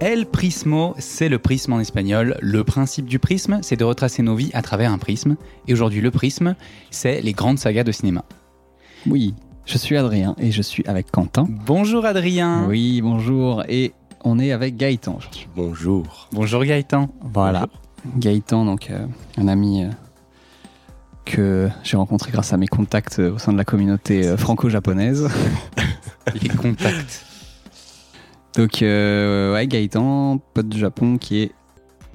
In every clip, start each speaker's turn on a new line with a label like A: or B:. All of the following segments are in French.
A: El Prismo, c'est le prisme en espagnol. Le principe du prisme, c'est de retracer nos vies à travers un prisme. Et aujourd'hui, le prisme, c'est les grandes sagas de cinéma.
B: Oui, je suis Adrien et je suis avec Quentin.
A: Bonjour
C: Hein
A: Adrien.
B: Oui, bonjour. Et on est avec Gaëtan aujourd'hui.
C: Bonjour.
A: Bonjour Gaëtan.
B: Voilà. Gaëtan, donc euh, un ami euh, que j'ai rencontré grâce à mes contacts euh, au sein de la communauté euh, franco-japonaise.
A: Les contacts.
B: Donc, euh, ouais, Gaëtan, pote du Japon qui est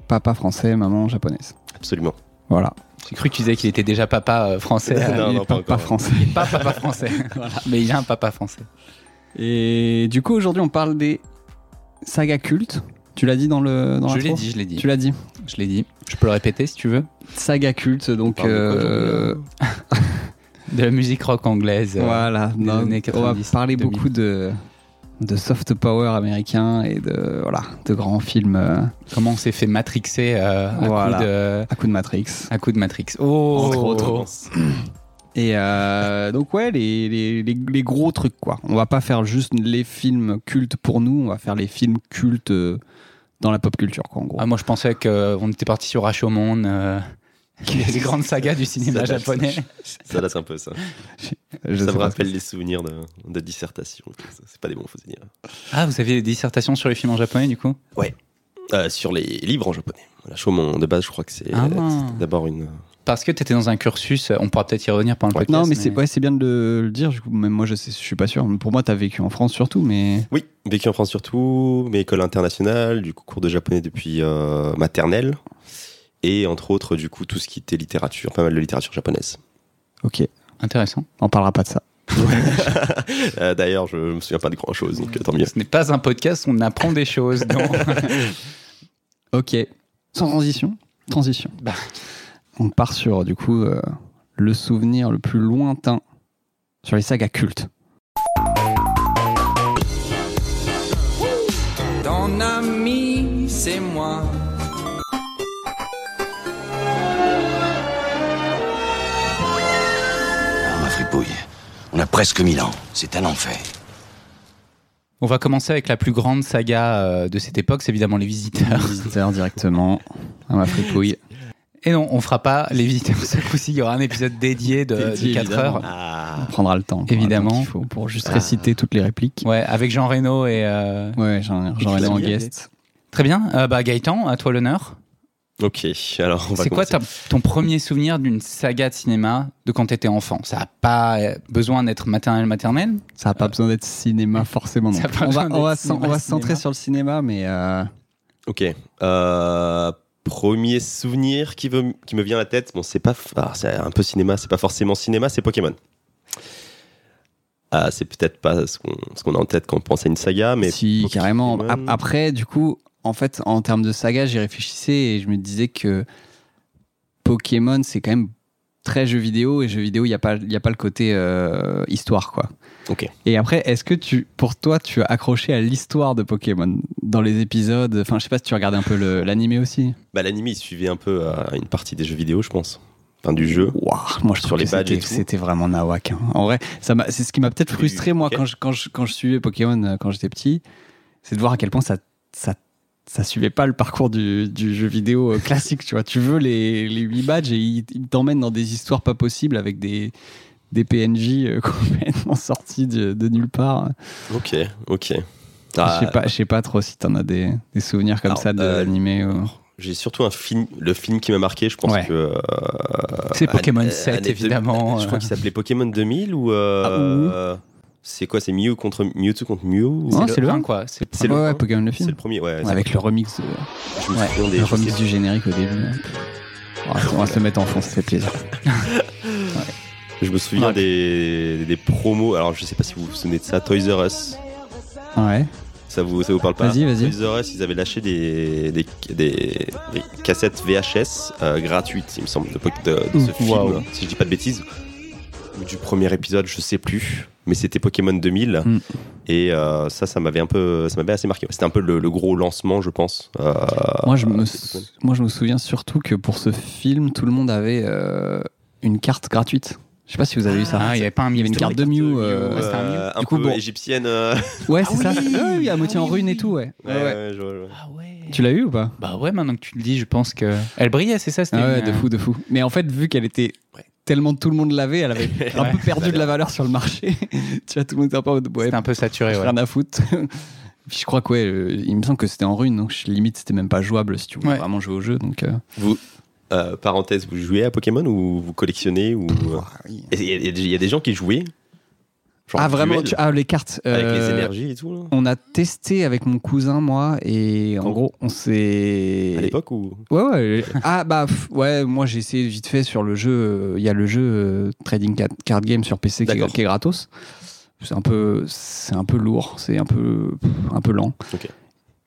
B: papa français, maman japonaise.
C: Absolument.
B: Voilà.
A: J'ai cru que tu disais qu'il était déjà papa euh, français.
C: Non,
B: Il est
C: non, pas
B: papa
C: encore.
B: français.
A: Il est pas papa français. Voilà. Mais il a un papa français.
B: Et du coup, aujourd'hui, on parle des sagas cultes. Tu l'as dit dans le. Dans
A: je
B: l'intro
A: l'ai dit, je l'ai dit.
B: Tu l'as dit.
A: Je l'ai dit. Je peux le répéter si tu veux.
B: Saga culte, donc.
C: parle de quoi
B: euh,
A: De la musique rock anglaise. euh,
B: Voilà,
A: des
B: non,
A: années
B: on
A: 90,
B: va parler
A: 2000.
B: beaucoup de, de soft power américain et de, voilà, de grands films euh,
A: Comment on s'est fait matrixer euh, à,
B: Voilà.
A: coup de,
B: à coup de Matrix.
A: à coup de Matrix. Oh,
C: Entre autres.
B: Et euh, donc, ouais, les, les, les- les gros trucs, quoi. On va pas faire juste les films cultes pour nous, on va faire les films cultes euh, dans la pop culture, quoi, en gros.
A: Ah, moi, je pensais qu'on était parti sur Rashomon, euh, les grandes sagas du cinéma
C: Ça date,
A: japonais.
C: Ça date un peu ça.
B: Je sais
C: ça me
B: pas ce que
C: rappelle les souvenirs de, de dissertation. C'est pas des bons souvenirs.
A: Ah, vous aviez des dissertations sur les films en japonais, du coup
C: Euh, sur les livres en japonais. La Chaumont, de base, je crois que c'est
A: Ah.
C: c'est d'abord une. euh,
A: Parce que tu étais dans un cursus, on pourra peut-être y revenir pendant le
B: c'est.
A: podcast.
B: Non, mais c'est ouais, c'est bien de le- le dire, du coup, même moi, je, sais, je suis pas sûr. Pour moi, t'as vécu en France surtout, mais.
C: Oui, vécu en France surtout, mais école internationale, du coup, cours de japonais depuis euh, maternelle. Et entre autres, du coup, tout ce qui était littérature, pas mal de littérature japonaise.
B: Ok,
A: Intéressant.
B: on parlera pas de ça.
C: Euh, D'ailleurs, je me souviens pas de grand chose, donc euh, tant mieux.
A: Ce n'est pas un podcast, on apprend des choses. non.
B: Ok. Sans transition Transition.
A: Bah.
B: On part sur, du coup, euh, le souvenir le plus lointain sur les sagas cultes.
D: Ton ami, c'est moi.
E: Ah, ma fripouille, on a presque 1000 ans. C'est un enfer.
A: on va commencer avec la plus grande saga euh, de cette époque, c'est évidemment Les Visiteurs.
B: Visiteur directement à ma fripouille.
A: Et non, on fera pas Les Visiteurs ce coup-ci, il y aura un épisode dédié de,
B: Dédié,
A: 4
B: évidemment.
A: heures.
C: Ah,
B: On prendra le temps. on prendra le
A: Évidemment.
B: temps qu'il faut pour juste réciter toutes les répliques.
A: Ouais, avec Jean Reno et... euh,
B: Ouais, j'en j'en ai
C: tu
B: en
C: l'as mis
B: guest.
A: Très bien, Euh, bah, Gaëtan, à toi l'honneur.
C: ok, alors on va
A: C'est quoi
C: commencer.
A: ta- ton premier souvenir d'une saga de cinéma de quand t'étais enfant Ça n'a pas euh, besoin d'être maternel maternel
B: Ça n'a pas besoin d'être cinéma forcément. non
A: Ça a
B: plus.
A: pas
B: on va,
A: besoin
B: on va,
A: d'être
B: cen-
A: cinéma,
B: on va se
A: cinéma.
B: centrer sur le cinéma, mais euh,
C: Ok. Euh, premier souvenir qui, veut- qui me vient à la tête, bon, c'est pas. f- ah, c'est un peu cinéma, c'est pas forcément cinéma, c'est Pokémon. Ah, c'est peut-être pas ce qu'on ce qu'on a en tête quand on pense à une saga, mais.
B: si,
C: Pokémon-
B: carrément. Ah, Ap- Après, du coup, en fait, en termes de saga, j'y réfléchissais et je me disais que Pokémon, c'est quand même très jeu vidéo et jeu vidéo, il n'y a, pas- il y a pas le côté euh, histoire, quoi.
C: Ok.
B: Et après, est-ce que tu, pour toi, tu as accroché à l'histoire de Pokémon dans les épisodes Enfin, je sais pas si tu regardais un peu le- l'animé aussi.
C: Bah, l'anime, il suivait un peu euh, une partie des jeux vidéo, je pense. Enfin, du jeu.
B: Ouah, moi je
C: Sur
B: trouve
C: les
B: que
C: badges et
B: c'était-
C: tout.
B: c'était vraiment nawak. hein. En vrai, ça m'a- c'est ce qui m'a peut-être frustré moi
C: ok.
B: quand, je, quand, je, quand je suivais Pokémon euh, quand j'étais petit, c'est de voir à quel point ça, ça, ça suivait pas le parcours du, du jeu vidéo euh, classique. Tu vois, tu veux les, les 8 badges et ils ils t'emmènent dans des histoires pas possibles avec des, des PNJ euh, complètement sortis de, de nulle part.
C: Ok, ok.
B: je, sais pas, je sais pas trop si t'en as des, des souvenirs comme
C: Ah. Alors,
B: ça de
C: euh,
B: l'animé. ou-
C: J'ai surtout un film, le film qui m'a marqué, je pense
B: Ouais.
C: que. euh,
A: C'est Pokémon
C: année-
A: 7,
C: année deux-
A: évidemment. euh.
C: Je crois qu'il s'appelait Pokémon 2000 ou. euh, c'est quoi C'est Mew contre Mewtwo contre Mew ou-
B: Non, c'est le
A: un,
B: un.
A: Hein, quoi. C'est
C: c'est le
B: Ouais, ouais,
C: un
B: Pokémon le
C: C'est le
B: film.
C: premier, ouais. c'est-
B: Avec le remix. de-
C: Je me
A: ouais,
C: souviens des
B: Le
C: choses
B: remix
C: qui-
B: du générique au début. On va, on va se mettre en fond, ça fait plaisir.
C: Je me souviens
B: Ouais.
C: des, des promos. Alors, je sais pas si vous vous souvenez de ça. Toys R Us.
B: Ouais.
C: Ça vous, ça vous parle pas
B: Vas-y, vas-y.
C: Toys R Us, ils avaient lâché des, des, des- des cassettes VHS euh, gratuites, il me semble, de, de- de ce film,
B: Wow.
C: si je dis pas de bêtises. Ou du premier épisode, je sais plus. Mais c'était Pokémon 2000.
B: Mm.
C: Et euh, ça, ça m'avait un peu. Ça m'avait assez marqué. C'était un peu le, le gros lancement, je pense. Euh,
B: moi, je me
C: euh,
B: sou- moi, je me souviens surtout que pour ce film, tout le monde avait euh, une carte gratuite. Je Je sais pas si vous avez vu ça.
A: Ah, il n'y avait pas un
B: Il y avait
A: Mew.
B: une carte de Mew. euh,
A: ouais, c'était un Mew.
C: euh, un
B: Du coup,
C: peu
B: bon.
C: égyptienne. euh,
B: Ouais, c'est ça.
A: oui.
B: Ouais, oui, à moitié
A: Ah
B: en
A: oui,
B: rune
A: oui,
B: et tout, ouais.
C: ouais,
B: Ouais, ouais.
C: ouais, je vois, je vois.
A: Ah ouais.
B: Tu l'as eu ou pas
A: Bah ouais, maintenant que tu le dis, je pense que. Elle brillait, c'est ça c'était
B: Ah ouais,
A: une,
B: de
A: euh,
B: fou, de fou. Mais en fait, vu qu'elle était
C: Ouais.
B: tellement tout le monde l'avait, elle avait un
A: Ouais.
B: peu perdu de la valeur sur le marché. tu vois, tout le monde était un peu en mode, ouais,
A: C'était un peu saturé, ouais.
B: rien à foutre. Puis je crois que ouais, euh, il me semble que c'était en rune, donc je- limite c'était même pas jouable si tu voulais
A: Ouais.
B: vraiment jouer au jeu. Donc euh,
C: Vous, euh, parenthèse, vous jouez à Pokémon ou vous collectionnez ou euh, Il y, a- il y a des gens qui jouaient. genre
B: ah
C: en
B: vraiment
C: duel,
B: tu- Ah les cartes.
C: Avec
B: euh,
C: les énergies et tout, là,
B: On a testé avec mon cousin moi et en
C: Quand-
B: gros on s'est.
C: à l'époque ou
B: Ouais, ouais. Ah, bah, pff, ouais, moi j'ai essayé vite fait sur le jeu. euh, Il y a le jeu euh, Trading Ca- Card Game sur PC qui est,
C: D'accord.
B: qui est gratos. C'est un peu, c'est un peu lourd, c'est un peu, un peu lent.
C: Ok.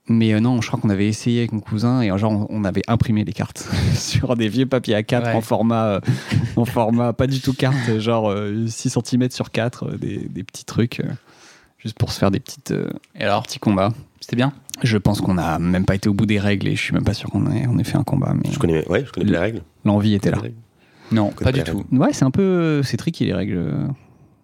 B: Mais euh, non, je crois qu'on avait essayé avec mon cousin et euh, genre on, on avait imprimé les cartes sur des vieux papiers A4
A: Ouais.
B: en format, euh, en format pas du tout carte, euh, genre euh, 6 cm sur 4, euh, des, des petits trucs, euh, juste pour se faire des petites, euh,
A: Et alors,
B: petits combats.
A: c'était bien
B: Je pense qu'on n'a même pas été au bout des règles et je suis même pas sûr qu'on ait, on ait fait un combat, mais
C: Je connais, ouais, je connais les règles.
B: l'envie était là.
A: Non,
C: Côté
A: pas du
C: pas
A: tout.
B: Ouais, c'est un peu. C'est tricky les règles euh,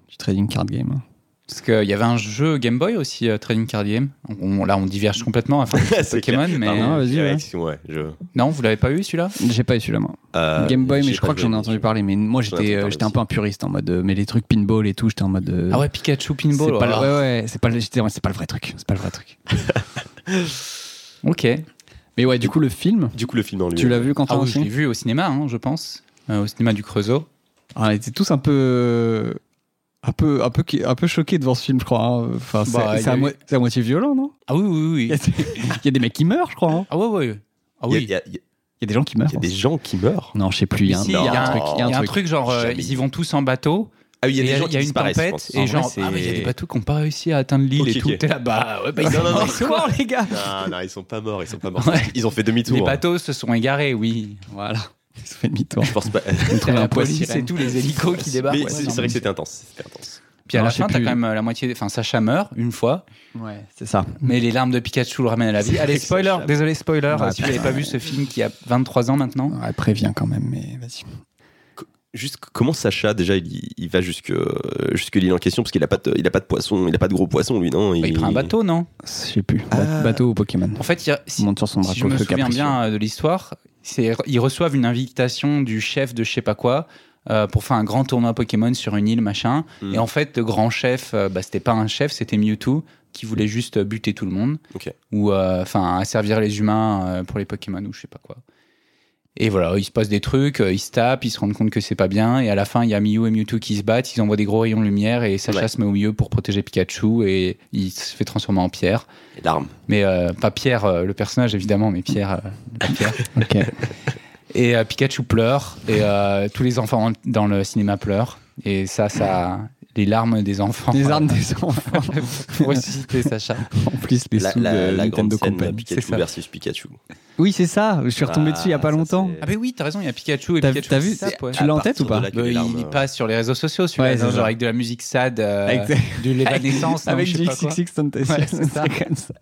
B: du trading card game. hein.
A: Parce qu'il y avait un jeu Game Boy aussi, euh, Trading Card Game. On- on- là, on diverge complètement à faire
C: C'est
A: Pokémon, mais
B: Pardon.
A: non,
B: Ah, vas-y,
C: clair.
B: ouais.
C: Excuse-moi, ouais, je-
A: vous l'avez pas eu celui-là
B: J'ai pas eu celui-là, moi.
C: Euh,
B: game Boy, mais
C: j'ai
B: je
C: pas
B: crois que
C: joué,
B: j'en ai
C: mais
B: entendu parler. Mais moi,
C: J'en ai entendu
B: j'étais euh,
C: parler
B: j'étais un
C: aussi.
B: peu un puriste en mode. euh, Mais les trucs pinball et tout, j'étais en mode. euh,
A: Ah ouais, Pikachu Pinball.
B: c'est pas, le-
A: alors.
B: ouais, ouais, c'est pas, le- j'étais- ouais, c'est pas le vrai truc. C'est pas le vrai truc.
A: Ok.
B: Mais ouais, du coup, le film,
C: Du coup, le film en lui.
B: tu l'as vu quand
A: Ah oui, je l'ai
B: aussi
A: vu au cinéma, hein, je pense. Euh, au cinéma du Creusot.
B: ah, On était tous un peu. Un peu, un, peu, un peu choqués devant ce film, je crois. hein. Enfin, c'est-
A: Bah, il y
B: c'est à,
A: a eu-
B: moi- c'est à moitié violent, non
A: Ah oui, oui,
B: Il y,
A: oui.
B: a des- il y a des mecs qui meurent, je crois. hein.
A: Ah ouais, ouais. Ah
C: Il y a-
A: oui.
C: il y a- il y a-
B: Il y a des gens qui meurent.
C: il y a des gens qui meurent.
B: Non, je sais plus. Il y a un-
A: Si,
B: il y a un
C: non.
B: truc. Il y a un truc.
A: genre, euh,
C: Jamais.
A: ils y vont tous en bateau.
C: Ah oui, il y a
A: et
C: des gens
A: il
C: qui
A: y a une
C: disparaissent, je
A: tempête.
C: pense.
A: Et
B: En
A: genre,
B: vrai, c'est-
A: ah, mais il y a des bateaux qui n'ont pas réussi à atteindre l'île
C: Ok,
A: et tout.
C: ok.
A: T'es là, bah ouais, bah,
C: Non,
A: ils sont
C: non, non,
A: morts,
C: ils sont
A: quoi, les gars
C: Non, non, ils sont pas morts, ils sont pas morts.
A: Ouais.
C: Ils ont fait
A: Les
C: demi-tour. hein.
A: bateaux se sont égarés, oui.
B: Voilà. Ils se fait demi-tour.
C: Je pense pas.
B: On trouve
A: la
B: un poids
A: police et
B: sirène.
A: tous les hélicos qui débarquent.
C: Mais
A: ouais,
C: c'est
A: non,
C: c'est vrai que c'était intense. c'était intense.
A: Puis à
B: Non,
A: la
B: je sais
A: fin, t'as
B: plus.
A: quand même euh, la moitié. Enfin, Sacha meurt une fois,
B: Ouais, c'est ça.
A: mais les larmes de Pikachu le ramènent à la vie.
C: C'est
A: Allez,
C: vrai que
A: spoiler,
C: Sacha-
A: désolé, spoiler.
B: Ouais,
A: si vous n'avez
B: putain,
A: pas vu ce film qui a 23 ans maintenant,
B: Ouais, prévient quand même, mais vas-y.
C: Juste c- comment Sacha déjà il, il va jusque euh, jusque l'île en question parce qu'il a pas de, il a pas de poisson, il a pas de gros poisson lui non.
A: bah, il prend un bateau, non
B: Je sais plus.
C: Ah.
B: Bateau ou Pokémon
A: En fait, il y a- si,
B: monte sur son bras
A: si je me
B: feu
A: souviens
B: capricieux.
A: bien euh, de l'histoire, c'est ils reçoivent une invitation du chef de je sais pas quoi euh, pour faire un grand tournoi Pokémon sur une île machin.
C: Mm.
A: Et en fait, le grand chef, euh, bah, c'était pas un chef, c'était Mewtwo qui voulait juste euh, buter tout le monde
C: Ok.
A: ou euh, enfin asservir les humains euh, pour les Pokémon ou je sais pas quoi. Et voilà, il se passe des trucs, euh, ils se tapent, ils se rendent compte que c'est pas bien, et à la fin, il y a Mew et Mewtwo qui se battent, ils envoient des gros rayons de lumière, et Sacha
C: Ouais.
A: se met au milieu pour protéger Pikachu, et il se fait transformer en pierre.
C: L'arme.
A: Mais euh, pas Pierre, euh, le personnage évidemment, mais Pierre. euh, pas Pierre.
B: Ok.
A: Et euh, Pikachu pleure, et euh, tous les enfants en- dans le cinéma pleurent. Et ça, ça. Les larmes des enfants.
B: Les armes des enfants
A: Pour ressusciter Sacha.
B: remplissent les
C: La,
B: sous
C: la-
B: de
C: la grande
B: Nintendo
C: scène
B: Company.
A: c'est
C: Pikachu
A: ça.
C: versus Pikachu.
B: Oui, c'est ça. Je suis retombé
C: Ah,
B: dessus il y a pas
C: ça,
B: longtemps.
C: c'est-
A: Ah, mais oui, t'as raison, il y a Pikachu et
B: T'as-
A: Pikachu.
B: t'as vu,
A: Zap, ouais.
B: Tu l'as en tête ou
C: partir de
B: pas
C: là que
A: Bah,
C: les
A: il,
C: larmes,
A: il
C: euh,
A: passe sur les réseaux sociaux, celui-là,
B: Ouais, c'est
A: non, genre
B: ça.
A: avec de la musique sad, euh,
B: Avec
A: de l'évanescence, non,
B: Avec
A: je sais
B: du
A: pas quoi.
B: XXX Tentation,
A: Ouais, c'est ça.
B: c'est comme ça.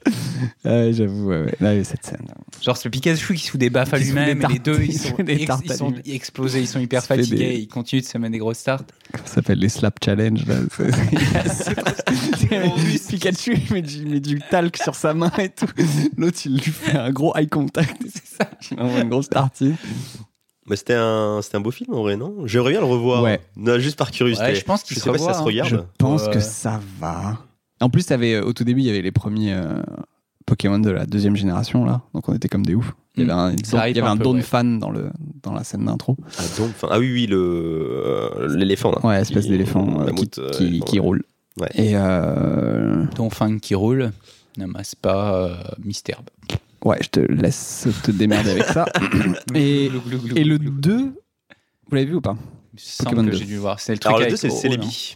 B: Ouais, J'avoue, ouais, ouais. Là, il y a cette scène.
A: Genre ce Pikachu qui se fout des baffes à
B: Qui se fout
A: lui-même,
B: des
A: et les
B: tartes-
A: deux ils
B: il se
A: sont,
B: fout des
A: ex-
B: tartes
A: ils
B: à
A: sont
B: lui-même.
A: explosés, ils sont
B: Il
A: hyper
B: se fait des-
A: fatigués, ils continuent de se mettre des grosses tartes.
B: Ça s'appelle les slap challenge. Là. C'est-
A: Horrible.
B: C'est- Pikachu il met, du, il met du talc sur sa main et tout. L'autre il lui fait un gros eye contact. C'est ça. Il envoie une grosse tartine.
C: Mais Bah, c'était un c'était un beau film en vrai non. J'aimerais bien le revoir.
B: Ouais.
C: Non, juste par curiosité.
A: Ouais, je pense qu'il
C: je
A: se
C: sais pas si ça
A: revoit,
C: se
A: hein.
C: regarde.
B: Je pense
C: euh,
A: Ouais.
B: que ça va. En plus, t'avais, euh, au tout début, il y avait les premiers euh, Pokémon de la deuxième génération là. Donc on était comme des oufs. Il y
A: Mm.
B: avait un,
A: Ça hype
B: il y avait
A: un
B: un
A: peu,
B: Dawn
A: ouais.
B: fan dans, le, dans la scène d'intro.
C: Ah, donc, enfin, ah oui oui le euh, l'éléphant là.
B: Ouais, espèce
C: Qui-
B: d'éléphant euh,
C: mammouth,
B: qui,
C: euh,
B: qui-
C: éléphant,
B: qui
C: ouais.
B: roule.
C: Ouais.
B: Et euh,
A: Ton fang qui roule n'amasse pas euh, mystère.
B: ouais, je te laisse te démerder avec ça. Et-
A: Glou, glou, glou,
B: Et
A: glou,
B: le
A: glou.
B: 2, vous l'avez vu ou pas
A: Il me semble
B: Pokémon
A: que
B: 2.
A: j'ai dû voir. C'est le truc
C: Alors le
A: avec
C: 2 c'est
A: Roro,
C: c'est les
A: non
C: billes.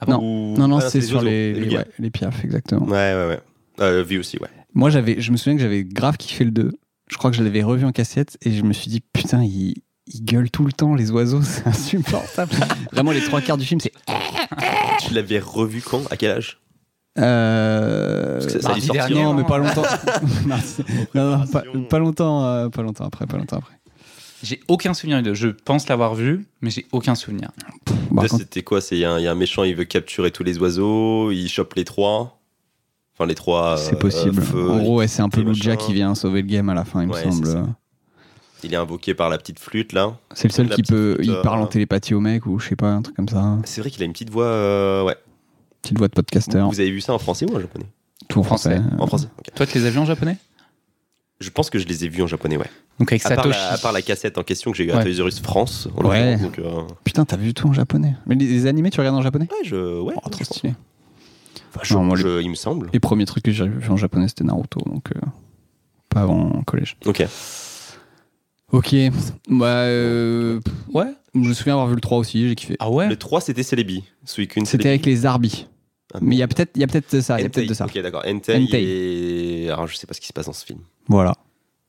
A: Ah
B: bon
C: Ou-
B: Non, non,
C: ah,
B: c'est sur
C: oiseaux,
B: les, les,
C: billes.
B: ouais, les piafs, exactement.
C: Ouais ouais ouais. Euh, Vu aussi ouais.
B: Moi, j'avais, je me souviens que j'avais grave kiffé le 2. Je crois que je l'avais revu en cassette et je me suis dit, putain, ils, ils gueulent tout le temps, les oiseaux, c'est insupportable. Vraiment, les trois quarts du film, c'est.
C: Tu l'avais revu quand À quel âge
B: Euh...
C: Parce que ça- ça
A: mardi
C: allait sortir.
A: dernier,
B: Non, mais
A: hein.
B: pas longtemps. Mardi- non, non, pas, pas longtemps, euh, pas longtemps après, pas longtemps après.
A: J'ai aucun souvenir de. Je pense l'avoir vu, mais j'ai aucun souvenir.
B: Bon,
C: Là,
B: par contre,
C: C'était quoi C'est il y, a un- il y a un méchant, il veut capturer tous les oiseaux, il chope les trois. Enfin, les trois.
B: c'est
C: euh,
B: possible.
C: feu,
B: en gros, ouais, c'est un peu
C: et
B: Luja
C: machin.
B: qui vient sauver le game à la fin, il
C: Ouais,
B: me
C: c'est
B: semble.
C: ça. Il est invoqué par la petite flûte, là.
B: C'est le seul
C: La
B: qui
C: petite
B: peut.
C: flûte,
B: Il
C: euh,
B: parle en télépathie au mec ou je sais pas, un truc comme ça.
C: C'est vrai qu'il a une petite voix. euh, ouais.
B: Petite voix de podcaster, hein.
C: Vous avez vu ça en français ou en japonais
B: tout en français.
C: En français. ok.
A: Toi, tu les as vus en japonais
C: Je pense que je les ai vus en japonais, ouais.
A: Donc avec
C: À part,
A: Satoshi.
C: la, à part la cassette en question que j'ai eu
A: Ouais.
C: à Toys R Us France. en
B: Ouais.
C: l'occurrence, donc, euh,
B: Putain, t'as vu tout en japonais. Mais les, les animés, tu regardes en japonais
C: ouais, je. Ouais,
B: Oh,
C: je
B: trop
C: pense.
B: stylé.
C: Enfin, je-
B: Non, moi,
C: je- il me semble.
B: Les premiers trucs que j'ai vu en japonais, c'était Naruto, donc euh, pas avant collège.
C: Ok.
B: Ok, bah euh,
A: Ouais.
B: je me souviens avoir vu le 3 aussi, j'ai kiffé.
A: Ah ouais
C: Le 3, c'était Celebi. Suicune,
B: C'était avec les Arbi. Mais il y a peut-être il y a peut-être ça, il y a peut-être de ça.
C: Ok, d'accord. Entei,
B: Entei.
C: et. Alors, je sais pas ce qui se passe dans ce film.
B: Voilà.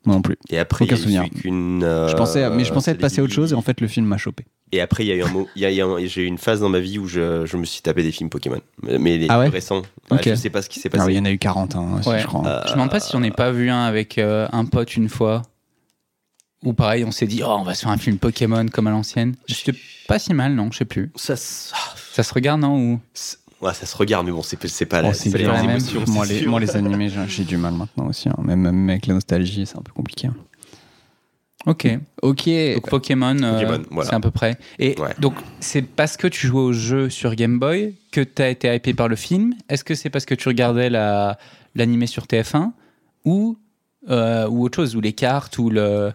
B: Moi non plus.
C: Et après, il y
B: Aucun
C: a
B: souvenir.
C: eu Suicune.
B: Je
C: euh,
B: pensais, à- mais je pensais être passé à autre chose et
C: Celebi.
B: en fait le film m'a chopé.
C: Et après, il y a eu un mo- il y a eu un- j'ai eu une phase dans ma vie où je, je me suis tapé des films Pokémon. Mais mais les
B: Ah ouais
C: plus récents.
B: Ok.
C: Ah, je sais pas ce qui s'est
B: Ah oui,
C: passé.
B: il y en a eu 40 hein, aussi,
A: Ouais.
B: je
C: Ah,
B: crois.
A: Je me demande pas si on n'est pas vu un avec euh, un pote une fois. Ou pareil, on s'est dit, oh, on va se faire un film Pokémon comme à l'ancienne. C'était pas si mal, non, je sais plus.
C: ça, se-
A: Ça se regarde, non ou...
C: c'est- ouais, ça se regarde, mais bon, c'est c'est pas
B: Oh,
C: la,
B: c'est
C: c'est
A: dur.
B: violent.
C: les
A: même.
C: émotions,
B: moi,
C: c'est
B: les,
C: sûr.
B: moi, les animés, j'ai- j'ai du mal maintenant aussi. hein. Même, même avec la nostalgie, c'est un peu compliqué. hein.
A: Ok.
B: Ok,
A: Mm. Donc Pokémon, euh,
C: Pokémon, voilà.
A: c'est à peu près. Et
C: Ouais.
A: donc, c'est parce que tu jouais au jeu sur Game Boy que tu as été hypé par le film. Est-ce que c'est parce que tu regardais la, l'animé sur TF1 ou, euh, ou autre chose, ou les cartes, ou le.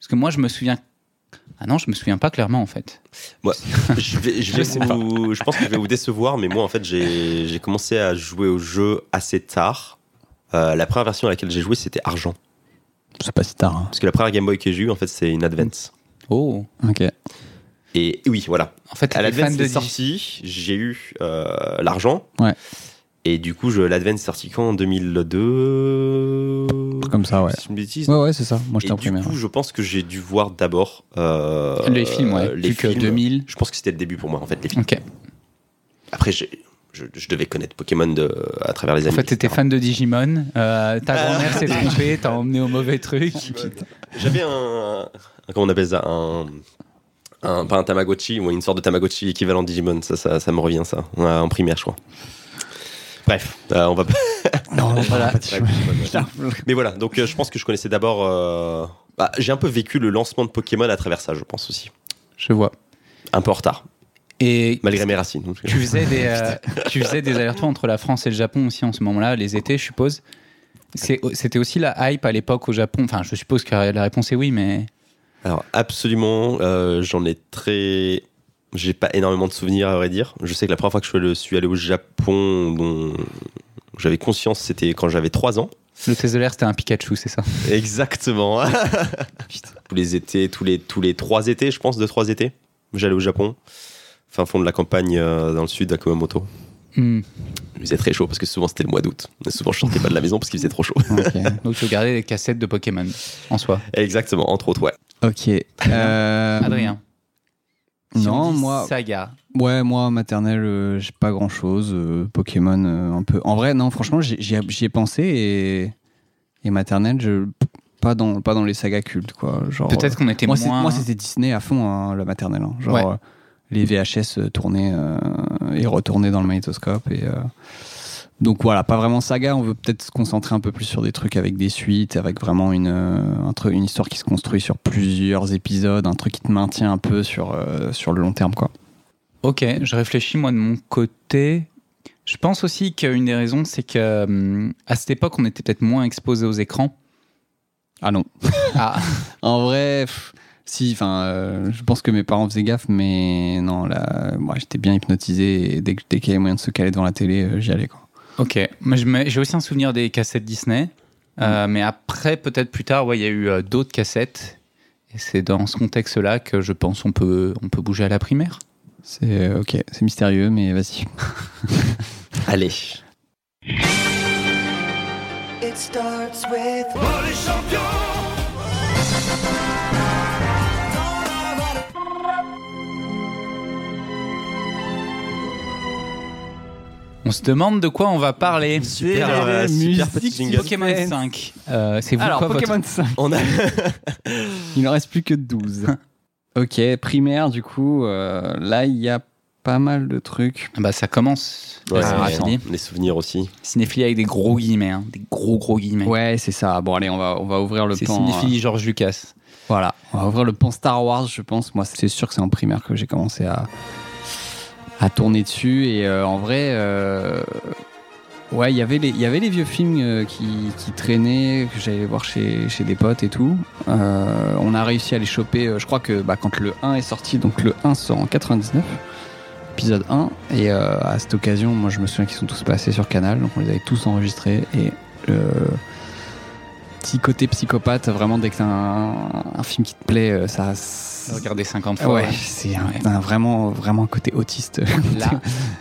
A: Parce que moi, je me souviens. Ah non, je me souviens pas clairement en fait.
C: Moi, je, vais, je, vais
A: Je sais
C: vous- je pense que je vais vous décevoir, mais moi, en fait, j'ai j'ai commencé à jouer au jeu assez tard. Euh, la première version à laquelle j'ai joué, c'était Argent.
B: c'est pas si tard. hein.
C: Parce que la première Game Boy que j'ai eue, en fait, c'est une Advance.
A: Oh
B: Ok.
C: Et et oui, voilà.
A: En fait,
C: À
A: les fans
C: l'Advance
A: de
C: est
A: sortie.
C: sorti, j'ai eu euh, l'argent.
B: Ouais.
C: Et du coup, je- l'Advance est sorti quand En 2002
B: Comme ça, ouais.
C: C'est une bêtise.
B: Ouais, ouais, c'est ça. Moi,
C: Et
B: j'étais en
C: du
B: primaire.
C: coup, je pense que j'ai dû voir d'abord euh,
A: Les films, ouais.
C: euh,
A: Plus
C: les
A: que
C: films.
A: 2000.
C: Je pense que c'était le début pour moi, en fait, les films.
A: Ok.
C: Après, j'ai- je, je devais connaître Pokémon de, à travers les
A: En
C: années.
A: fait, t'étais
C: etc.
A: fan de Digimon. euh, ta
C: Ah.
A: grand-mère s'est trompée, t'as emmené au mauvais truc.
C: J'avais un, un- Comment on appelle ça un, un- Pas un Tamagotchi, ou une sorte de Tamagotchi équivalent Digimon. Ça, ça, ça me revient, ça. Ouais, En primaire, je crois. Bref, euh, on va pas.
B: Non, non, voilà. pas de
C: Ouais, Digimon, ouais. Mais voilà, donc euh, je pense que je connaissais d'abord. euh, bah, j'ai un peu vécu le lancement de Pokémon à travers ça, je pense aussi.
A: Je vois.
C: Un peu en retard,
A: Et
C: malgré mes racines. en tout cas.
A: Tu faisais des, euh, tu faisais des allers-retours entre la France et le Japon aussi en ce moment-là, les étés, je suppose. C'est- C'était aussi la hype à l'époque au Japon. Enfin, je suppose que la réponse est oui, mais
C: Alors, absolument, euh, j'en ai très. J'ai pas énormément de souvenirs, à vrai dire. Je sais que la première fois que je suis allé au Japon, dont j'avais conscience, c'était quand j'avais 3 ans.
A: le test de l'air, c'était un Pikachu, c'est ça
C: Exactement. tous les étés, tous les, tous les 3 étés, je pense, de 3 étés, j'allais au Japon. Fin fond de la campagne euh, dans le sud à Kumamoto.
A: Hmm.
C: Il faisait très chaud parce que souvent c'était le mois d'août. Et Souvent je sortais pas de la maison parce qu'il faisait trop chaud.
B: Ok.
A: Donc, tu regardais des cassettes de Pokémon en soi.
C: Exactement, entre autres, ouais.
B: Ok. Euh,
A: Adrien. si on
B: Non,
A: dit
B: moi.
A: Saga.
B: Ouais, moi, maternelle, euh, j'ai pas grand chose. Pokémon, euh, un peu. En vrai, non, franchement, j'y j'y ai, j'y ai pensé et. Et maternelle, je. Pas dans, pas dans les sagas cultes, quoi. Genre,
A: Peut-être qu'on était
B: Oh. Moi, c'est-
A: moins.
B: moi, c'était Disney à fond, hein, la maternelle. hein. Genre,
A: Ouais.
B: euh, les VHS euh, tournaient euh, et retournaient dans le magnétoscope. Et, euh, Donc voilà, pas vraiment saga. On veut peut-être se concentrer un peu plus sur des trucs avec des suites, avec vraiment une, euh, un truc- une histoire qui se construit sur plusieurs épisodes, un truc qui te maintient un peu sur, euh, sur le long terme, quoi.
A: Ok, je réfléchis moi de mon côté. Je pense aussi qu'une des raisons, c'est que hum, à cette époque, on était peut-être moins exposé aux écrans.
B: Ah non.
A: Ah,
B: En vrai, pff, si, enfin, euh, je pense que mes parents faisaient gaffe, mais non, là, moi, j'étais bien hypnotisé et dès que- dès qu'il y avait moyen de se caler devant la télé, euh, j'y allais, quoi.
A: Ok, Moi, je me- j'ai aussi un souvenir des cassettes Disney, Euh, mais après, peut-être plus tard, ouais, il y a eu euh, d'autres cassettes. Et c'est dans ce contexte-là que je pense on peut, on peut bouger à la primaire.
B: C'est euh, ok, c'est mystérieux, mais vas-y.
C: Allez.
F: It starts with
A: On se demande de quoi on va parler.
C: Super, euh, super petit
B: musique
C: jingle.
A: Pokémon 5. Euh, c'est vous
B: Alors,
A: quoi, votre-
B: Pokémon 5.
C: On a...
B: Il n'en reste plus que 12. ok, primaire, du coup, euh, là, il y a pas mal de trucs.
A: Bah, ça commence.
C: Ouais,
A: Là, c'est
B: ouais.
A: fini.
C: Les souvenirs aussi.
A: Cinéphilie avec des gros guillemets, hein, des gros gros guillemets.
B: Ouais, c'est ça. Bon, allez, on va, on va ouvrir le
A: c'est
B: pan.
A: cinéphilie George Lucas.
B: euh, voilà, on va ouvrir le pan Star Wars, je pense. Moi, c'est sûr que c'est en primaire que j'ai commencé à, à tourner dessus. Et euh, en vrai, euh, ouais, il y avait les- il y avait les vieux films euh, qui, qui traînaient, que j'allais voir chez, chez des potes et tout. Euh, on a réussi à les choper, euh, je crois que bah, quand le 1 est sorti, donc le 1 sort en 99, épisode 1. Et euh, à cette occasion, moi je me souviens qu'ils sont tous passés sur Canal, donc on les avait tous enregistrés. Et le petit côté psychopathe, vraiment dès que t'as un, un film qui te plaît, euh, ça.
A: Regardez 50
B: Ah Ouais,
A: fois. Ah ouais.
B: c'est un, un vraiment, vraiment un côté autiste.
A: Là,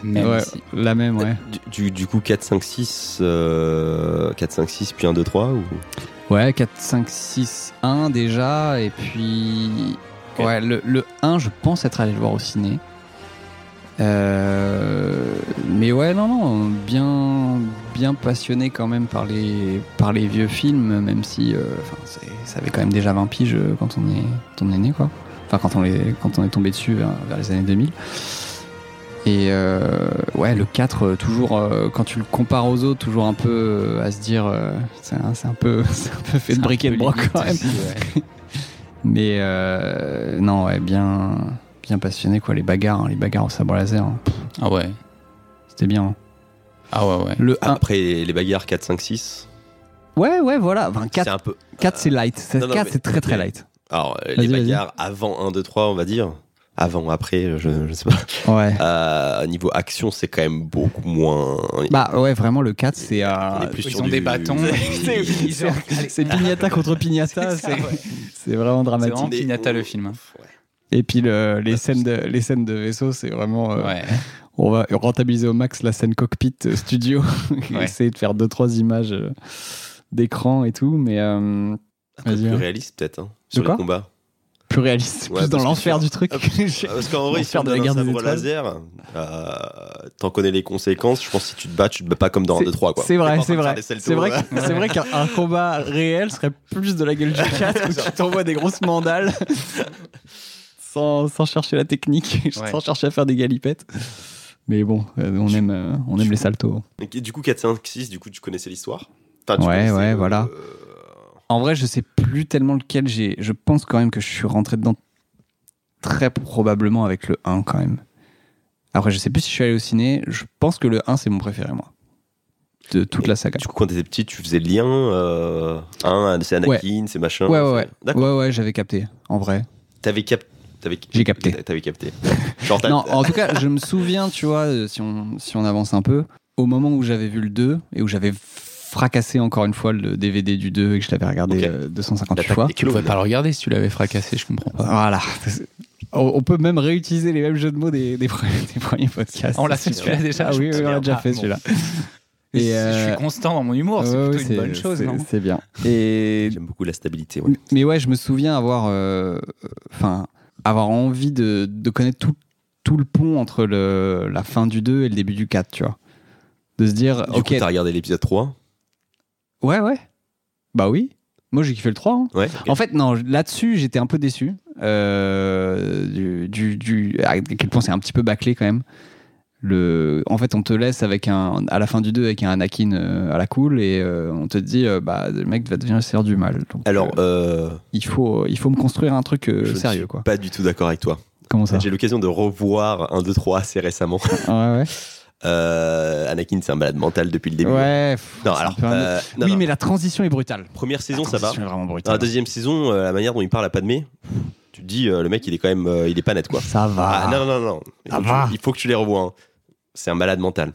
A: même
B: Ouais,
A: si-
B: la même, ouais.
C: Du, du- du coup, 4, 5, 6, euh, 4, 5, 6, puis 1, 2, 3 ou...
B: Ouais, 4, 5, 6, 1 déjà, et puis.
C: Ok.
B: Ouais, le, le 1, je pense être allé le voir au ciné. Euh, mais ouais, non, non, bien, bien passionné quand même par les, par les vieux films, même si euh, enfin, c'est- ça avait quand même déjà 20 piges euh, quand on est, quand on est né, quoi. Enfin, quand on, les, quand on est tombé dessus vers, vers les années 2000. Et euh, ouais, le 4, euh, toujours, euh, quand tu le compares aux autres, toujours un peu euh, à se dire, euh, c'est un, c'est un peu, c'est un peu
A: c'est
B: fait de
A: un
B: briquet
A: peu
B: de broc
A: limite
B: quand même.
A: aussi, ouais.
B: Mais euh, non, ouais, bien, bien passionné quoi. Les bagarres, hein, les bagarres au sabre laser, hein.
A: Ah ouais.
B: c'était bien. hein.
A: Ah ouais, ouais.
B: Le 1,
C: Après, les bagarres 4, 5, 6,
B: ouais, ouais, voilà. Enfin,
C: c'est
B: 4,
C: un peu...
B: c'est light. C'est-
C: Non, non,
B: 4,
C: mais-
B: c'est très très
C: mais-
B: light.
C: Alors, euh,
B: Vas-y,
C: les
B: vas-y.
C: bagarres avant 1, 2, 3, on va dire. Avant, après, je, je sais pas.
B: Ouais.
C: Euh, niveau action, c'est quand même beaucoup moins...
B: Bah ouais, vraiment, le 4, c'est. euh,
C: On est plus
A: Ils
C: sur
A: ont
C: du-
A: des bâtons.
C: C'est-
A: Ils ont-
B: c'est- C'est Pignata contre Pignata,
A: C'est ça,
B: c'est
A: ouais.
B: c'est vraiment
A: C'est
B: dramatique.
A: vraiment Pinata le film.
B: Et puis le- les, scènes de, les scènes de vaisseau, c'est vraiment. euh,
A: Ouais.
B: On va rentabiliser au max la scène cockpit euh, studio, et
A: Ouais.
B: essayer de faire deux trois images euh, d'écran et tout, mais euh,
C: Un peu
B: Vas-y,
C: plus
B: ouais.
C: réaliste peut-être hein, sur
B: quoi
C: les combats.
B: plus réaliste,
C: Ouais,
B: plus dans
C: parce que
B: l'enfer
C: sur-
B: du truc.
C: Hop. Euh, Parce qu'en vrai,
B: Pour
C: ils
B: faire
C: sont
B: de
C: de
B: la
C: la
B: guerre des
C: sabre
B: étoiles.
C: laser. Euh, T'en connais les conséquences. Je pense que si tu te bats, tu te bats pas comme dans 1,
B: C'est-
C: 2, 3. quoi.
B: C'est
C: T'es
B: vrai,
C: pas en train
B: c'est
C: de faire
B: vrai.
C: des saltos,
B: C'est vrai,
C: euh,
B: que- c'est vrai qu'un un combat réel serait plus de la gueule du 4 où tu t'envoies des grosses mandales sans, sans chercher la technique,
A: Ouais.
B: sans chercher à faire des galipettes. Mais bon, euh, on aime, euh, on aime les saltos.
C: Et Du coup, 4, 5, 6, du coup, tu connaissais l'histoire Enfin, tu
B: Ouais,
C: connaissais
B: ouais,
C: le-
B: voilà.
C: euh,
B: En vrai, je sais plus tellement lequel j'ai. Je pense quand même que je suis rentré dedans très probablement avec le 1 quand même. Après, je sais plus si je suis allé au ciné. Je pense que le 1 c'est mon préféré moi de toute la saga.
C: Du coup, quand t'étais petit, tu faisais le lien. Euh, hein, c'est Anakin, c'est machin.
B: Ouais, ouais,
C: c'est-
B: ouais.
C: D'accord.
B: Ouais, ouais, j'avais capté. En vrai.
C: T'avais cap... t'avais-
B: J'ai capté.
C: T'avais capté. Genre, t'as-
B: Non, en tout cas, je me souviens, tu vois, euh, si on, si on avance un peu, au moment où j'avais vu le 2 et où j'avais fracassé encore une fois le DVD du 2 et que je l'avais regardé
C: Ok.
B: euh, 258
C: l'attaque
B: fois.
C: des
A: Tu pouvais
C: clones.
A: pas le regarder si tu l'avais fracassé, je comprends.
B: Voilà. On, on peut même réutiliser les mêmes jeux de mots des, des pre- des premiers podcasts.
A: On l'a fait celui-là déjà.
B: Ah oui,
A: Je
B: oui,
A: me
B: on l'a
A: souviens
B: déjà
A: pas.
B: fait
A: Bon.
B: celui-là.
A: Et
B: Et,
A: Je
B: euh,
A: suis constant dans mon humour, c'est
B: ouais,
A: plutôt
B: ouais,
A: une bonne chose,
B: c'est-
A: non
B: C'est bien. Et
C: J'aime beaucoup la stabilité. Ouais.
B: mais ouais, je me souviens avoir, euh, enfin, avoir envie de, de connaître tout, tout le pont entre le, la fin du 2 et le début du 4, tu vois. De se dire,
C: Du
B: ok,
C: coup, t'as regardé l'épisode 3.
B: ouais, ouais, bah oui. Moi, j'ai kiffé le 3. hein.
C: Ouais.
B: En fait, non, là-dessus, j'étais un peu déçu. euh, du, du, du- à quel point c'est un petit peu bâclé quand même. Le, en fait, on te laisse avec un, à la fin du 2 avec un Anakin euh, à la cool et euh, on te dit, euh, bah, le mec va devenir le seigneur du mal. Donc,
C: Alors,
B: euh,
C: euh,
B: il, faut, il faut me construire un truc euh,
C: je ne
B: sérieux,
C: suis
B: quoi.
C: pas du tout d'accord avec toi.
B: Comment ça Ah
C: J'ai l'occasion de revoir 1, 2, 3 assez récemment.
B: Ouais, ouais.
C: Euh, Anakin, c'est un malade mental depuis le début.
B: Ouais, pff,
C: Non,
B: c'est
C: alors,
B: un peu un-
C: euh, non,
B: oui,
C: non.
B: mais la transition est brutale.
C: première saison,
B: La
C: ça va.
B: transition est vraiment
C: Dans
B: brutale.
C: la deuxième saison, euh, la manière dont il parle à Padmé, tu te dis, euh, le mec, il est quand même, euh, il est pas net, quoi.
B: Ça va.
C: Ah, non, non, non, non. Il
B: Ça
C: faut, que
B: va.
C: tu, il faut que tu les revois. hein. C'est un malade mental.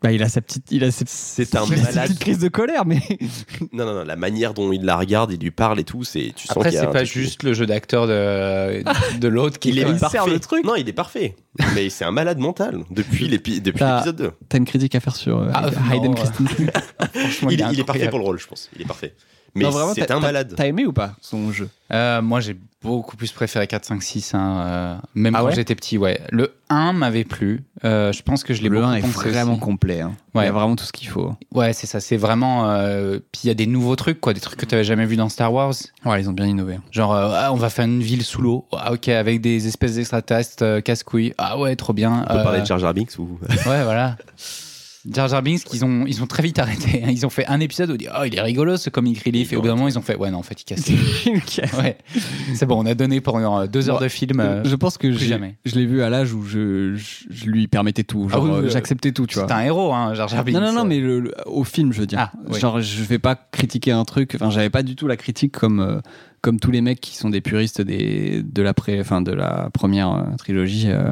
B: Bah, il a sa petite, il a ses-
C: C'est un
B: il a ses
C: malade.
B: petites crises de colère, mais
C: Non, non, non. La manière dont il la regarde, il lui parle et tout, c'est. Tu sens
A: Après,
C: qu'il y a
A: c'est
C: un
A: pas
C: truc-
A: juste le jeu d'acteur de, de l'autre qui
C: Il est
A: quand même-
B: sert
C: parfait.
B: le truc.
C: Non, il est parfait. Mais c'est un malade mental depuis l'épi- depuis
B: T'as-
C: l'épisode 2.
B: t'as une critique à faire sur euh,
A: Ah,
B: Hayden
A: non.
B: Christensen.
A: franchement,
C: Il, est- il est
A: incroyable.
C: parfait pour le rôle, je pense. Il est parfait. Mais
B: Non, vraiment,
C: c'est
B: t'as-
C: un
B: t'as-
C: malade.
B: T'as aimé ou pas son jeu
A: Euh, moi, j'ai beaucoup plus préféré 4, 5, 6, hein, euh, même
B: Ah
A: quand
B: ouais
A: j'étais petit, ouais. Le 1 m'avait plu. euh, je pense que je l'ai
B: Le
A: beaucoup
B: 1 est
A: pensé
B: vraiment
A: aussi.
B: complet. hein. Il y
A: Ouais.
B: a vraiment tout ce qu'il faut.
A: Ouais, c'est ça. C'est vraiment. euh, Puis il y a des nouveaux trucs, quoi. Des trucs que tu jamais vu dans Star Wars.
B: Ouais, ils ont bien innové.
A: Genre, euh, ah, on va faire une ville sous l'eau. Ah, ok, avec des espèces d'extraterrestres euh, casse-couilles. Ah ouais, trop bien.
C: On peut
A: Euh,
C: parler de Jar Jar Binks ou
A: Ouais, voilà. Jar Jar Binks, ils ont, ils ont très vite arrêté. hein. Ils ont fait un épisode où ils disent Oh, il est rigolo ce comic relief. Et au bout d'un moment, ils ont fait Ouais, non, en fait, il casse. Ouais. C'est bon, on a donné pendant euh, deux heures
B: Moi,
A: de film. euh,
B: je pense que
A: plus
B: j'ai-
A: jamais.
B: je l'ai vu à l'âge où je, je, je lui permettais tout. Genre,
A: Ah oui, oui,
B: euh,
A: oui.
B: j'acceptais tout, tu vois.
A: C'est un héros, hein, Jar Jar Binks.
B: Non, non, non, mais le- le- au film, je veux dire.
A: Ah, oui.
B: Genre, je vais pas critiquer un truc. Enfin, j'avais pas du tout la critique comme, euh, comme tous les mecs qui sont des puristes des, de, la pré- enfin, de la première euh, trilogie. euh,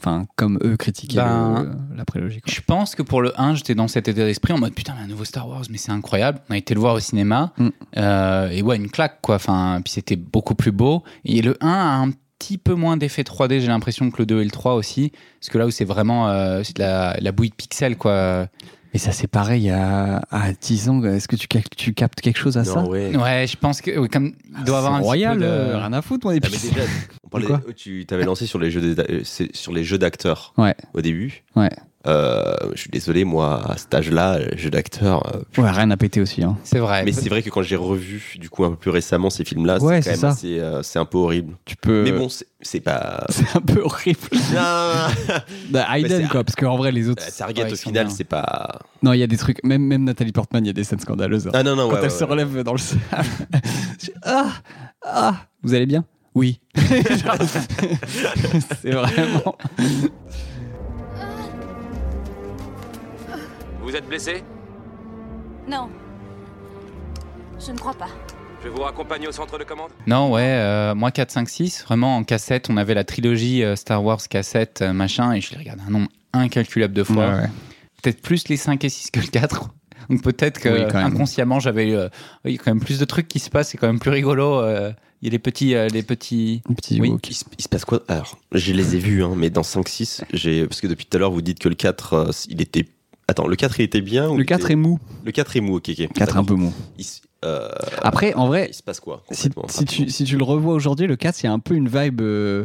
B: Enfin, comme eux critiquaient
A: Ben,
B: le- la prélogie. quoi.
A: Je pense que pour le 1, j'étais dans cet état d'esprit en mode putain, mais un nouveau Star Wars, mais c'est incroyable. On a été le voir au cinéma.
B: Mm.
A: Euh, et ouais, une claque, quoi. Enfin, puis c'était beaucoup plus beau. Et le 1 a un petit peu moins d'effet 3D, j'ai l'impression que le 2 et le 3 aussi. Parce que là où c'est vraiment euh, c'est de la, la bouillie de pixels, quoi.
B: Mais ça, c'est pareil, il y a à 10 ans, est-ce que tu, cap- tu captes quelque chose à ça
C: Non, ouais.
A: Ouais, je pense que. oui, comme il doit avoir
B: Ah, C'est
A: un petit
B: royal,
A: peu de-
B: euh, rien à foutre, on est
C: Ah, mais déjà, on parlait- oh,
B: Quoi
C: tu t'avais lancé sur les jeux des- euh, c'est- sur les jeux d'acteurs
B: Ouais.
C: au début.
B: Ouais.
C: Euh, je suis désolé, moi, à cet âge-là, euh, jeu d'acteur. euh,
B: Ouais, rien à péter aussi. Hein.
A: C'est vrai.
C: mais c'est vrai que quand j'ai revu, du coup, un peu plus récemment ces films-là,
B: Ouais,
C: c'est
B: c'est
C: quand
B: ça. Euh.
C: même assez, euh, c'est un peu horrible.
B: Tu peux.
C: Mais bon, c'est- c'est pas.
B: C'est un peu horrible.
C: Non,
B: Bah,
C: Mais
B: Hayden,
C: c'est-
B: quoi, parce qu'en vrai, les autres.
C: Euh, Target
A: Ouais,
C: au
A: ils sont
C: final,
A: bien.
C: c'est pas.
B: Non, il y a des trucs. Même, même Nathalie Portman, il y a des scènes scandaleuses. hein.
C: Ah non, non,
B: Quand
C: ouais,
B: elle
C: ouais,
B: se
C: ouais.
B: relève dans le sable. Je- ah, ah, vous allez bien Oui. Genre, c'est vraiment.
G: Vous êtes blessé
H: Non. Je ne crois pas.
G: Je vous raccompagne au centre de commande
A: Non, ouais, euh, moi 4, 5, 6, vraiment en cassette, on avait la trilogie euh, Star Wars cassette, euh, machin, et je les regardais un nombre incalculable de fois. Peut-être plus les 5 et 6 que le 4. Donc peut-être que
B: Oui, quand même.
A: inconsciemment, j'avais euh, il y a quand même plus de trucs qui se passent, c'est quand même plus rigolo. euh, Il y a les petits. euh, les petits...
B: Un petit
A: Oui.
B: walk.
C: Il se, il se passe quoi Alors, je les ai vus, hein, mais dans 5-6, j'ai- parce que depuis tout à l'heure, vous dites que le 4, euh, il était. Attends, le 4, il était bien ou
B: Le
C: il
B: 4
C: était-
B: est mou.
C: Le 4 est mou, ok, ok.
B: 4 un peu mou.
C: Il se, euh,
B: Après, en vrai,
C: il se passe quoi
B: si,
C: concrètement
B: si tu, si tu le revois aujourd'hui, le 4, il y a un peu une vibe. euh,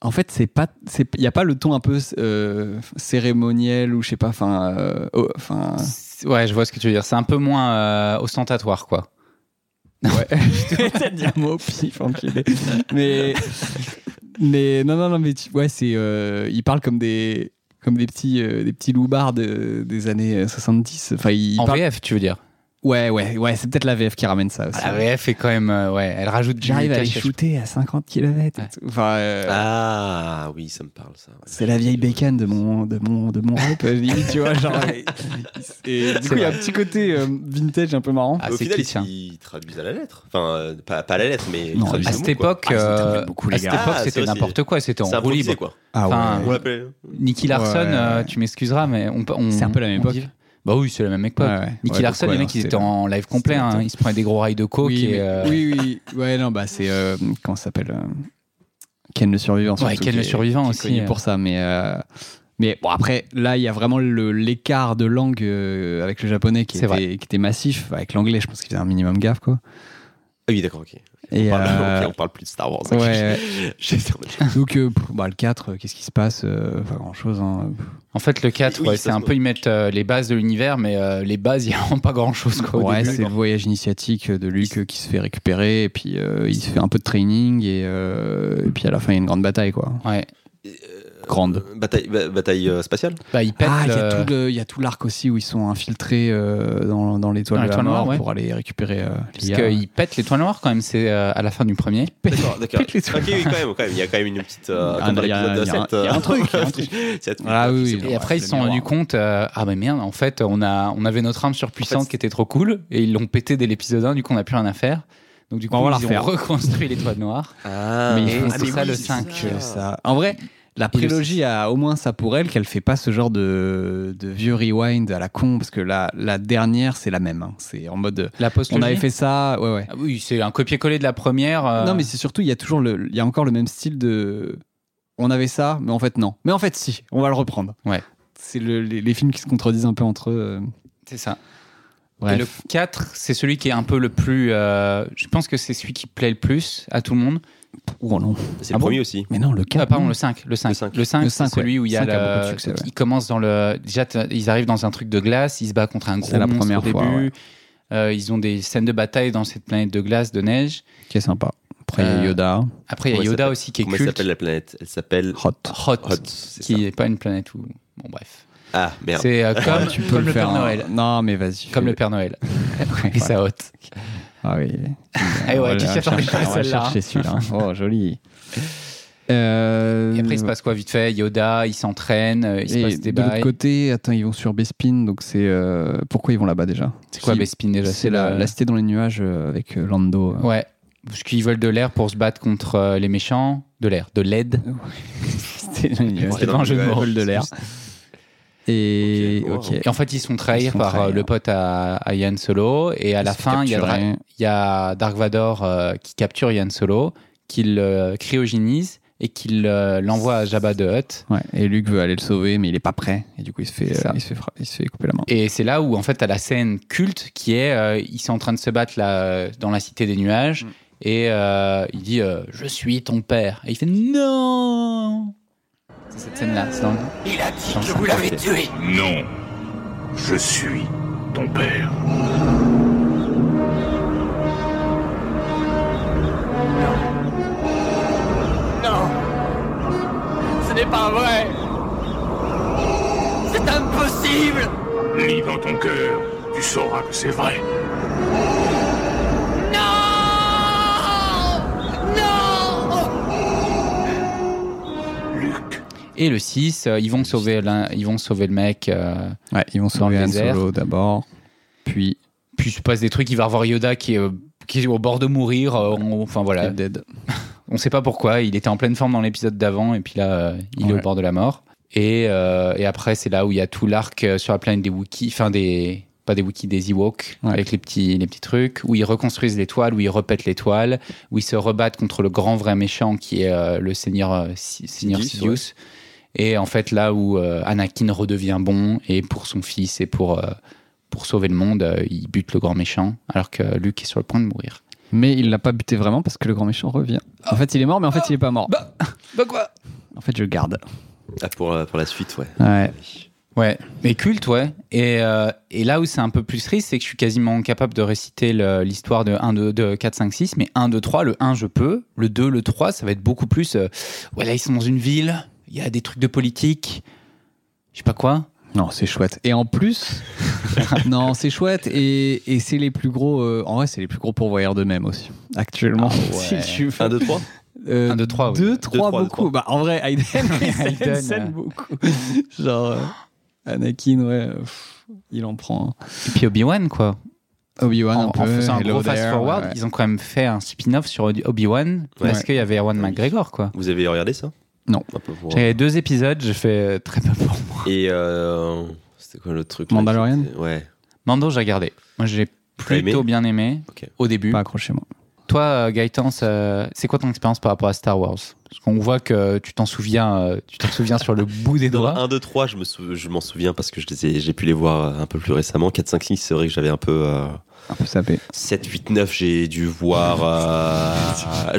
B: En fait, c'est pas, c'est, il y a pas le ton un peu euh, cérémoniel ou je sais pas, enfin, euh, oh, enfin.
A: C'est- Ouais, je vois ce que tu veux dire. C'est un peu moins euh, ostentatoire, quoi.
B: T'as dit un mot au pif, enculé. Mais, mais non, non, non, mais tu, ouais, c'est, euh, ils parlent comme des, comme des petits, euh, des petits loupards de- des années euh, 70. Enfin, ils
A: en
B: parlent-
A: VF, tu veux dire.
B: Ouais, ouais, ouais, c'est peut-être la VF qui ramène ça aussi.
A: Ah, la VF est quand même. euh, ouais, elle rajoute du
B: J'arrive à les
A: cachet.
B: shooter à 50 km.
A: Ouais.
B: Enfin, euh,
C: Ah oui, ça me parle ça.
B: c'est la vieille bécane de mon, de mon, de mon rap, limite, tu vois, genre. et- et du coup, il y a un petit côté euh, vintage un peu marrant.
A: Ah,
C: Au
A: c'est
C: final,
A: kitsch, hein.
C: ils, ils traduisent à la lettre. Enfin, euh, pas, pas à la lettre, mais ils
B: Non,
C: traduisent
A: À
C: le
A: cette
C: mot, quoi.
A: époque,
B: Ah, ils ont tradué
A: euh,
B: beaucoup, les
A: à cette
B: gars.
A: époque,
C: Ah,
A: c'était
C: c'est vrai,
A: n'importe quoi. C'était en
C: C'est un
A: roue
C: peu
A: libre.
C: libre, quoi.
B: Ah
A: Enfin,
C: On l'appelle. hein.
A: Nicky Larson,
B: Ouais.
A: euh, tu m'excuseras, mais on, on-
B: C'est un peu la même
A: on
B: époque.
A: dit- Bah oui, c'est la même époque.
B: Ouais, ouais.
A: Nicky
B: Ouais,
A: Larson,
B: donc,
A: les
B: ouais,
A: mecs, ils
B: c'était-
A: étaient en live complet.
B: c'était
A: hein.
B: longtemps.
A: Ils se prenaient des gros rails de coke.
B: oui,
A: et,
B: mais-
A: euh,
B: oui, oui. Ouais, non, bah c'est. euh, comment ça s'appelle euh, Ken le survivant.
A: Ouais,
B: surtout,
A: Ken
B: qui
A: le
B: est-
A: survivant
B: qui est
A: aussi,
B: connu
A: euh.
B: pour ça, mais. euh, mais bon, après, là, il y a vraiment le- l'écart de langue euh, avec le japonais qui
A: C'est
B: était,
A: vrai.
B: qui était massif. Avec l'anglais, je pense qu'il faisait un minimum gaffe, quoi.
C: Ah oui, d'accord, ok.
B: Et,
C: On parle,
B: euh,
C: ok, on parle plus de Star Wars.
B: ouais,
C: ok.
B: ouais.
C: J'étais en mode-
B: Donc, euh, pff, bah, le 4, euh, qu'est-ce qui se passe Euh, Pas grand-chose. hein.
A: euh. En fait, le 4,
C: Oui,
A: ouais,
C: ça
A: c'est
C: se
A: un
C: voit.
A: peu, ils mettent euh, les bases de l'univers, mais euh, les bases, il n'y a vraiment pas grand-chose. quoi, au
B: Ouais,
A: début.
B: c'est le voyage initiatique de Luke euh, qui se fait récupérer, et puis euh, il se fait un peu de training, et, euh, et puis à la fin, il y a une grande bataille, quoi.
A: Ouais.
B: Grande.
C: euh, Bataille, ba- bataille euh, spatiale
A: Bah, ils pètent
B: Ah, il y a
A: le-
B: tout le- il y a tout l'arc aussi où ils sont infiltrés euh, dans, dans l'étoile
A: Dans
B: de la
A: l'étoile
B: mort
A: noire, ouais.
B: pour aller récupérer euh,
A: Parce
B: l'IA.
A: qu'ils pètent l'étoile noire quand même, c'est euh, à la fin du premier.
C: D'accord, d'accord.
B: Toutes les trucs.
C: Ok, oui, quand même, quand même. Il y a quand même une petite. euh,
B: Ah,
C: comme dans
B: il y a- il
C: l'épisode
B: y a un-
C: 7,
B: il y a un
C: euh,
B: truc, il y a un truc.
C: cette-
B: Ah oui, oui.
A: Et après,
B: ouais,
A: ils
B: le
A: se sont rendus
B: miroir.
A: compte euh, Ah, bah merde, en fait, on, a, on avait notre arme surpuissante
C: En fait,
A: qui était trop cool, et ils l'ont pété dès l'épisode 1, du coup, on n'a plus rien à faire. Donc, du coup,
B: Bon, on va la
A: ils ont
B: refaire.
A: reconstruit l'étoile noire.
C: Ah,
A: Mais
B: ils font
C: ah, mais
A: ça,
C: oui,
A: le
C: c'est
A: 5,
C: ça.
A: euh,
B: Ça- En vrai, la
A: Et le-
B: prélogie a au moins ça pour elle qu'elle fait pas ce genre de, de vieux rewind à la con parce que la, la dernière c'est la même. hein. C'est en mode euh,
A: La post
B: on avait fait ça, ouais ouais.
A: Ah oui, c'est un copier-coller de la première. euh,
B: Non mais c'est surtout il y a toujours le, il y a encore le même style de on avait ça mais en fait non. Mais en fait si, on va le reprendre.
A: Ouais.
B: C'est le- les, les films qui se contredisent un peu entre eux. euh.
A: c'est ça. Et le 4, c'est celui qui est un peu le plus. euh, je pense que c'est celui qui plaît le plus à tout le monde.
B: Oh non.
C: C'est
A: Ah
C: le
A: bon
C: premier aussi.
B: Mais non, le
A: Ah,
B: 4.
A: pardon, le 5. Le 5,
C: Le cinq.
B: Le
A: c'est
B: cinq,
A: celui
B: ouais.
A: où il y a,
B: Cinq a
A: le-
B: beaucoup de succès, ouais.
A: Ils commencent dans le. Déjà, t'as- ils arrivent dans un truc de glace, ils se battent contre un gros
B: C'est la
A: monstre
B: première
A: au début.
B: fois, ouais.
A: Euh, ils ont des scènes de bataille dans cette planète de glace, de neige.
B: Qui est sympa. Après, il y a
A: Euh,
B: Yoda.
A: Après, il y a
C: Comment elle
A: Yoda
C: s'appelle
A: aussi qui est
C: Comment elle
A: culte.
C: s'appelle la planète Elle s'appelle
B: Hot.
A: Hot,
C: Hot. c'est
A: qui
C: ça.
A: n'est pas une planète où. Bon, bref.
C: Ah, merde.
A: C'est euh, comme,
B: tu peux
A: comme le
B: le faire.
A: Père
B: hein.
A: Noël.
B: Non, mais vas-y.
A: Comme le
B: fais-le.
A: Père Noël.
B: Ouais,
A: Et ça hotte.
B: Ah oui.
A: Eh ouais,
B: On va
A: tu
B: le
A: t'y attendais
B: chercher,
A: pas,
B: on va le
A: celle-là,
B: chercher celui-là. Oh, joli. Euh,
A: Et après, il se passe quoi vite fait Yoda, il s'entraîne, euh, il se
B: et
A: passe des
B: de l'autre
A: bails.
B: côté, attends, ils vont sur Bespin, donc c'est euh, pourquoi ils vont là-bas déjà
A: C'est quoi
B: Si-
A: Bespin déjà
B: C'est la,
A: le-
B: la cité dans les nuages euh, avec euh, Lando. euh.
A: Ouais. Parce qu'ils veulent de l'air pour se battre contre euh, les méchants. De l'air, de l'aide.
B: Cité dans les nuages.
A: C'est pas un jeu de
B: Ils
A: mots.
B: volent de l'air. Et
C: Ok, wow.
B: ok.
A: Et en fait, ils sont trahis
B: Ils se font
A: par euh,
B: trahir.
A: le pote à, à Yann Solo. Et à
B: Ils
A: la
B: se font
A: fin, il y, a
B: capturer.
A: Dra- il y a Dark Vador euh, qui capture Yann Solo, qui le cryogénise et qui le- l'envoie à Jabba de Hutt.
B: Ouais, et Luke veut aller le sauver, mais il est pas prêt. Et du coup, il se fait,
A: C'est ça.
B: euh, il se fait, fra- il se fait couper la main.
A: Et c'est là où, en fait, t'as la scène culte qui est euh, ils sont en train de se battre là, euh, dans la cité des nuages. Et euh, il dit euh, Je suis ton père. Et il fait Non C'est cette scène-là. c'est dans le-
E: Il a dit
A: dans le
E: que
A: cinq.
E: vous l'avez tué.
I: Non, je suis ton père.
E: Non. Ce n'est pas vrai. C'est impossible.
I: Lis dans ton cœur, tu sauras que c'est vrai.
E: Non. Non.
I: Luc,
A: Et le 6, euh, ils, vont sauver l'un- ils vont sauver le mec. euh,
B: Ouais, ils vont sauver
A: le
B: Han
A: désert.
B: Solo d'abord, puis
A: puis il se passe des trucs. Il va revoir Yoda qui est, euh, qui est au bord de mourir. euh, on- enfin voilà.
B: Left Dead.
A: On sait pas pourquoi. Il était en pleine forme dans l'épisode d'avant. Et puis là, euh, il est
B: Ouais.
A: au bord de la mort. Et, euh, et après, c'est là où il y a tout l'arc euh, sur la planète des Wookiees. Enfin, des. Pas des Wookiees, des Ewoks.
B: Ouais.
A: Avec les petits, les petits trucs. Où ils reconstruisent l'étoile. Où ils repètent l'étoile. Où ils se rebattent contre le grand vrai méchant qui est euh, le Seigneur, euh, Si- Seigneur
C: Sidious,
A: Sidious. Et en fait, là où euh, Anakin redevient bon, et pour son fils et pour, euh, pour sauver le monde, euh, il bute le grand méchant, alors que Luke est sur le point de mourir.
B: Mais il l'a pas buté vraiment parce que le grand méchant revient. En fait, il est mort, mais en fait, il est pas mort.
A: Bah, bah quoi
B: En fait, je le garde.
C: Ah, pour, euh, pour la suite, ouais.
B: Ouais.
A: Ouais, mais culte, ouais. Et, euh, et là où c'est un peu plus triste, c'est que je suis quasiment capable de réciter le- l'histoire de 1, 2, 2, 4, 5, 6, mais 1, 2, 3, le 1, je peux. Le 2, le 3, ça va être beaucoup plus. euh, ouais, là, ils sont dans une ville, il y a des trucs de politique, je sais pas quoi.
B: Non, c'est chouette. Et en plus, non, c'est chouette. Et, et c'est les plus gros. euh, en vrai, c'est les plus gros pourvoyeurs d'eux-mêmes aussi. Actuellement,
A: Ah ouais.
B: si tu veux.
C: 1, 2, 3
B: Euh,
A: Un, deux, trois, oui.
B: deux,
A: Deux,
B: trois,
C: trois, deux,
B: beaucoup. Bah, en vrai, Hayden, Christensen,
A: Hayden, ouais.
B: beaucoup. Genre, euh, Anakin, ouais, euh, pff, il en prend.
A: Et puis Obi-Wan, quoi.
B: Obi-Wan,
A: en,
B: un peu.
A: en faisant un
B: Hello
A: gros fast
B: there,
A: forward,
B: ouais.
A: ils ont quand même fait un spin-off sur Obi-Wan parce
B: Ouais. Bah
A: qu'il y avait Erwan
C: Ah oui.
A: McGregor quoi.
C: Vous avez regardé ça
B: Non.
C: Un peu pour-
A: J'avais deux épisodes, j'ai fait euh, très peu pour moi.
C: Et euh, c'était quoi le truc là,
B: Mandalorian
C: qui était- Ouais.
A: Mando, j'ai regardé. Moi, j'ai plutôt
C: aimé
A: bien aimé
C: Ok.
A: au début.
B: Pas accroché, moi.
A: Toi, euh, Gaëtan, ça- c'est quoi ton expérience par rapport à Star Wars Parce qu'on voit que tu t'en souviens, euh, tu t'en souviens sur le bout des
C: Dans
A: doigts.
C: 1, 2, 3, je m'en me sou- je m'en souviens parce que je les ai- j'ai pu les voir euh, un peu plus récemment. 4, 5, 6, c'est vrai que j'avais un peu. euh,
B: Un peu sapé.
C: 7, 8, 9, j'ai dû voir. euh,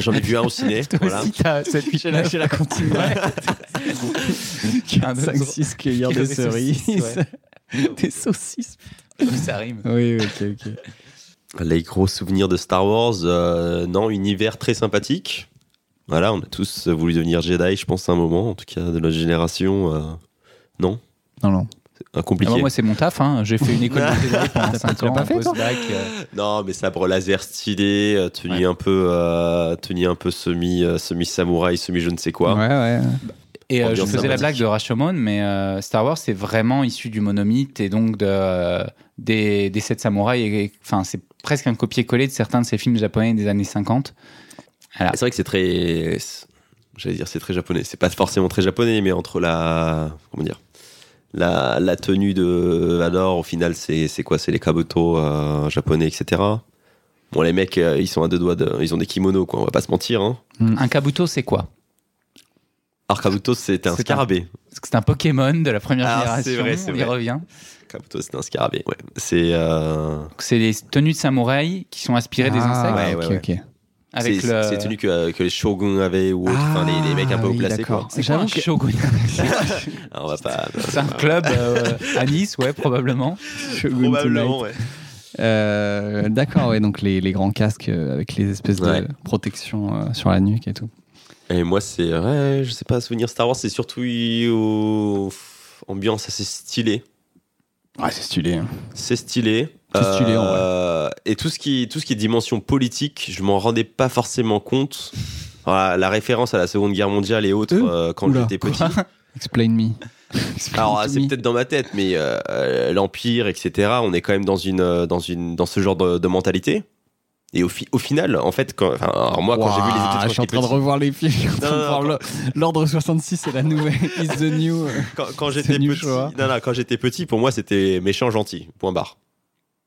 C: J'en ai vu un au ciné.
A: Toi
C: voilà.
A: aussi, t'as cette fiche
B: J'ai lâché la continue.
A: Un, deux,
B: 5,
A: trois.
B: 6 cueillir des
A: Des saucisses,
B: cerises. des saucisses.
A: Ça rime.
B: Oui, ok, ok.
C: Les gros souvenirs de Star Wars, euh, non, univers très sympathique. Voilà, on a tous voulu devenir Jedi, je pense, à un moment, en tout cas de notre génération. euh,
B: Non, non.
C: euh, compliqué.
A: Ah bon, moi, c'est mon taf. hein. J'ai fait une école de théorie pendant 5
B: tu l'as
A: ans,
B: pas fait, toi
A: post-bac. euh,
C: Non, mais sabre laser stylé, euh, tenue un peu, euh, tenue un peu semi, euh, semi samouraï, semi je ne sais quoi.
B: Ouais, ouais.
A: Et euh, je
C: Ambiance
A: faisais la
C: sympathique.
A: blague de Rashomon, mais euh, Star Wars, c'est vraiment issu du monomythe et donc de, euh, des, des sept samouraïs. et- et- Enfin, c'est presque un copier-coller de certains de ces films japonais des années 50. Ah.
C: C'est vrai que c'est très, j'allais dire, c'est très japonais. C'est pas forcément très japonais, mais entre la, comment dire, la, la tenue de Vador, au final, c'est c'est quoi C'est les kabuto euh, japonais, etc. Bon, les mecs,
B: Mm.
C: euh, ils sont à deux doigts de, ils ont des kimonos, quoi. On va pas se mentir. Hein.
A: Un kabuto, c'est quoi
C: Arcabutos, c'était un
A: C'est un-
C: scarabée.
A: Parce que c'est un Pokémon de la première
C: Ah, c'est
A: génération.
C: vrai, c'est
A: on y
C: vrai.
A: revient.
C: Arcabutos, c'était un scarabée, ouais. C'est. euh,
A: Donc, C'est les tenues de samouraï qui sont inspirées des
B: Ah,
A: insectes.
C: ouais,
B: ok,
C: ouais,
B: ok.
A: Avec
C: c'est
A: le...
C: c'est tenu que, que les shoguns avaient ou autres, enfin, les, les mecs un peu
B: Ah,
C: haut
B: oui,
C: placés.
B: d'accord.
C: Quoi.
A: C'est quoi
B: J'avoue
A: un
B: que-
A: shogun
C: Ah, on va pas.
A: C'est un club euh, à Nice, ouais, probablement.
B: Shogun
C: Probablement,
B: Tonight.
C: ouais.
B: Euh, D'accord, ouais, donc les, les grands casques euh, avec les espèces
C: Ouais.
B: de protection euh, sur la nuque et tout.
C: Et moi, c'est. Ouais, je sais pas, souvenir Star Wars, c'est surtout. eu au- Ambiance assez stylée.
B: Ouais, c'est stylé. hein.
C: C'est stylé.
B: C'est stylé, en vrai.
C: Euh, Et tout ce, qui, tout ce qui est dimension politique, je m'en rendais pas forcément compte. Voilà, la référence à la Seconde Guerre mondiale et autres,
B: Euh,
C: euh, quand
B: oula,
C: j'étais petit.
B: Explain me. Explain
C: Alors,
B: to
C: c'est
B: me.
C: peut-être dans ma tête, mais euh, euh, l'Empire, etc., on est quand même dans, une, euh, dans, une, dans ce genre de, de mentalité. Et au, fi- au final, en fait, quand, enfin, alors moi, quand j'ai vu les
B: Ouah,
C: études, quand
B: je suis en
C: j'étais
B: train de
C: petit-
B: revoir les films. je suis en train de
C: non,
B: voir
C: non,
B: le- L'ordre 66 et la nouvelle is the new.
C: quand, quand j'étais
B: nul,
C: petit,
B: je vois.
C: non, non, quand j'étais petit, pour moi, c'était méchant, gentil, point barre.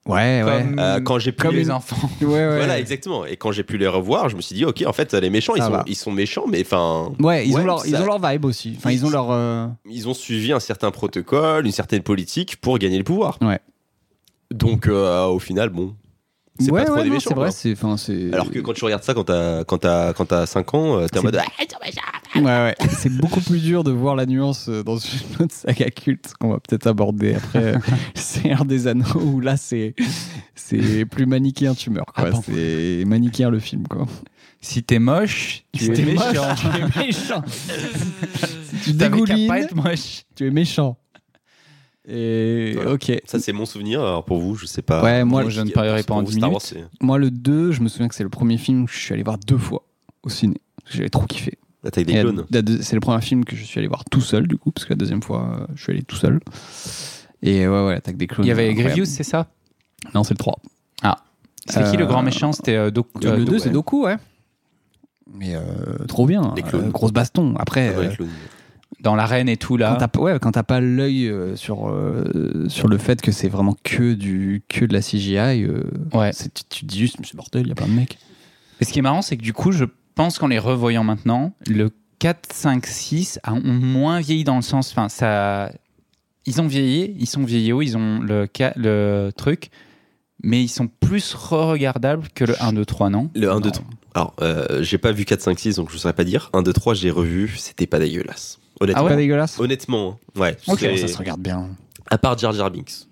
B: Ouais, ouais.
A: Comme,
C: Euh, quand j'ai pu
A: comme
C: les-
A: les enfants.
B: Mm, Ouais, ouais.
C: Voilà, exactement. Et quand j'ai pu les revoir, je me suis dit, ok, en fait, les méchants, ils,
B: Ça
C: sont,
B: va.
C: ils sont méchants, mais enfin,
B: Ouais, ils,
C: Ouais,
B: ont leur, ils
C: ça-
B: ont leur vibe aussi. Enfin, ils ont leur. euh,
C: ils ont suivi un certain protocole, une certaine politique pour gagner le pouvoir.
B: Ouais.
C: Donc, euh, au final, bon, c'est
B: Ouais,
C: pas trop
B: ouais,
C: des
B: non,
C: méchants.
B: C'est vrai,
C: quoi.
B: c'est. enfin, c'est-
C: Alors que quand tu regardes ça quand t'as quand t'as quand t'as 5 ans, euh, t'es en
B: C'est-
C: mode Ah,
B: Ouais, ouais. C'est beaucoup plus dur de voir la nuance euh, dans une autre saga culte qu'on va peut-être aborder après. euh, Seigneur des Anneaux, où là, c'est c'est plus manichéen, tu meurs. quoi.
A: Ah bon.
B: C'est manichéen le film, quoi.
A: Si t'es moche, tu
B: Si
A: es
B: t'es moche,
A: méchant.
B: tu es méchant. Si tu
A: T'avais qu'à
B: dégoulines,
A: pas être moche.
B: tu es méchant. Et
C: Voilà.
B: ok.
C: ça c'est mon souvenir. Alors pour vous, je sais pas.
B: Ouais, moi,
A: moi, je ne
C: Pour
A: parierai
C: vous,
A: pas en
C: Star
A: 10
C: Wars,
A: minutes.
C: c'est-
B: Moi, le 2, je me souviens que c'est le premier film que je suis allé voir deux fois au ciné. J'avais trop kiffé.
C: L'attaque
B: Et
C: des
B: la-
C: clones.
B: la deux- C'est le premier film que je suis allé voir tout seul, du coup, parce que la deuxième fois, euh, je suis allé tout seul. Et ouais, ouais, l'attaque des clones.
A: Il y avait
B: incroyable.
A: Grievous, c'est ça
B: Non, c'est le 3.
A: C'est qui le
B: Euh,
A: grand méchant C'était euh, Doc- euh,
B: le 2,
A: Doc-
B: c'est Doku, ouais. Mais euh, trop bien.
C: Les clones. Ah
B: Euh, grosse baston. Après,
C: Dans les
B: euh,
C: clones.
A: Dans l'arène et tout,
B: quand
A: là.
B: t'as pas- ouais, quand t'as pas l'œil euh, sur, euh, sur le fait que c'est vraiment que, du, que de la CGI, euh,
A: Ouais.
B: c'est- tu, tu te dis juste, mais c'est bordel, il y a plein de mecs.
A: Et ce qui est marrant, c'est que du coup, je pense qu'en les revoyant maintenant, le 4, 5, 6 a- ont moins vieilli dans le sens. Enfin, ça. Ils ont vieilli, ils sont vieillots, ils ont le, ca- le truc, mais ils sont plus re-regardables que le 1, 2, 3, non
C: Le 1 2
B: Non.
C: 3. Alors, euh, j'ai pas vu 4 5 6 donc je saurais pas dire. 1 2 3, j'ai revu, c'était pas dégueulasse. Honnêtement.
B: C'est pas dégueulasse
C: Honnêtement, hein. ouais.
B: Ah Ok,
C: c'est-
B: ça se regarde bien.
C: À part Jar Jar Binks.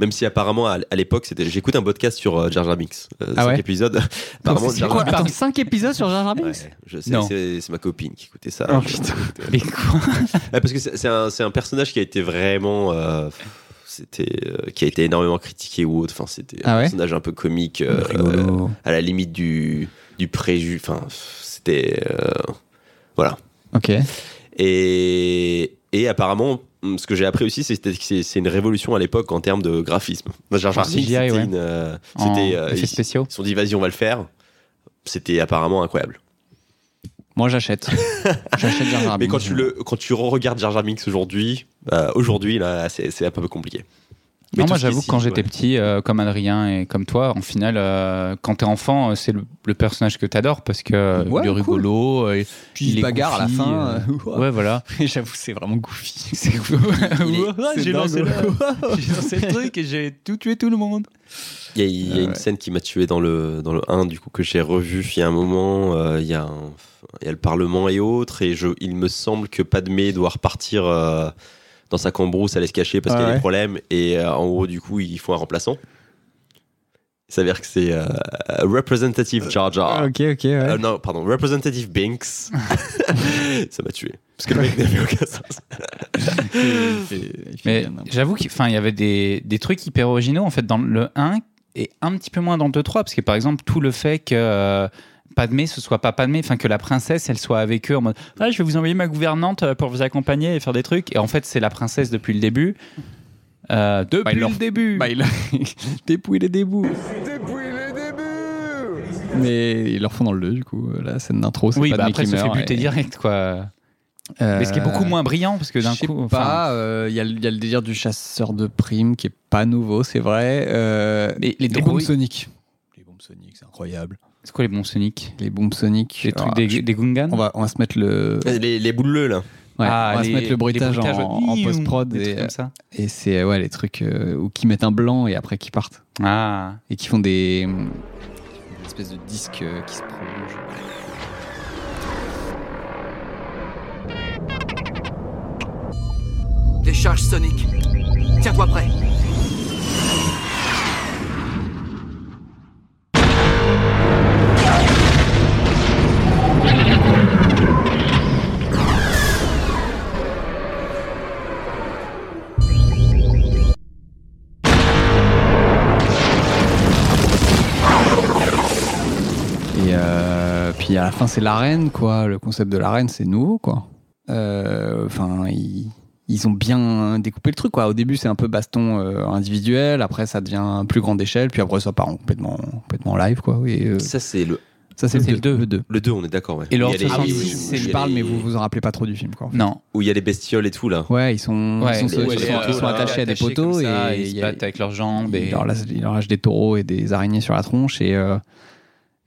C: Même si apparemment à à l'époque c'était, j'écoute un podcast sur euh, Jar Jar Binks, euh,
B: Ah
C: cinq
B: ouais
C: épisodes. apparemment
A: c'est
C: Jar Jar
A: quoi Attends,
B: 5 épisodes sur Jar Jar
C: Ouais, je sais,
A: Non.
C: c'est c'est ma copine qui écoutait ça.
B: Oh,
C: Je-
B: putain.
A: Mais quoi
C: Ouais, Bah, parce que c'est c'est un, c'est un personnage qui a été vraiment. euh, c'était euh, qui a été énormément critiqué ou autre enfin c'était
B: Ah
C: un
B: ouais
C: personnage un peu comique euh,
B: Rigolo.
C: à la limite du du préjugé enfin c'était euh, voilà
B: Ok.
C: et et apparemment hum, ce que j'ai appris aussi c'est que c'est- c'est une révolution à l'époque en termes de graphisme
B: Ah,
C: Jar Jar
A: En
C: Binks,
A: CGI,
C: c'était
A: ouais.
C: une, euh,
A: En
C: c'était euh,
A: effets
C: ils-
A: spéciaux.
C: ils se sont dit vas-y on va le faire c'était apparemment incroyable
B: Moi, j'achète. j'achète Jar Jar
C: mais quand
B: Binks.
C: tu le quand tu regardes Jar Jar Binks aujourd'hui euh, aujourd'hui là c'est c'est un peu compliqué Mais
A: Non,
C: tout
A: moi
C: ce qui est
A: j'avoue que quand
C: signe,
A: j'étais
C: ouais.
A: petit, euh, comme Adrien et comme toi, en final, euh, quand t'es enfant, euh, c'est le, le personnage que t'adores parce que euh,
B: Ouais,
A: il est
B: cool.
A: rigolo, euh,
B: Puis il se
A: est
B: bagarre à la
A: goofy,
B: fin,
A: euh,
B: euh,
A: ouais, voilà.
B: J'avoue, c'est vraiment goofy.
A: C'est
C: Il est-
B: c'est
A: J'ai lancé
B: dingue,
A: le- j'ai lancé le truc et j'ai tout tué tout le monde.
C: Il y a, il y a
B: Ah
C: une
B: ouais.
C: scène qui m'a tué dans le, dans le 1, du coup, que j'ai revu il y a un moment. euh, il, y a un- il y a le Parlement et autres, et je, il me semble que Padmé doit repartir euh, dans sa cambrousse, aller se cacher parce
B: Ah
C: qu'il y a
B: ouais.
C: des problèmes, et euh, en gros, du coup, ils font un remplaçant. Il s'avère que c'est euh, Representative Jar
A: Ah,
C: Jar.
B: Ah, ok, ok, ouais.
C: Euh, non, pardon, Representative Binks. Ça m'a tué. Parce que le mec n'avait aucun sens.
B: Il fait- il fait
A: Mais
B: bien, hein.
A: j'avoue qu'il enfin, il y avait des, des trucs hyper originaux en fait dans le 1 et un petit peu moins dans le 2-3 parce que par exemple tout le fait que euh, Padmé ce soit pas Padmé, enfin que la princesse elle soit avec eux en mode ah je vais vous envoyer ma gouvernante euh, pour vous accompagner et faire des trucs et en fait c'est la princesse depuis le début. Euh, depuis
B: il leur-
A: le début.
B: Bah, il a dépouillé les débuts. Mais ils leur font dans le 2, du coup, euh, la scène d'intro. c'est
A: oui,
B: pas
A: bah
B: Mickey
A: après ça
B: meurt
A: fait buter
B: et-
A: direct quoi.
B: Euh,
A: Mais ce qui est beaucoup moins brillant parce que d'un
B: je sais
A: coup enfin,
B: pas, euh, il y, a le- il y a le délire du chasseur de primes qui est pas nouveau, c'est vrai. euh,
A: Mais les
B: bombes
A: drouilles-
B: Sonic. Les bombes Sonic, c'est incroyable.
A: C'est quoi les bons Sonic
B: Les bombes Sonic.
A: Les
B: Alors,
A: trucs des,
B: Oh, je-
A: des Gungans
B: on, va, on va se mettre le, ouais,
C: Les, les boules bleues, là.
A: Euh, Ah,
B: on va se
A: les-
B: mettre le
A: les
B: bruitage en,
A: bruitages,
B: en
A: hiou,
B: post-prod.
A: des trucs
B: Et,
A: comme ça.
B: et c'est euh, ouais, les trucs euh, où qui mettent un blanc et après qui partent.
A: Ah,
B: et qui font des hum, une espèce de disques euh, qui se prolongent.
D: Décharge Sonic. Tiens-toi prêt.
B: Et euh, puis à la fin, c'est l'arène, quoi. Le concept de l'arène, c'est nouveau, quoi. Euh, Enfin, ils, ils ont bien découpé le truc, quoi. Au début, c'est un peu baston euh, individuel. Après, ça devient à plus grande échelle. Puis après, ça part en complètement, complètement live, quoi. Et, euh,
C: Ça, c'est le,
B: ça, c'est
A: c'est
B: le
A: le
B: 2. Le 2.
C: le 2, on est d'accord, ouais.
A: Et le
C: Où
B: Ah
C: il y a les-
A: 66,
C: où il y a
A: c'est-
C: les-
B: je
A: j'ai-
B: parle, mais vous vous en rappelez pas trop du film, quoi. en fait.
A: non.
C: Où il y a les bestioles et tout, là.
B: Ouais, ils sont,
A: Ouais,
B: ils sont,
C: les-
B: ils
C: les
A: euh,
B: sont- ils
C: poteaux,
B: sont
C: là,
B: attachés à des poteaux et
A: ils
B: il
A: se
B: y a-
A: battent avec leurs jambes.
B: Il leur, lâche, il leur lâche des taureaux et des araignées sur la tronche et, euh,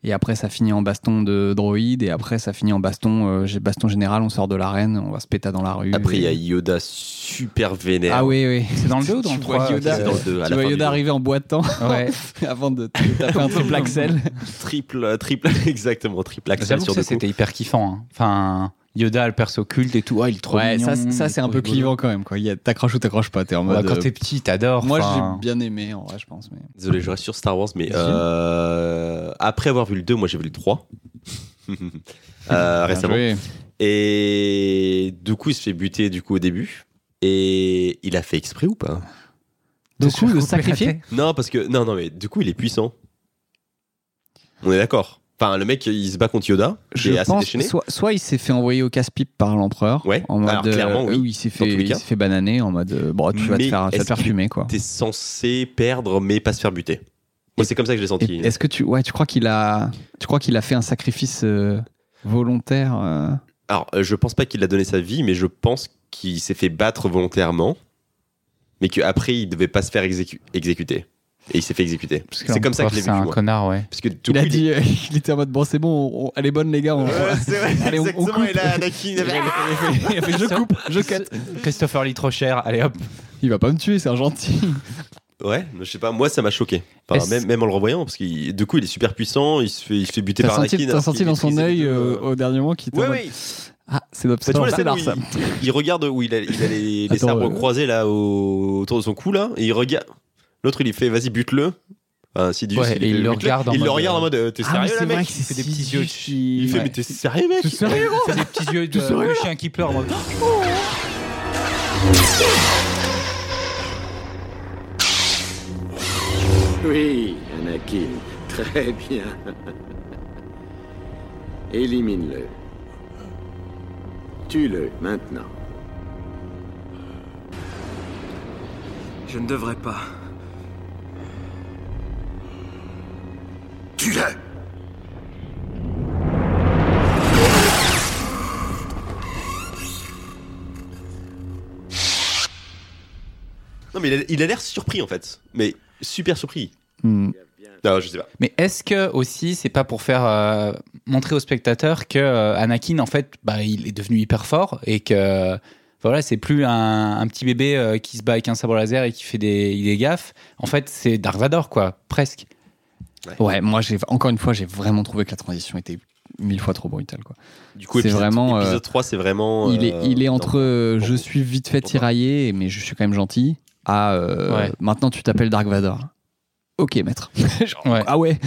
B: et après ça finit en baston de droïde et après ça finit en baston euh, j'ai- baston général on sort de l'arène on va se péter dans la rue
C: Après, il y a
B: Et-
C: Yoda super vénère.
B: ah oui oui
A: C'est dans le 2 ou dans
B: Tu
A: le
B: vois
A: 3
B: Yoda,
C: C'est dans le 2, à
B: tu
C: la
B: vois
C: fin du
B: Yoda
C: jeu.
B: arriver en boitant
A: Ouais.
B: avant de te taper un triple axel
C: Triple, triple, exactement, triple axel
A: J'avoue que
C: sur
A: ça,
C: deux coups.
A: c'était hyper kiffant. hein. Enfin, Yoda, le perso culte et tout. Ah, il est trop
B: ouais
A: mignon,
B: ça, ça
A: il est
B: c'est un
A: trop
B: peu
A: rigolo.
B: clivant quand même quoi Il y a- t'accroches ou t'accroches pas t'es en
A: Ouais,
B: mode
A: quand
B: euh,
A: t'es petit, t'adores.
B: moi
A: enfin.
B: j'ai bien aimé en vrai je pense mais
C: Désolé, je reste sur Star Wars, mais
B: Vas-y.
C: euh, après avoir vu le 2, moi j'ai vu le 3. Euh,
B: Bien
C: récemment.
B: joué.
C: Et du coup, il se fait buter du coup au début. Et il a fait exprès ou pas
B: du coup le sacrifier
C: Non, parce que non, non, mais du coup, il est puissant. On est d'accord. Enfin, le mec, il se bat contre Yoda.
B: je
C: Il est assez
B: pense
C: déchaîné.
B: soit, soit il s'est fait envoyer au casse-pipe par l'empereur
C: Ouais.
B: en mode
C: Alors, clairement, oui.
B: euh, où il s'est
C: Dans
B: fait
C: tous les
B: il
C: cas.
B: s'est fait bananer en mode euh, bon tu vas te
C: Mais
B: faire, tu vas te
C: est-ce
B: faire
C: qu'il-
B: fumer quoi
C: T'es censé perdre, mais pas se faire buter. Moi, c'est comme ça que je l'ai senti.
B: Et est-ce que tu ouais tu crois qu'il a tu crois qu'il a fait un sacrifice euh, volontaire euh,
C: Alors, euh, je pense pas qu'il a donné sa vie, mais je pense qu'il s'est fait battre volontairement, mais qu'après, il devait pas se faire exécu- exécuter. Et il s'est fait exécuter.
A: Parce que
C: C'est comme ça que je l'ai
A: l'empereur, C'est un
C: vécu, moi.
A: connard, ouais.
C: Parce que tout
B: il a
C: coup,
B: dit euh, il était en mode bon c'est bon on- elle est bonne les gars on-
C: Ouais, c'est vrai,
B: Allez, on- on
C: exactement.
B: coupe.
C: et là, Anakin, il avait-
B: Il a fait, je coupe je cut
A: Christopher Lee trop cher. Allez hop.
B: il va pas me tuer c'est un gentil
C: Ouais, mais je sais pas, moi ça m'a choqué. Enfin,
A: Est-ce-
C: même, même en le revoyant, parce qu'il du coup il est super puissant, il se fait, il se fait buter
B: t'as
C: par hein, Anakin.
B: senti t'as
C: alors
B: senti
C: qu'il
B: dans son
C: maîtrisait les
B: œil
C: deux,
B: euh,
C: euh,
B: au dernier moment qu'il était
C: Ouais,
B: en mode,
C: ouais.
B: ah c'est notre
C: Bah, tu vois la
B: c'est
C: scène où
B: l'art, ça
C: il, il regarde où il a, il a les, les
B: Attends,
C: sabres
B: euh,
C: croisés là au- autour de son cou là, et il regarde. L'autre il lui fait vas-y bute-le. Enfin, si
A: Ouais, et il le regarde en
C: Il le
A: mode,
C: regarde
A: euh,
C: en mode euh, t'es
B: Ah, mais
C: sérieux
B: c'est
C: là
B: vrai
C: mec
B: que c'est
A: des petits yeux de
B: CGI.
C: Il fait
A: Ouais.
C: mais t'es sérieux mec
B: Tout sérieux
A: C'est des petits yeux de,
B: sérieux
A: de chien qui pleure. en mode-
I: Oui, Anakin. Très bien. Élimine-le. Tue-le maintenant.
D: Je ne devrais pas.
I: Tue-le
C: Non mais il a- il a l'air surpris en fait, mais super surpris.
B: Hmm.
C: Non, je sais pas.
A: Mais est-ce que aussi c'est pas pour faire euh, montrer aux spectateurs que euh, Anakin en fait bah il est devenu hyper fort et que voilà c'est plus un, un petit bébé euh, qui se bat avec un sabre laser et qui fait des, des gaffes. En fait c'est Dark Vador quoi presque.
B: Ouais, moi, j'ai encore une fois, j'ai vraiment trouvé que la transition était mille fois trop brutale. Quoi.
C: Du coup,
B: C'est
C: épisode,
B: vraiment, euh,
C: épisode 3, c'est vraiment.
B: il, est,
C: euh,
B: il est
C: non.
B: entre euh, je
C: pour-
B: suis vite fait
C: pour-
B: tiraillé, mais je suis quand même gentil, à euh,
A: Ouais.
B: maintenant tu t'appelles Dark Vador. Ok, maître. Genre,
A: Ouais.
B: Ah ouais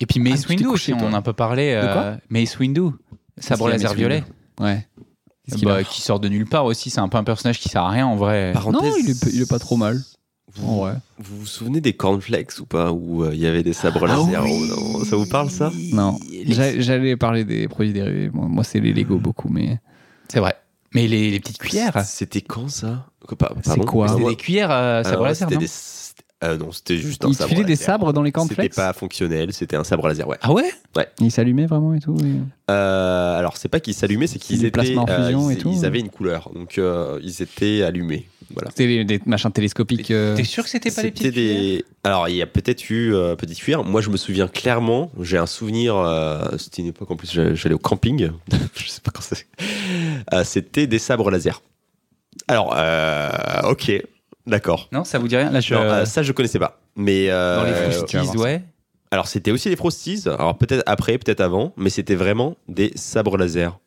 A: Et puis
B: Ah,
A: Mace
B: tu t'es
A: Windu
B: couché,
A: aussi on
B: toi.
A: en a pas parlé.
B: De quoi
A: euh, Mace Windu sabre
B: Qu'est-ce qu'il y a,
A: laser
B: Mace
A: violet.
B: Ouais. Qu'est-ce qu'il
A: Bah,
B: a
A: qui sort de nulle part aussi c'est un peu un personnage qui sert à rien en vrai.
C: Parenthèse,
B: Non, il est, il est pas trop mal.
C: Vous,
B: En vrai.
C: vous vous souvenez des cornflakes ou pas Où euh, il y avait des sabres
B: Ah
C: laser
B: oui.
C: oh, non, Ça vous parle ça
B: Non. J'a- J'allais parler des produits dérivés. Moi, moi, c'est les Lego beaucoup, mais.
A: C'est vrai. Mais les, les petites cuillères.
C: C'était quand ça Quoi, pa-
B: C'est
C: pardon
B: quoi
C: Ah,
A: C'était
C: moi-
A: des cuillères euh,
C: ah,
A: sabre
C: ouais,
A: laser
C: c'était
A: non
C: des- c'était- Euh, non, c'était juste un
B: Il te
C: sabre.
B: filait des
C: laser.
B: sabres dans les camps de
C: C'était
B: flex
C: pas fonctionnel, c'était un sabre laser, ouais.
A: Ah ouais
B: Il s'allumait vraiment et tout. et-
C: Euh, alors, c'est pas qu'ils s'allumaient, c'est qu'ils
B: du
C: étaient. euh,
B: plasma en fusion
C: ils,
B: et tout,
C: ils
B: ouais.
C: avaient une couleur, donc euh, ils étaient allumés. Voilà.
B: C'était des, des machins télescopiques. euh,
A: T'es sûr que c'était pas les
C: C'était
A: petites cuillères
C: des. Alors, il y a peut-être eu euh, petite cuillère. Moi, je me souviens clairement. J'ai un souvenir. euh, c'était une époque en plus, j'allais j'allais au camping. je sais pas quand c'est. Euh, c'était des sabres laser. Alors, euh, ok, d'accord.
A: Non, ça vous dit rien Là, je...
C: Non, euh, ça, je connaissais pas. Mais euh,
A: dans les
C: euh,
A: frusties,
B: vas voir ça.
A: ouais.
C: alors, c'était aussi des frosties. Alors, peut-être après, peut-être avant, mais c'était vraiment des sabres laser.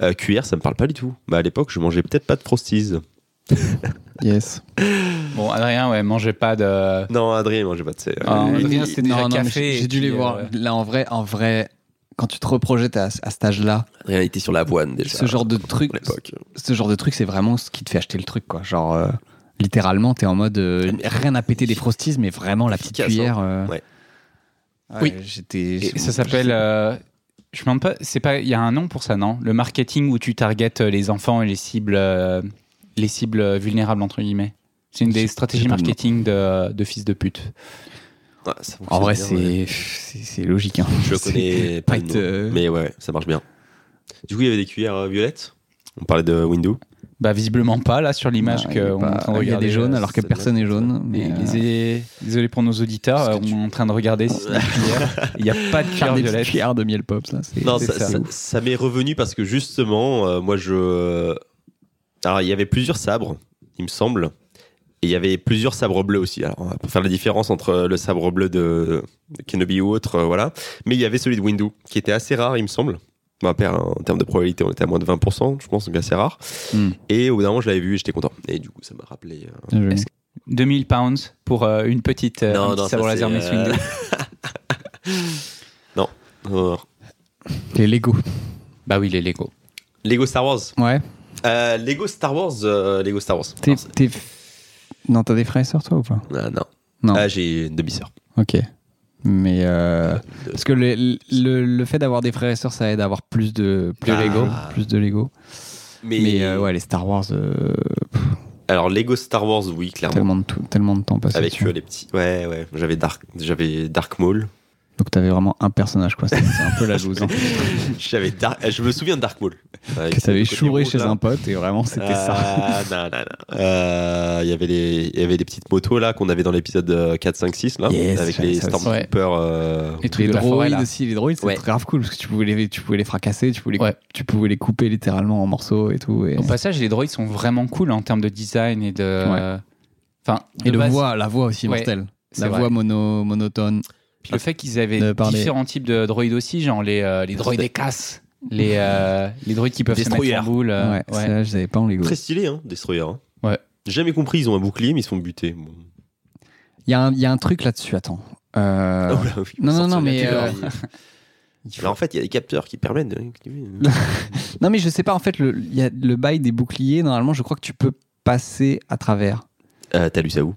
C: Euh, cuillère, ça me parle pas du tout. Bah, à l'époque, je mangeais peut-être pas de frosties.
B: Yes.
A: Bon, Adrien, ouais, mangez pas de.
C: Non, Adrien, mangeait pas de ces-
A: Ah,
C: Euh,
A: Adrien,
B: il-
A: c'était déjà
B: mais
A: café
B: j'ai-
A: et
B: J'ai dû
A: puis,
B: les voir.
A: euh,
B: Là, en vrai, en vrai, quand tu te reprojettes à, à cet âge-là,
C: Adrien était sur l'avoine déjà.
B: ce genre de truc,
C: à l'époque.
B: ce genre de truc, c'est vraiment ce qui te fait acheter le truc, quoi. Genre, euh, littéralement, t'es en mode euh, rien à péter des frosties, mais vraiment la petite
C: Ah, Efficace, hein.
B: cuillère. euh,
C: Ouais.
A: Oui.
B: J'étais.
A: Et ça s'appelle. euh, Je me demande pas. C'est pas. Il y a un nom pour ça, non Le marketing où tu targetes euh, les enfants et les cibles, euh, les cibles vulnérables entre guillemets. C'est une des stratégies
B: j'ai pas le nom.
A: marketing de, de fils de pute.
C: Ouais, ça
B: En vrai,
C: fonctionne bien, ouais.
B: c'est c'est c'est logique. hein.
C: Je
B: C'est-
C: connais pas le
B: être,
C: nom,
B: euh,
C: mais ouais, ouais, ça marche bien. Du coup, il y avait des cuillères euh, violettes. On parlait de Windows.
A: Bah visiblement pas là sur l'image
B: bah,
A: que on Ah, est en train de
B: Il y a
A: regarder.
B: des jaunes alors que
C: ça
B: personne n'est jaune. Mais
A: Et
B: euh,
A: les- Désolé pour nos auditeurs, euh, on est en train de regarder si c'est une cuillère. Il n'y a pas de
B: faire
A: cuillère
B: des petites
A: violette.
B: cuillères de miel pop, ça. c'est-
C: Non,
A: c'est
C: ça,
A: ça.
C: ça- ça m'est revenu parce que justement, euh, moi, je. Alors, il y avait plusieurs sabres, il me semble. Et il y avait plusieurs sabres bleus aussi. Alors, hein, pour faire la différence entre euh, le sabre bleu de, de Kenobi ou autre, euh, voilà. Mais il y avait celui de Windu, qui était assez rare, il me semble. Bon, après, en termes de probabilité, on était à moins de 20%, je pense, donc assez rare.
B: Hmm.
C: Et au bout d'un moment, je l'avais vu et j'étais content. Et du coup, ça m'a rappelé. euh,
B: Bien joué.
A: Est-ce 2000 pounds pour euh, une petite euh, un petit
C: ça,
A: sabre laser
C: c'est,
A: Mace
C: euh,
A: Windu.
C: non. non, non.
B: Les Lego.
A: Bah oui, les Lego.
C: Lego Star Wars.
B: Ouais.
C: Euh, Lego Star Wars. euh, Lego Star Wars.
B: T'es,
C: Alors, c'est-
B: t'es- Non, t'as des frères et sœurs, toi, ou pas
C: Ah, non.
B: Non.
C: Ah, j'ai une demi-sœur.
B: Ok. Mais. euh,
C: de-
B: Parce que le, le, le fait d'avoir des frères et sœurs, ça aide à avoir plus de, plus
C: Ah.
B: de Lego. Plus de Lego.
C: Mais,
B: Mais euh, ouais, les Star Wars, euh,
C: alors Lego Star Wars, oui, clairement.
B: tellement, de, tout- tellement de temps passé.
C: Avec
B: dessus.
C: eux, les petits. Ouais, ouais. J'avais Dark, j'avais Dark Maul.
B: Donc t'avais vraiment un personnage, quoi. C'est, c'est un peu la loose. hein.
C: J'avais Dark- Je me souviens de Dark Maul. Avec
B: que
C: le
B: t'avais
C: côté
B: chouré
C: rouge,
B: chez
C: là.
B: un pote et vraiment, c'était ça.
C: Ah, non, non, non. Euh, Il y avait les, il y avait les petites motos là qu'on avait dans l'épisode euh, 4, 5, 6 là,
B: Yes,
C: avec
B: j'avais
C: les
B: ça aussi.
C: Stormtroopers. euh,
A: Les trucs
B: Les
A: de la forêt,
B: droïdes
A: là.
B: aussi, les droïdes, c'est
C: Ouais.
B: grave cool parce que tu pouvais les, tu pouvais les fracasser, tu pouvais les,
A: Ouais.
B: tu pouvais les couper littéralement en morceaux et tout. Et,
A: Au passage, les droïdes sont vraiment cool en termes de design et de.
B: Ouais.
A: Enfin,
B: et
A: de
B: le
A: base,
B: voix, la voix aussi
A: Ouais,
B: mortelle.
A: c'est
B: La
A: vrai.
B: voix mono, monotone.
A: Puis le fait qu'ils avaient
B: De parler.
A: différents types de droïdes aussi, genre les, euh, les droïdes des casses, les, euh, les droïdes qui peuvent se mettre
C: Destroyer.
A: en boule. euh,
B: ouais,
A: ouais.
B: celle-là, je savais pas en Lego.
C: Très stylé, hein, Destroyer. hein.
A: Ouais.
C: J'ai Jamais compris, ils ont un bouclier, mais ils se font buter. Bon.
B: Il y, a un- il y a un truc là-dessus, attends.
A: Ah
B: Euh,
C: Oh là, oui,
B: non,
C: on
B: non,
C: sort
B: non,
C: de la
B: mais, euh,
C: théorie.
B: il faut-
C: Alors, en fait, il y a des capteurs qui permettent de.
B: Non, mais je sais pas, en fait, le, il y a le bail des boucliers, normalement, je crois que tu peux passer à travers.
C: Euh, T'as lu ça où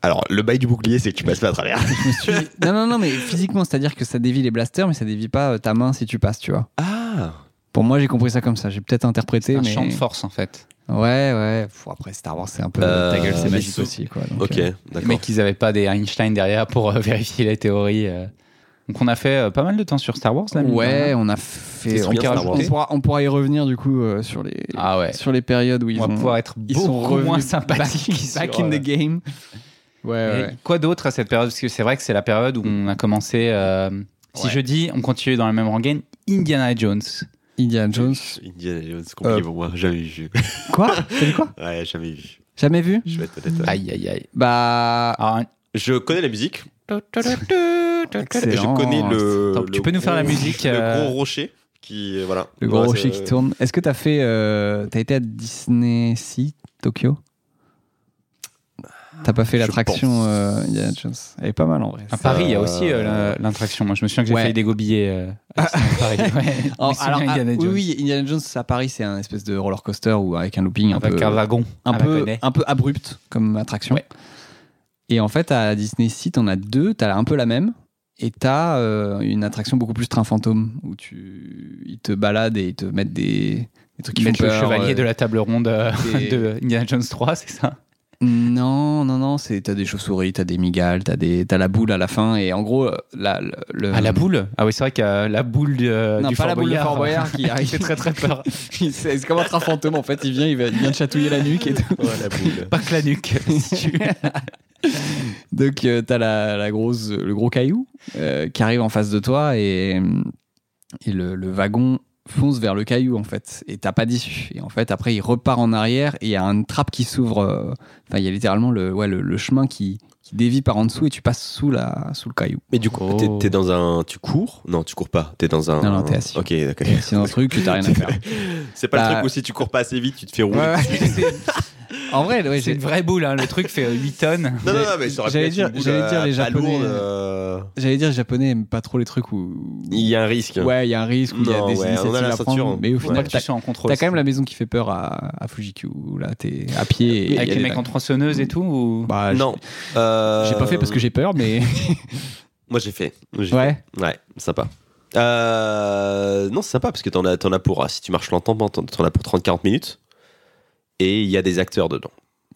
C: Alors, le bail du bouclier, c'est que tu passes pas à travers.
B: Je me suis dit- non, non, non, mais physiquement, c'est-à-dire que ça dévie les blasters, mais ça dévie pas euh, ta main si tu passes, tu vois.
C: Ah
B: Pour moi, j'ai compris ça comme ça, j'ai peut-être interprété.
A: C'est un
B: mais...
A: champ de force en fait.
B: Ouais, ouais. Pff, après, Star Wars, c'est un peu
C: Euh,
B: ta gueule, c'est
C: mais
B: magique
C: sous-
B: aussi, quoi. donc,
C: Ok,
B: euh,
A: Mais
C: d'accord.
A: qu'ils n'avaient pas des Einstein derrière pour euh, vérifier la théorie. euh. Donc on a fait euh, pas mal de temps sur Star Wars là. mine de
B: Ouais,
A: rien.
B: on a
C: C'est
B: fait.
C: sur
B: On,
C: bien
B: pourra-
C: Star Wars.
B: on pourra, on pourra y revenir du coup euh, sur les
A: Ah ouais.
B: sur les périodes où ils
A: on va
B: ont-
A: pouvoir être
B: ils sont
A: beaucoup
B: revenus
A: moins
B: back,
A: sympathiques.
B: back
A: sur,
B: in
A: euh,
B: the game. Ouais,
A: Et
B: ouais.
A: Quoi d'autre à cette période Parce que c'est vrai que c'est la période où on a commencé. euh, Si
B: Ouais.
A: je dis, on continue dans la même rengaine, Indiana Jones.
B: Indiana Jones.
C: Indiana Jones, c'est compliqué
B: Euh.
C: pour moi, jamais vu.
B: Quoi T'as dit quoi
C: ouais, jamais vu.
B: Jamais vu
C: Je vais être honnête. ouais.
A: Aïe, aïe, Ah, aïe.
B: Bah.
A: Alors,
C: Je connais la musique, et je
B: excellent.
C: connais le.
A: Attends, tu
C: le
A: peux nous faire la
C: gros-
A: musique,
C: Le
A: euh,
C: gros rocher qui. euh, Voilà.
B: Le gros
C: Voilà,
B: rocher qui
C: c'est-
B: tourne. Est-ce que t'as fait euh, T'as été à Disney Sea Tokyo T'as pas fait
C: Je
B: l'attraction
C: pense.
B: euh, Indiana Jones Elle est pas mal en vrai.
A: À Paris, il y a aussi euh, la- l'attraction. Moi, je me souviens que j'ai
B: Ouais.
A: failli dégobiller euh, à Disneyland Paris. Ouais. Je me
B: Oh,
A: souviens
B: alors, ah,
A: Indiana
B: oui,
A: Jones.
B: oui, Indiana Jones à Paris, c'est un espèce de roller coaster ou avec un looping un
A: Avec
B: peu,
A: un wagon.
B: un,
A: à la
B: peu,
A: Connaît.
B: un peu abrupt comme attraction.
A: Ouais.
B: Et en fait, à Disney Sea, t'en as deux, t'as un peu la même. Et t'as euh, une attraction beaucoup plus train fantôme où tu, ils te baladent et ils te mettent des, des trucs qui
A: Ils
B: font
A: mettent le
B: peur,
A: chevalier
B: euh,
A: de la table ronde euh,
B: des-
A: de Indiana Jones 3, c'est ça
B: Non, non, non, c'est t'as des chauves-souris, t'as des migales, t'as des t'as la boule à la fin et en gros la le- le
A: Ah, la boule Ah oui, c'est vrai qu'il y a la boule du,
B: Euh, non
A: du
B: pas
A: Fort
B: la boule de
A: Boyard.
B: Fort Boyard qui
A: Il
B: arrive
A: fait très très peur.
B: Il- c'est c'est comme un train fantôme en fait il vient il, va- il vient de chatouiller la nuque et tout.
C: Oh, la boule.
A: Pas que la nuque. si tu veux.
B: donc euh, t'as la, la grosse le gros caillou euh, qui arrive en face de toi et et le, le wagon fonce vers le caillou en fait et t'as pas d'issue et en fait après il repart en arrière et il y a une trappe qui s'ouvre euh, enfin il y a littéralement le ouais le, le chemin qui qui dévie par en dessous et tu passes sous la sous le caillou
C: Mais du coup,
A: Oh.
C: t'es- t'es dans un. Tu cours Non, tu cours pas. T'es dans un.
B: Non, non, t'es assis.
C: Ok, d'accord.
B: c'est un truc que t'as rien à faire
C: C'est pas
B: Bah,
C: le truc où si tu cours pas assez vite, tu te fais rouler.
B: Ouais, ouais. en vrai, ouais,
A: c'est
B: j'ai-
A: une vraie boule, hein. le truc fait 8 tonnes.
C: Non, non, non, mais ça aurait pu
B: J'allais
C: être
B: dire-
C: une boule,
B: j'allais
C: euh,
B: dire les
C: pas
B: Japonais,
C: lourde, euh,
B: j'allais dire, les japonais aiment pas trop les trucs où.
C: Il y a un risque.
B: Ouais, il y a un risque où il y a
C: Non,
B: des
C: ouais, on a
B: initiatives
C: la
B: à
C: ceinture,
B: prendre,
C: hein.
B: mais au
C: Ouais.
A: Une
B: final,
A: fois que
B: t'as
A: tu sois en contrôle.
B: t'as quand même la maison qui fait peur à, à Fujikyu. où Là, t'es à pied. et
A: Avec
B: y a
A: les
B: des
A: mecs en
B: vagues.
A: tronçonneuse et tout ou-
B: Bah, j'ai-
C: Non. euh,
B: J'ai pas fait parce que j'ai peur, mais.
C: Moi, j'ai fait. J'ai
B: ouais.
C: Ouais, sympa. Euh, non, c'est sympa parce que t'en as, t'en as pour, ah, si tu marches lentement, t'en, t'en as pour 30-40 minutes. Et il y a des acteurs dedans.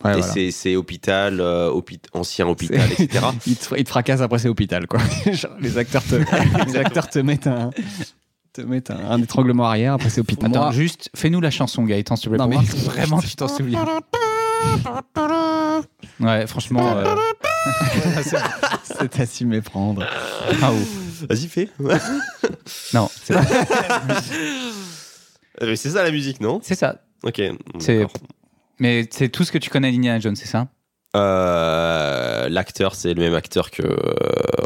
B: Ouais,
C: et
B: voilà.
C: c'est, c'est hôpital, euh, hôpit- ancien hôpital,
B: C'est-
C: etc.
B: Ils te, ils te fracassent après, c'est hôpital, quoi. Genre, les acteurs te, les acteurs te mettent un. Te mettent un, un étranglement arrière, après c'est hôpital.
A: Attends,
B: Moi-
A: juste fais-nous la chanson, Gaëtan, s'il te plaît.
B: Non,
A: pour
B: mais-
A: voir si Vraiment, tu t'en souviens. Ouais, franchement. euh,
B: c'est à s'y méprendre.
A: ah, ouf.
C: Vas-y, fais.
A: Non, c'est
C: Euh, c'est ça la musique, non
A: c'est ça.
C: Ok.
A: C'est-
C: d'accord.
A: Mais c'est tout ce que tu connais d'Indiana Jones, c'est ça
C: Euh, l'acteur, c'est le même acteur que. euh,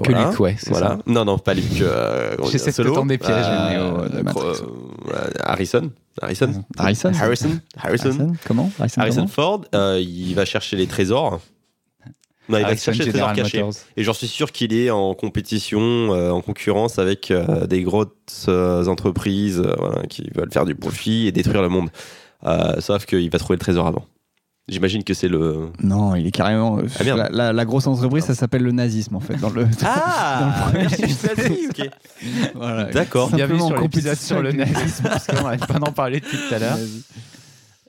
A: Que
C: voilà.
A: Luke, ouais, c'est
C: Voilà.
A: ça.
C: Non, non, pas Luke. euh, on dit
A: J'essaie de te
C: solo.
A: tendre des pièges,
C: Euh,
B: mais, oh, de
C: euh,
B: Matrix.
C: euh, Harrison
A: Euh,
C: Harrison
B: Harrison
C: Harrison Harrison
B: Harrison, Comment Harrison,
C: Harrison
B: comment
C: Ford, euh, il va chercher les trésors. Non, Bah, il va
A: Harrison
C: chercher les trésors
A: Ah, General
C: cachés.
A: Motors.
C: Et j'en suis sûr qu'il est en compétition, euh, en concurrence avec euh, des grosses euh, entreprises euh, voilà, qui veulent faire du profit et détruire le monde. Euh, sauf qu'il va trouver le trésor avant. J'imagine que c'est le.
B: Non, il est carrément. euh,
C: Ah, merde.
B: la, la- la grosse entreprise, ça s'appelle le nazisme en fait. Dans le,
C: Ah
B: Dans le premier.
C: Merci, Sylvie, ok.
B: Voilà.
C: D'accord.
A: Bienvenue
B: Simplement
A: sur
B: en
A: l'épisode
B: compétition
A: sur le
B: avec-
A: nazisme, parce qu'on n'arrête pas d'en parler depuis tout à l'heure.
B: Vas-y.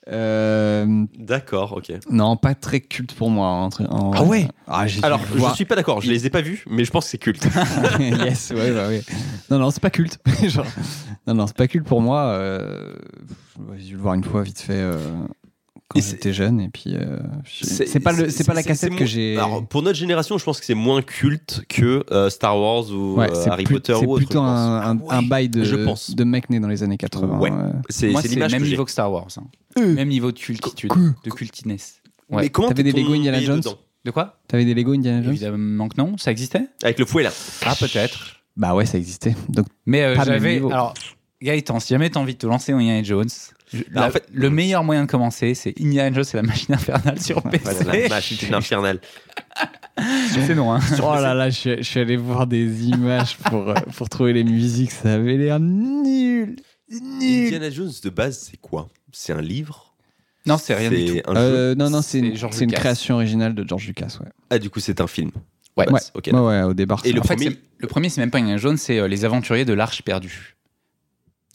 B: Euh,
C: D'accord, ok.
B: non, pas très culte pour moi. en tra- en-
A: Ah ouais
B: Ah, j'ai dû
C: Alors,
B: le
C: je
B: voir.
C: suis pas d'accord, je les ai pas vus, mais je pense que c'est culte.
B: yes, ouais, bah ouais. Non, non, c'est pas culte. Genre, non, non, c'est pas culte pour moi. euh, J'ai dû le voir une fois vite fait euh, quand
C: Et c'est-
B: j'étais jeune. Et puis, euh, j'ai- c'est pas, le- c'est pas la cassette
C: c'est euh,
B: que
C: moins-
B: j'ai.
C: Alors, pour notre génération, je pense que c'est moins culte que euh, Star Wars ou
B: Ouais,
C: euh,
B: c'est
C: Harry
B: plus-
C: Potter
B: c'est
C: ou autre.
B: plutôt
C: je pense.
B: un, un-
C: Ah
B: un bail de,
C: Je pense.
B: de mec né dans les années 80.
C: Ouais.
B: euh.
C: C'est
A: Moi,
C: c'est
A: c'est
C: l'image
A: même
C: que j'ai.
A: niveau que Star Wars. hein. Même niveau de cultitude, de cultiness. Ouais.
C: Mais comment
B: T'avais des
C: t'es
B: Lego Indiana
C: tombé
B: Jones
C: dedans
A: De quoi
B: T'avais des Lego Indiana Jones
A: Évidemment que non, ça existait
C: Avec le fouet là.
A: Ah, peut-être.
B: Bah ouais, ça existait. Donc
A: Mais euh,
B: Pas le même
A: j'avais.
B: niveau.
A: Alors, Gaëtan, si jamais t'as envie de te lancer en Indiana Jones, je-
C: Bah,
A: la-
C: en fait-
A: le meilleur moyen de commencer, c'est Indiana Jones et la machine infernale sur
C: C'est la
A: PC.
C: machine infernale.
A: c'est non, hein.
B: oh là là, je suis, je suis allé voir des images pour euh, pour trouver les musiques, ça avait l'air nul, nul.
C: Indiana Jones de base, c'est quoi C'est un livre
A: Non, c'est rien du tout.
C: un jeu
B: Euh, non non,
A: C'est
B: c'est une,
A: George
B: c'est une
A: Lucas.
B: création originale de George Lucas, ouais.
C: Ah, du coup, c'est un film.
A: Ouais.
C: Bah, c'est- ok.
B: Ouais ouais, au départ.
C: Et
B: c'est
C: le
B: un-
A: En fait,
C: premier-
A: c'est- le premier, c'est même pas Indiana Jones, c'est euh, Les Aventuriers de l'Arche Perdue.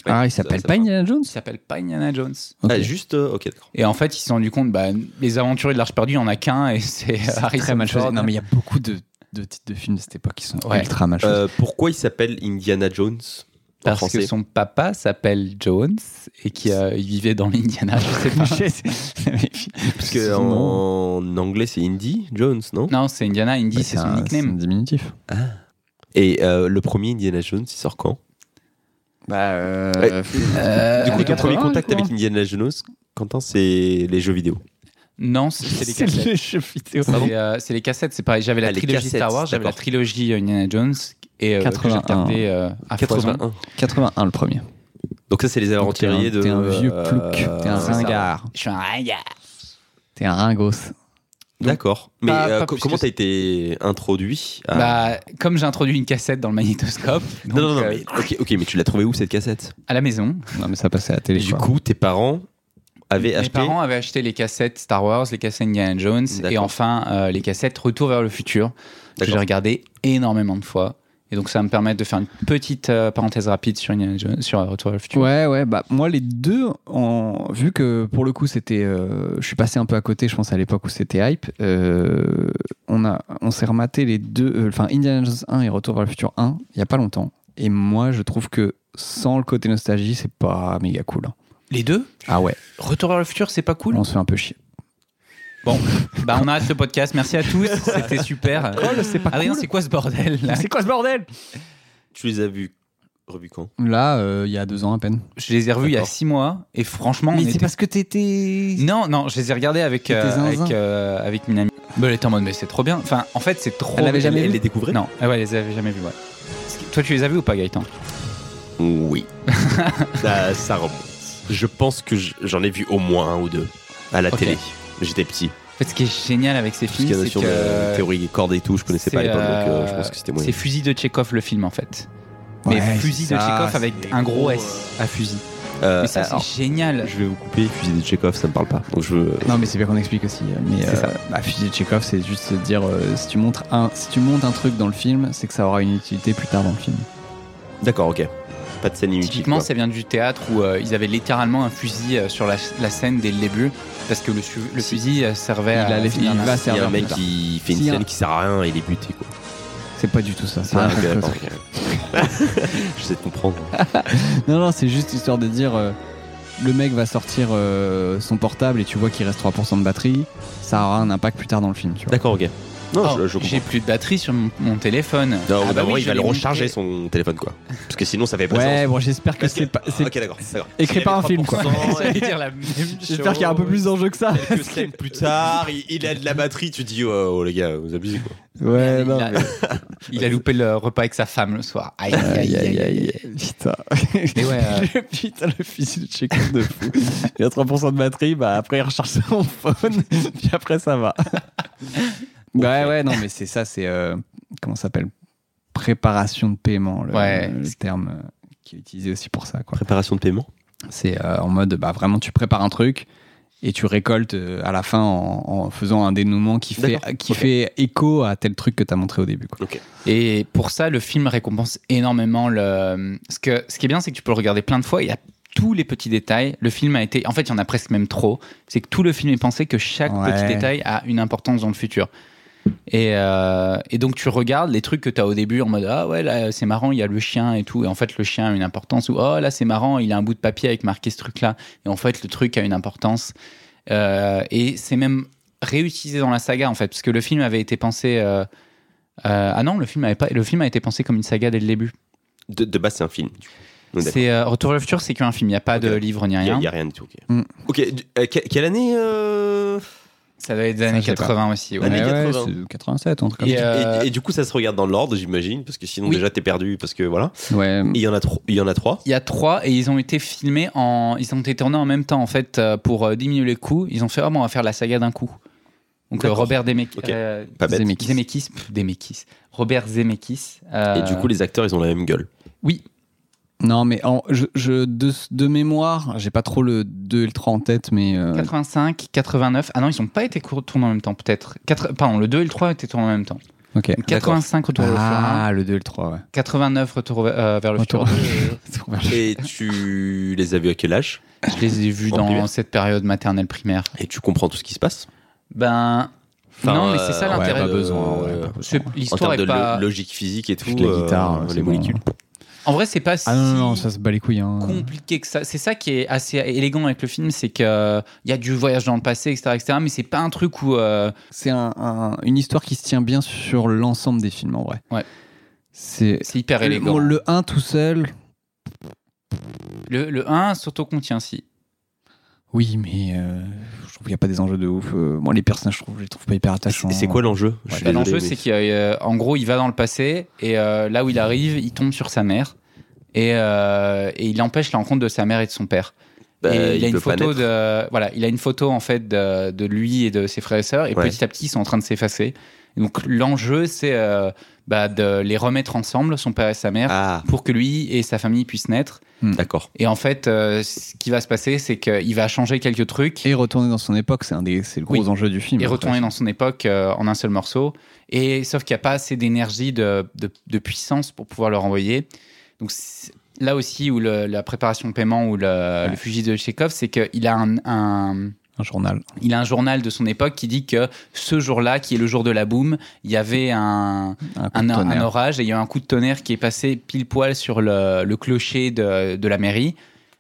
B: Ah, il
C: ça-
B: s'appelle
C: ça
B: pas
C: va.
B: Indiana Jones
A: Il s'appelle pas Indiana Jones.
B: Ok.
C: Ah, juste, euh, ok, d'accord.
A: Et en fait, ils se sont rendu compte, bah, Les Aventuriers de l'Arche Perdue, il y en a qu'un, et c'est
B: C'est
A: Harry
B: très mal choisi. Non mais il y a beaucoup de de titres de films de cette époque qui sont
A: Ouais.
B: ultra mal choisis.
C: Euh, pourquoi il s'appelle Indiana Jones en
A: Parce
C: français
A: que son papa s'appelle Jones et qui euh, il vivait dans l'Indiana, je sais pas.
C: Parce que en... anglais, c'est Indy Jones, non
A: Non, c'est Indiana, Indy,
B: Bah,
A: c'est son
B: un- c'est un
A: nickname.
B: diminutif.
C: Et euh, le premier Indiana Jones, il sort quand
B: Bah euh,
C: Ouais.
A: Euh,
C: Du coup,
B: les
C: ton premier
B: 80,
C: contact
B: quoi.
C: avec Indiana Jones, Quentin, c'est les jeux vidéo.
A: Ah, Non, c'est c'est les cassettes.
B: le jeu vidéo.
A: C'est euh, c'est les cassettes, c'est pareil. J'avais la
C: Ah, les
A: trilogie
C: cassettes,
A: Star Wars, j'avais la
C: d'accord.
A: trilogie euh, Indiana Jones et euh, que j'ai
B: 81.
A: regardé euh, à foison.
C: 81.
B: 81 le premier.
C: Donc ça, c'est les
B: Donc, T'es
C: aventuriers
B: un,
C: de...
B: t'es un vieux
C: euh,
B: plouc, t'es un
C: c'est ça.
B: ringard,
A: Je suis un ringard.
B: t'es un ringos.
C: D'accord. Mais
A: pas-
C: euh,
A: pas
C: co-
A: plus
C: comment
A: que
C: t'as été introduit à...
A: Bah, comme j'ai introduit une cassette dans le magnétoscope, donc,
C: Ah. non, non, non,
A: euh,
C: mais, ok, ok, mais tu l'as trouvé où cette cassette
A: à la maison,
B: Non mais ça passait à la télé.
C: Du
B: quoi.
C: coup, tes parents avaient
A: mes
C: acheté.
A: parents avaient acheté les cassettes Star Wars, les cassettes Indiana Jones et
C: D'accord.
A: enfin euh, les cassettes Retour vers le futur. que J'ai
C: D'accord.
A: regardé énormément de fois Et donc ça va me permettre de faire une petite euh, parenthèse rapide sur, Indiana Jones- sur euh, Retour vers le futur.
B: Ouais, ouais, bah moi les deux, en... vu que pour le coup c'était, euh, je suis passé un peu à côté, je pense à l'époque où c'était hype, euh, on a, on s'est rematé les deux, euh, enfin Indiana Jones 1 et Retour vers le futur 1, il y a pas longtemps. Et moi je trouve que sans le côté nostalgie, c'est pas méga cool. hein.
A: Les deux
B: Ah ouais,
A: Retour vers le futur, c'est pas cool
B: on se fait un peu chier.
A: Bon, bah on arrête le podcast. Merci à tous, c'était super.
B: c'est pas
A: Adrien, c'est quoi ce bordel là
B: quoi ce bordel
C: Tu les as vus revus quand
B: Là, euh, il y a deux ans à peine.
A: Je les ai revus il y a
C: D'accord.
A: six mois et franchement, on était-
B: que t'étais.
A: non, non, je les ai regardés avec
B: C'était
A: euh,
B: zinzin.
A: avec, euh, avec Minami. Bah, elle était en mode mais c'est trop bien. Enfin, en fait, c'est trop.
B: Elle l'avait jamais
A: elle
B: vu
A: les découvrait. Non, ah ouais, elle les avait jamais vus. Ouais. Est-ce que- Toi, tu les as vus ou pas, Gaëtan
C: Oui. ça, ça remonte. Je pense que je- j'en ai vu au moins un ou deux à la
A: Ok.
C: télé. J'étais petit.
A: En fait, ce qui est génial avec ces
C: Tout ce
A: films,
C: qui est
A: c'est
C: notion
A: que
C: de théorie corde et tout, je connaissais pas à
A: c'est,
C: l'époque, donc euh,
A: euh,
C: je pense que c'était
A: C'est
C: moyen.
A: fusil de Tchekhov le film en fait.
B: Ouais,
A: mais fusil
B: c'est
A: de
B: ça,
A: Tchekhov
B: c'est
A: avec
B: des
A: un gros
B: gros,
A: S à fusil.
C: Euh,
A: mais ça,
C: alors,
A: c'est génial.
C: je vais vous couper, fusil de Chekhov, ça me parle pas. Donc je veux-
B: Non, mais c'est bien qu'on explique aussi. Mais
A: C'est
B: euh,
A: ça.
B: bah, fusil de Chekhov, c'est juste se dire euh, si tu montres un, si tu montes un truc dans le film, c'est que ça aura une utilité plus tard dans le film.
C: D'accord, ok. Pas de scène inutile.
A: Typiquement,
C: quoi.
A: ça vient du théâtre où euh, ils avaient littéralement un fusil euh, sur la, la scène dès le début parce que le, su- le
B: Si.
A: fusil euh, servait
B: Il
A: à.
B: allait-
A: finir
B: il
A: un-
B: va
C: Il y a
B: servir
C: un mec
B: plus tard.
C: qui fait une
B: Si,
C: scène
B: hein.
C: qui sert à rien et il est buté, quoi.
B: C'est pas du tout ça. c'est
C: Ah,
B: un
C: ok,
B: autre chose.
C: d'accord, ok. J'essaie de comprendre.
B: Non, non, c'est juste histoire de dire euh, le mec va sortir euh, son portable et tu vois qu'il reste 3% de batterie, ça aura un impact plus tard dans le film. Tu vois.
C: D'accord, ok. Non,
A: Oh,
C: je, je comprends.
A: J'ai plus de batterie sur mon, mon téléphone.
C: Non,
A: Ah
C: au
A: bah
C: bout d'un
A: oui,
C: moment,
A: je
C: il va le
A: l'ai
C: recharger
A: montré.
C: son téléphone, quoi. Parce que sinon, ça fait pas
B: Ouais,
C: sens.
B: bon, j'espère que
C: Parce
B: c'est
C: que- ah,
B: pas. c'est-
C: Ok, d'accord. d'accord.
B: Écrit
C: Il
B: par
C: avait
B: un film, quoi.
C: 3%,
A: J'allais dire la même
B: J'espère qu'il y a un peu
A: chose.
B: plus d'enjeux que ça.
C: Quelques semaines plus tard, il, il a de la batterie, tu dis oh, oh, les gars, vous abusez quoi.
B: Ouais,
A: Il
B: non.
A: a- Il a loupé le repas avec sa femme le soir. Aïe, aïe, aïe, aïe.
B: Putain.
A: Mais ouais, euh.
B: Le- Putain, le fusil de check-up de fou. Il y a 3% de batterie, bah après il recharge son phone, puis après ça va. Bah Ouais, ouais, non, mais c'est ça, c'est. euh, comment ça s'appelle Préparation de paiement, le,
A: Ouais.
B: le terme euh, qui est utilisé aussi pour ça. quoi.
C: Préparation de paiement
B: C'est euh, en mode, bah vraiment, tu prépares un truc et tu récoltes euh, à la fin en, en faisant un dénouement qui, fait,
C: D'accord,
B: qui
C: ok.
B: fait écho à tel truc que t'as montré au début. Quoi.
A: Et pour ça, le film récompense énormément le. Ce, que, ce qui est bien, c'est que tu peux le regarder plein de fois. Il y a tous les petits détails. Le film a été. En fait, il y en a presque même trop. C'est que tout le film est pensé que chaque
B: Ouais.
A: petit détail a une importance dans le futur. Et, euh, et donc, tu regardes les trucs que tu as au début en mode Ah ouais, là, c'est marrant, il y a le chien et tout. Et en fait, le chien a une importance. Ou Oh là, c'est marrant, il a un bout de papier avec marqué ce truc-là. Et en fait, le truc a une importance. Euh, et c'est même réutilisé dans la saga, en fait, parce que le film avait été pensé. euh, euh, ah non, le film, avait pas, le film a été pensé comme une saga dès le début.
C: De, de base, c'est un film. Donc, d'accord.
A: C'est euh, Retour vers le futur, c'est qu'un film, il n'y a pas
C: Ok.
A: de livre ni
C: Il y a,
A: rien.
C: il y a rien du tout. Ok,
A: Mm.
B: Hmm.
C: Ok, du- euh, que- quelle année euh,
A: Ça doit être des
B: Ça,
A: années
B: je sais
A: 80 aussi. ouais.
C: Années
B: Ouais, ouais,
C: 80.
B: c'est 87, en tout cas.
A: Et, euh,
C: et, et du coup, ça se regarde dans l'ordre, j'imagine, parce que sinon
A: Oui.
C: déjà t'es perdu, parce que voilà.
B: Ouais.
C: Et Il y en a trois. Il y en a trois.
A: Il y a trois et ils ont été filmés en. Ils ont été tournés en même temps en fait euh, pour euh, diminuer les coûts. Ils ont fait, ah bon, on va faire la saga d'un coup. Donc euh,
C: D'accord.
A: Robert Zemeckis.
C: Ok.
A: euh,
C: Pas bête.
B: Zemeckis.
A: Zemeckis, pff, Zemeckis. Robert Zemeckis. euh,
C: Et du coup, les acteurs, ils ont la même gueule.
A: Oui,
B: Non, mais en, je, je- de, de mémoire, j'ai pas trop le 2 et le 3 en tête, mais. euh,
A: 85, 89. Ah non, ils n'ont pas été cour- tournés en même temps peut-être. Quatre- Pardon, le 2 et le 3 étaient tournés en même temps.
B: ok.
A: 85 Retour vers le futur.
B: Ah, le 2 et le 3, ouais.
A: 89 Retour euh, vers le
B: Retour-
A: futur.
B: Retour vers le-
C: Et tu les as vus à quel âge
A: Je les ai vus
C: En
A: dans
C: primaire.
A: cette période maternelle primaire.
C: Et tu comprends tout ce qui se passe
A: Ben
C: Enfin,
A: non, mais c'est ça
C: euh,
B: ouais,
A: l'intérêt.
B: pas
C: de-
B: besoin. ouais, pas besoin.
A: C'est-
C: En
A: L'histoire
C: termes de
A: est pas.
C: lo- logique physique et tout.
B: Juste les
C: euh,
B: guitares,
C: les
B: c'est bon.
C: molécules.
A: En vrai, c'est pas si
B: Ah non, non, non, ça se bat les couilles. Hein.
A: compliqué que ça. C'est ça qui est assez élégant avec le film, c'est que euh, il y a du voyage dans le passé, etc., etc. Mais c'est pas un truc où euh,
B: C'est un- un- une histoire qui se tient bien sur l'ensemble des films, en vrai.
A: Ouais.
B: C'est.
A: c'est hyper élégant.
B: Le,
A: Le,
B: le 1 tout seul,
A: le, 1 s'autocontient si.
B: oui, mais euh, je trouve qu'il n'y a pas des enjeux de ouf. Euh, moi, les personnages, je trouve, je les trouve pas hyper attachants.
C: Et c'est quoi l'enjeu Je
A: hein. Ouais,
C: suis
A: bah, L'enjeu,
C: désolé,
A: c'est
C: mais-
A: qu'en gros, il va dans le passé et euh, là où il arrive, il tombe sur sa mère et, euh, et il empêche la rencontre de sa mère et de son père.
C: Bah,
A: et il, a une
C: peut pas
A: photo
C: naître.
A: de voilà, il a une photo en fait de, de lui et de ses frères et sœurs et
C: Ouais.
A: petit à petit ils sont en train de s'effacer. Et Donc l'enjeu c'est euh, bah, de les remettre ensemble, son père et sa mère,
C: Ah,
A: pour que lui et sa famille puissent naître.
C: d'accord.
A: Et en fait, euh, ce qui va se passer, c'est qu'il va changer quelques trucs
B: Et retourner dans son époque, c'est un des, c'est le gros
A: Oui.
B: enjeu du film.
A: et
B: en fait.
A: retourner dans son époque euh, en un seul morceau. Et sauf qu'il n'y a pas assez d'énergie, de, de- de puissance pour pouvoir le renvoyer. Donc c'est- là aussi, où le- la préparation de paiement ou le, le fugitif de Chekhov, c'est qu'il a un- un,
B: un journal.
A: il a un journal de son époque qui dit que ce jour-là, qui est le jour de la boum, il y avait un,
B: Un, coup
A: un,
B: de
A: un
B: tonnerre.
A: orage et il y a eu un coup de tonnerre qui est passé pile poil sur le, le clocher de, de la mairie.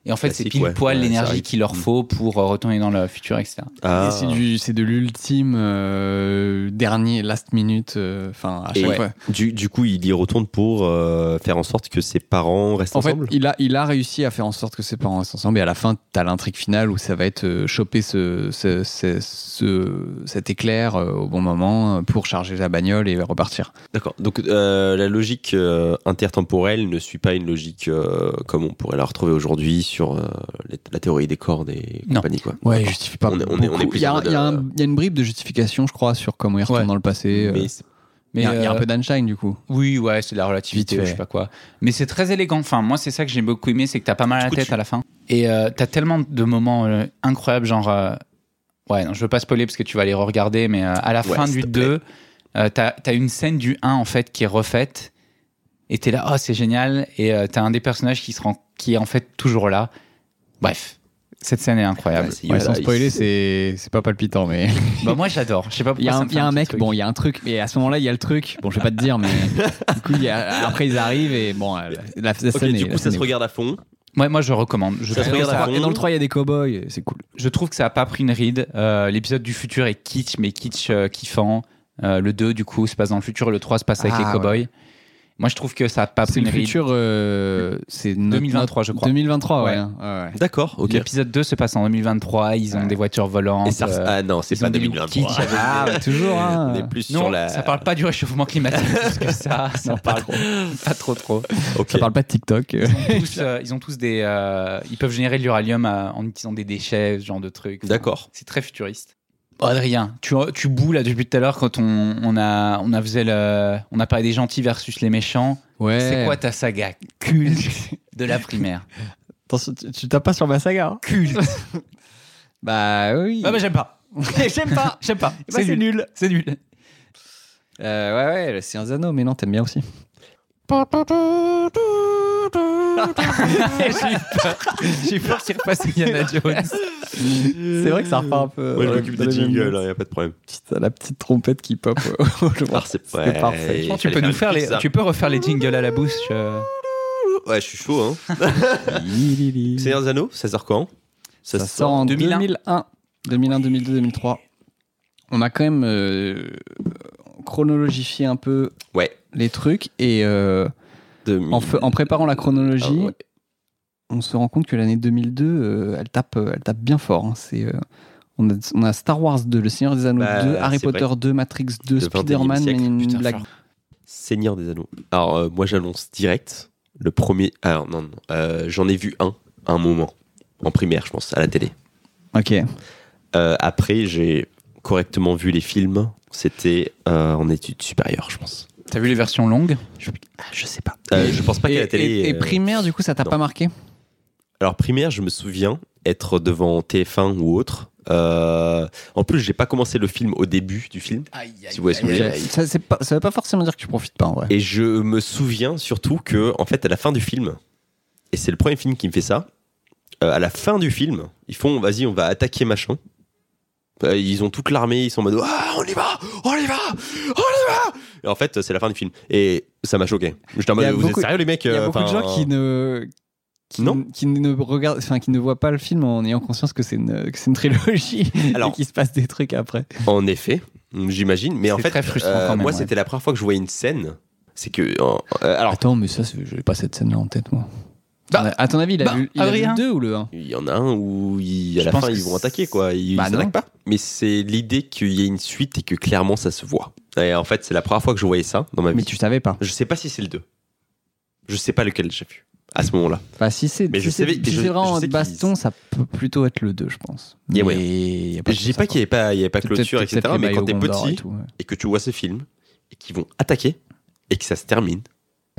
A: Et en fait, c'est
C: Classique,
A: pile
C: ouais.
A: poil
C: Ouais, ça
A: l'énergie
C: arrive.
A: qu'il leur faut pour euh, retourner dans le futur, etc.
C: Ah.
B: Et c'est du- c'est de l'ultime euh, dernier last minute. euh, Enfin, à
C: Et
B: chaque fois.
C: du, du coup, il y retourne pour euh, faire en sorte que ses parents restent
B: En fait,
C: ensemble.
B: il a, il a réussi à faire en sorte que ses parents restent ensemble. Et à la fin, t'as l'intrigue finale où ça va être euh, choper ce, ce- ce- ce- cet éclair euh, au bon moment euh, pour charger la bagnole et repartir.
C: D'accord. Donc euh, la logique euh, intertemporelle ne suit pas une logique euh, comme on pourrait la retrouver aujourd'hui sur euh, la- la théorie des cordes et
A: Non.
C: compagnie. Quoi.
B: Ouais,
C: D'accord.
B: justifie pas.
C: On est- on est- on est
B: beaucoup.
C: plus
B: il, y a,
C: en
B: un-
C: mode,
B: il y a un-
C: euh,
B: il y a une bribe de justification, je crois, sur comment il retourne
A: Ouais.
B: dans le passé. euh.
C: Mais c'est-
B: il,
A: Mais
B: y a, il y a un
A: euh,
B: peu d'Einstein du coup.
A: oui, ouais, c'est de la relativité, ou
B: Vite fait.
A: je sais pas quoi. Mais c'est très élégant. Enfin, moi, c'est ça que j'ai beaucoup aimé, c'est que t'as pas mal à la
C: coup,
A: tête
C: tu-
A: à la fin. Et euh, t'as tellement de moments euh, incroyables, genre. euh, Ouais, non, je veux pas spoiler parce que tu vas les re-regarder, mais euh, à la
C: Ouais,
A: fin
C: s'il
A: du
C: te plaît.
A: 2, euh, t'as t'as une scène du 1 en fait qui est refaite. Et t'es là, oh, c'est génial. Et euh, t'as un des personnages qui, se rend, qui est en fait toujours là. Bref, cette scène est incroyable.
C: Ouais, c'est
B: Ouais,
C: Yoda,
B: Bah, sans
C: il-
B: spoiler, c'est c'est pas palpitant, mais.
A: Bah, moi, j'adore. Je sais pas
B: Il y a
A: pourquoi ça
B: un,
A: me
B: il y a
A: fait
B: un
A: petit
B: mec,
A: truc.
B: bon, il y a un truc, mais à ce moment-là, il y a le truc. Bon, je vais pas te dire, mais du coup, il y a- après, ils arrivent et bon, la, la scène
C: Ok,
B: est-
C: du
B: la
C: coup, ça
B: scène
C: se
B: est-
C: regarde à fond.
A: Ouais, moi, je recommande. Je
C: Ça se
A: trouve
C: regarde à
A: ça-
C: fond.
B: Et dans le 3, il y a des cowboys, c'est cool.
A: Je trouve que ça a pas pris une ride. Euh, L'épisode du futur est kitsch, mais kitsch euh, kiffant. Euh, le 2, du coup, se passe dans le futur. Le 3 se passe avec
B: Ah,
A: les cowboys. Moi, je trouve que ça a pas
B: C'est
A: pris une
B: le
A: ride.
B: futur, euh, c'est notre-
A: 2023, je crois.
B: 2023, ouais.
A: Ouais.
B: hein, ouais, ouais.
C: D'accord, ok.
A: L'épisode 2 se passe en 2023. Ils ont
B: Ouais.
A: des voitures volantes.
C: Et ça,
A: euh,
C: ah non, c'est
A: ils ont
C: pas
A: des
C: 2023.
A: looks kitsch.
B: Ah, bah, toujours, hein.
C: On est plus
A: Non,
C: sur la.
A: ça parle pas du réchauffement climatique plus que ça. Ça parle pas trop. trop trop.
C: Ok.
B: Ça parle pas de TikTok. euh.
A: Ils ont tous, euh, ils ont tous des, euh, ils peuvent générer de l'uranium euh, en utilisant des déchets, ce genre de trucs. Enfin,
C: D'accord.
A: C'est très futuriste. Bon, Adrien, tu, tu boules là depuis tout à l'heure quand on, on a on a faisait le, on a parlé des gentils versus les méchants.
B: Ouais.
A: C'est quoi ta saga culte de la primaire
B: Attention, tu, tu tapes pas sur ma saga. hein.
A: Culte.
B: Bah oui.
A: Ah bah j'aime pas. j'aime pas. J'aime pas.
B: Eh bah, c'est nul.
A: C'est nul.
B: Euh, ouais, ouais, c'est un Zano, mais non, t'aimes bien aussi.
A: J'ai peur qu'il repasse Indiana Jones.
B: C'est vrai que ça repart un peu.
C: Moi, je
B: dans
C: m'occupe
B: la-
C: des
B: dans la même
C: jingles,
B: ligne.
C: hein, y a pas de problème.
B: Petite- La petite trompette qui pop. euh, au- au loin.
C: Ah, c'est
B: C'était parfait.
C: Et
A: Franchement, tu
C: fallait
A: peux nous
C: le
A: faire
C: clip,
A: les,
C: ça.
A: tu peux refaire les jingles à la bouche. euh.
C: Ouais, je suis chaud, hein. Seigneur des Anneaux, ça sort quand
B: Ça, sort en
A: 2001.
B: 2001. 2001, 2002, 2003. On a quand même euh, chronologifié un peu
C: Ouais.
B: les trucs et euh, en, fe- en préparant la chronologie,
C: Ah ouais.
B: on se rend compte que l'année 2002, euh, elle, tape, euh, elle tape bien fort. hein. C'est, euh, on, a, on a Star Wars 2, Le Seigneur des Anneaux
C: Bah,
B: 2, Harry
C: c'est vrai.
B: Potter 2, Matrix 2,
C: Le 21e
B: Spider-Man,
C: siècle,
B: Men in
C: putain,
B: Black.
C: frère. Seigneur des Anneaux. Alors, euh, moi, j'annonce direct. Le premier. Alors, non, non. euh, J'en ai vu un à un moment. En primaire, je pense, à la télé.
B: Ok.
C: Euh, après, j'ai correctement vu les films. C'était euh, en études supérieures, je pense.
A: T'as vu les versions longues
C: Ah, je sais pas. Euh, je pense pas
B: et,
C: qu'à la télé.
B: et- et
C: euh,
B: primaire, du coup, ça t'a
C: non.
B: pas marqué
C: Alors primaire, je me souviens être devant TF1 ou autre. Euh, en plus, j'ai pas commencé le film au début du film, si vous voyez ce que je veux dire.
B: Ok. Ça, c'est pas, ça veut pas forcément dire que tu profites pas en vrai.
C: Et je me souviens surtout que, en fait, à la fin du film, et c'est le premier film qui me fait ça, euh, à la fin du film, ils font, vas-y, on va attaquer machin. Euh, ils ont toute l'armée, ils sont en mode, ah, on y va, on y va, on y va. Et en fait, c'est la fin du film. Et ça m'a choqué. J'étais en
B: Il y
C: mode,
B: a
C: vous
B: beaucoup-
C: êtes sérieux les mecs
B: Il y a
C: Euh,
B: beaucoup de gens
C: enfin,
B: qui ne qui,
C: Non.
B: qui ne regardent, enfin qui ne voient pas le film en ayant conscience que c'est une que c'est une trilogie
C: Alors-
B: et qu'il se passe des trucs après.
C: En effet, j'imagine. Mais en
A: C'est
C: fait,
A: très frustrant
C: euh,
A: quand même,
C: moi,
A: ouais.
C: c'était la première fois que je voyais une scène. C'est que. euh, euh, alors,
B: Attends, mais ça, c'est- je n'ai pas cette scène-là en tête moi.
A: Bah,
B: à ton avis, il a,
A: bah,
B: vu, il a vu
A: Adrien.
B: le 2 ou le 1
C: il y en a un où, ils- à
A: Je
C: la
A: pense
C: fin,
A: que
C: ils vont
A: c'est-
C: attaquer, quoi. Ils
B: Bah, non.
C: s'attaquent pas. Mais c'est l'idée qu'il y ait une suite et que clairement, ça se voit. Et en fait, c'est la première fois que je voyais ça dans ma vie.
B: Mais tu savais pas.
C: Je sais pas si c'est le 2. Je sais pas lequel j'ai vu à ce moment-là.
B: Bah, si c'est
C: Mais
B: si
C: je
B: c'est-
C: savais-
B: si
C: je-
B: c'est vraiment
C: je
B: en
C: sais qu'ils-
B: baston, ça peut plutôt être le 2, je pense.
C: Il y a
B: Mais
C: moyen.
B: il y a pas
C: Je dis
B: ça,
C: pas qu'il y avait pas, il y avait pas
B: quoi. Peut-être-
C: clôture,
B: peut-être
C: etc.
B: les
C: Mais quand ah,
B: maillots
C: t'es
B: Gondor et
C: petit
B: tout, ouais.
C: et que tu vois ce film et qu'ils vont attaquer, et que ça se termine.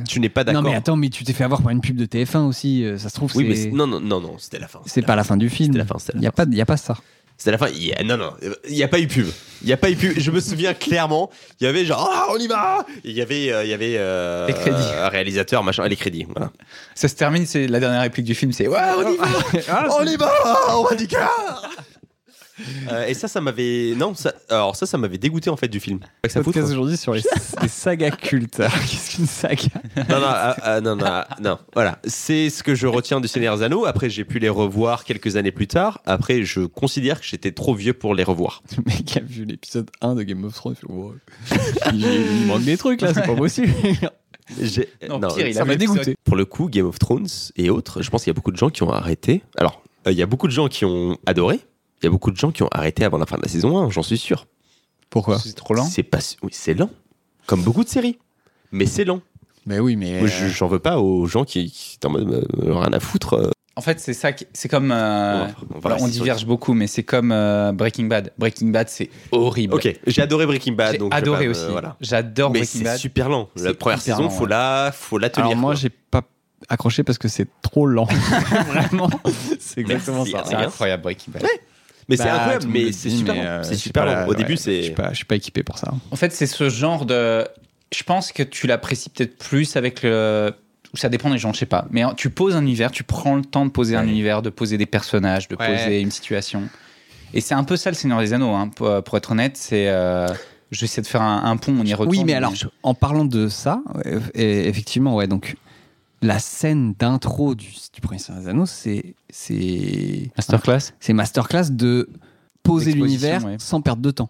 C: Tu n'es pas
B: Non,
C: d'accord.
B: mais attends, mais tu t'es fait avoir par une pub de TF1 aussi. euh, Ça se trouve,
C: oui, mais
B: c'est-
C: c'est- non, non, non, non, c'était la fin.
B: c'est pas la fin du film.
C: C'était la fin, c'était
B: Il
C: la
B: n'y a,
C: fin.
B: pas- y a pas ça.
C: C'était la fin. Il y a- non, non, il n'y a pas eu pub. Il n'y a pas eu pub. Je me souviens clairement, il y avait genre, ah, on y va Et Il y avait, euh, il y avait euh,
A: Les crédits.
C: un réalisateur, machin, et les crédits. Voilà.
A: Ça se termine, c'est la dernière réplique du film, Ah, c'est ouais, on y va. Oh,
C: on y va On va du cœur Euh, Et ça, ça m'avait. Non, ça... alors ça, ça m'avait dégoûté en fait du film. Pas que ça foute,
B: podcast
C: quoi.
B: aujourd'hui sur les, les sagas cultes. Qu'est-ce qu'une saga
C: non, non, ah, ah, non, non, ah, non. Voilà, c'est ce que je retiens du Seigneur des Anneaux. Après, j'ai pu les revoir quelques années plus tard. Après, je considère que j'étais trop vieux pour les revoir.
B: Le mec a vu l'épisode 1 de Game of Thrones. Il fait, Wow. Il- il manque des trucs là, c'est pas possible.
C: J'ai-
A: Non,
C: non,
A: pire, il
B: ça
A: a
B: m'a
A: vu
B: dégoûté.
C: Pour le coup, Game of Thrones et autres, je pense qu'il y a beaucoup de gens qui ont arrêté. Alors, euh, il y a beaucoup de gens qui ont adoré. Il y a beaucoup de gens qui ont arrêté avant la fin de la saison 1, j'en suis sûr.
B: Pourquoi
A: C'est trop lent.
C: C'est pas... Oui, c'est lent. Comme beaucoup de séries. Mais c'est lent.
B: Mais oui, mais.
C: Moi, je- j'en veux pas aux gens qui, qui sont en mode euh, rien à foutre. euh.
A: En fait, c'est ça, qui- c'est comme. euh,
C: On va- on va
B: Bah,
A: alors, on
C: rester sur-
A: diverge beaucoup, mais c'est comme euh, Breaking Bad. Breaking Bad, c'est horrible.
C: Ok, j'ai adoré Breaking Bad.
A: J'ai
C: donc je vais
A: adoré
C: pas me-
A: aussi.
C: voilà.
A: J'adore
C: Mais
A: Breaking
C: c'est
A: Bad.
C: super lent. La
A: C'est
C: première
A: hyper
C: saison,
A: lent,
C: faut
A: ouais.
C: la, faut la tenir.
B: Alors moi,
C: quoi.
B: j'ai pas accroché parce que c'est trop lent. Vraiment. C'est exactement
C: Merci,
B: ça.
A: C'est
C: rien.
A: incroyable Breaking Bad.
C: mais c'est
B: Bah, tout
C: incroyable,
B: le monde
C: mais
B: le
C: c'est
B: dit,
C: super
B: mais,
C: lent.
B: euh,
C: c'est
B: je suis
C: super
B: pas
C: lent.
B: là,
C: Au début,
B: ouais,
C: c'est.
B: Je suis pas, je suis pas équipé pour ça.
A: En fait, c'est ce genre de. Je pense que tu l'apprécies peut-être plus avec le. ou Ça dépend des gens, je sais pas. Mais hein, tu poses un univers, tu prends le temps de poser un
C: Ouais.
A: univers, de poser des personnages, de
B: Ouais.
A: poser une situation. Et c'est un peu ça le Seigneur des Anneaux, hein. pour, pour être honnête. C'est. euh, J'essaie de faire un, un pont, on y retourne.
B: Oui, mais alors, en parlant de ça, ouais, eff- et effectivement, ouais, donc la scène d'intro du, du premier Seigneur des Anneaux, c'est c'est
A: Masterclass
B: c'est masterclass de poser
A: D'exposition,
B: l'univers
A: ouais.
B: sans perdre de temps.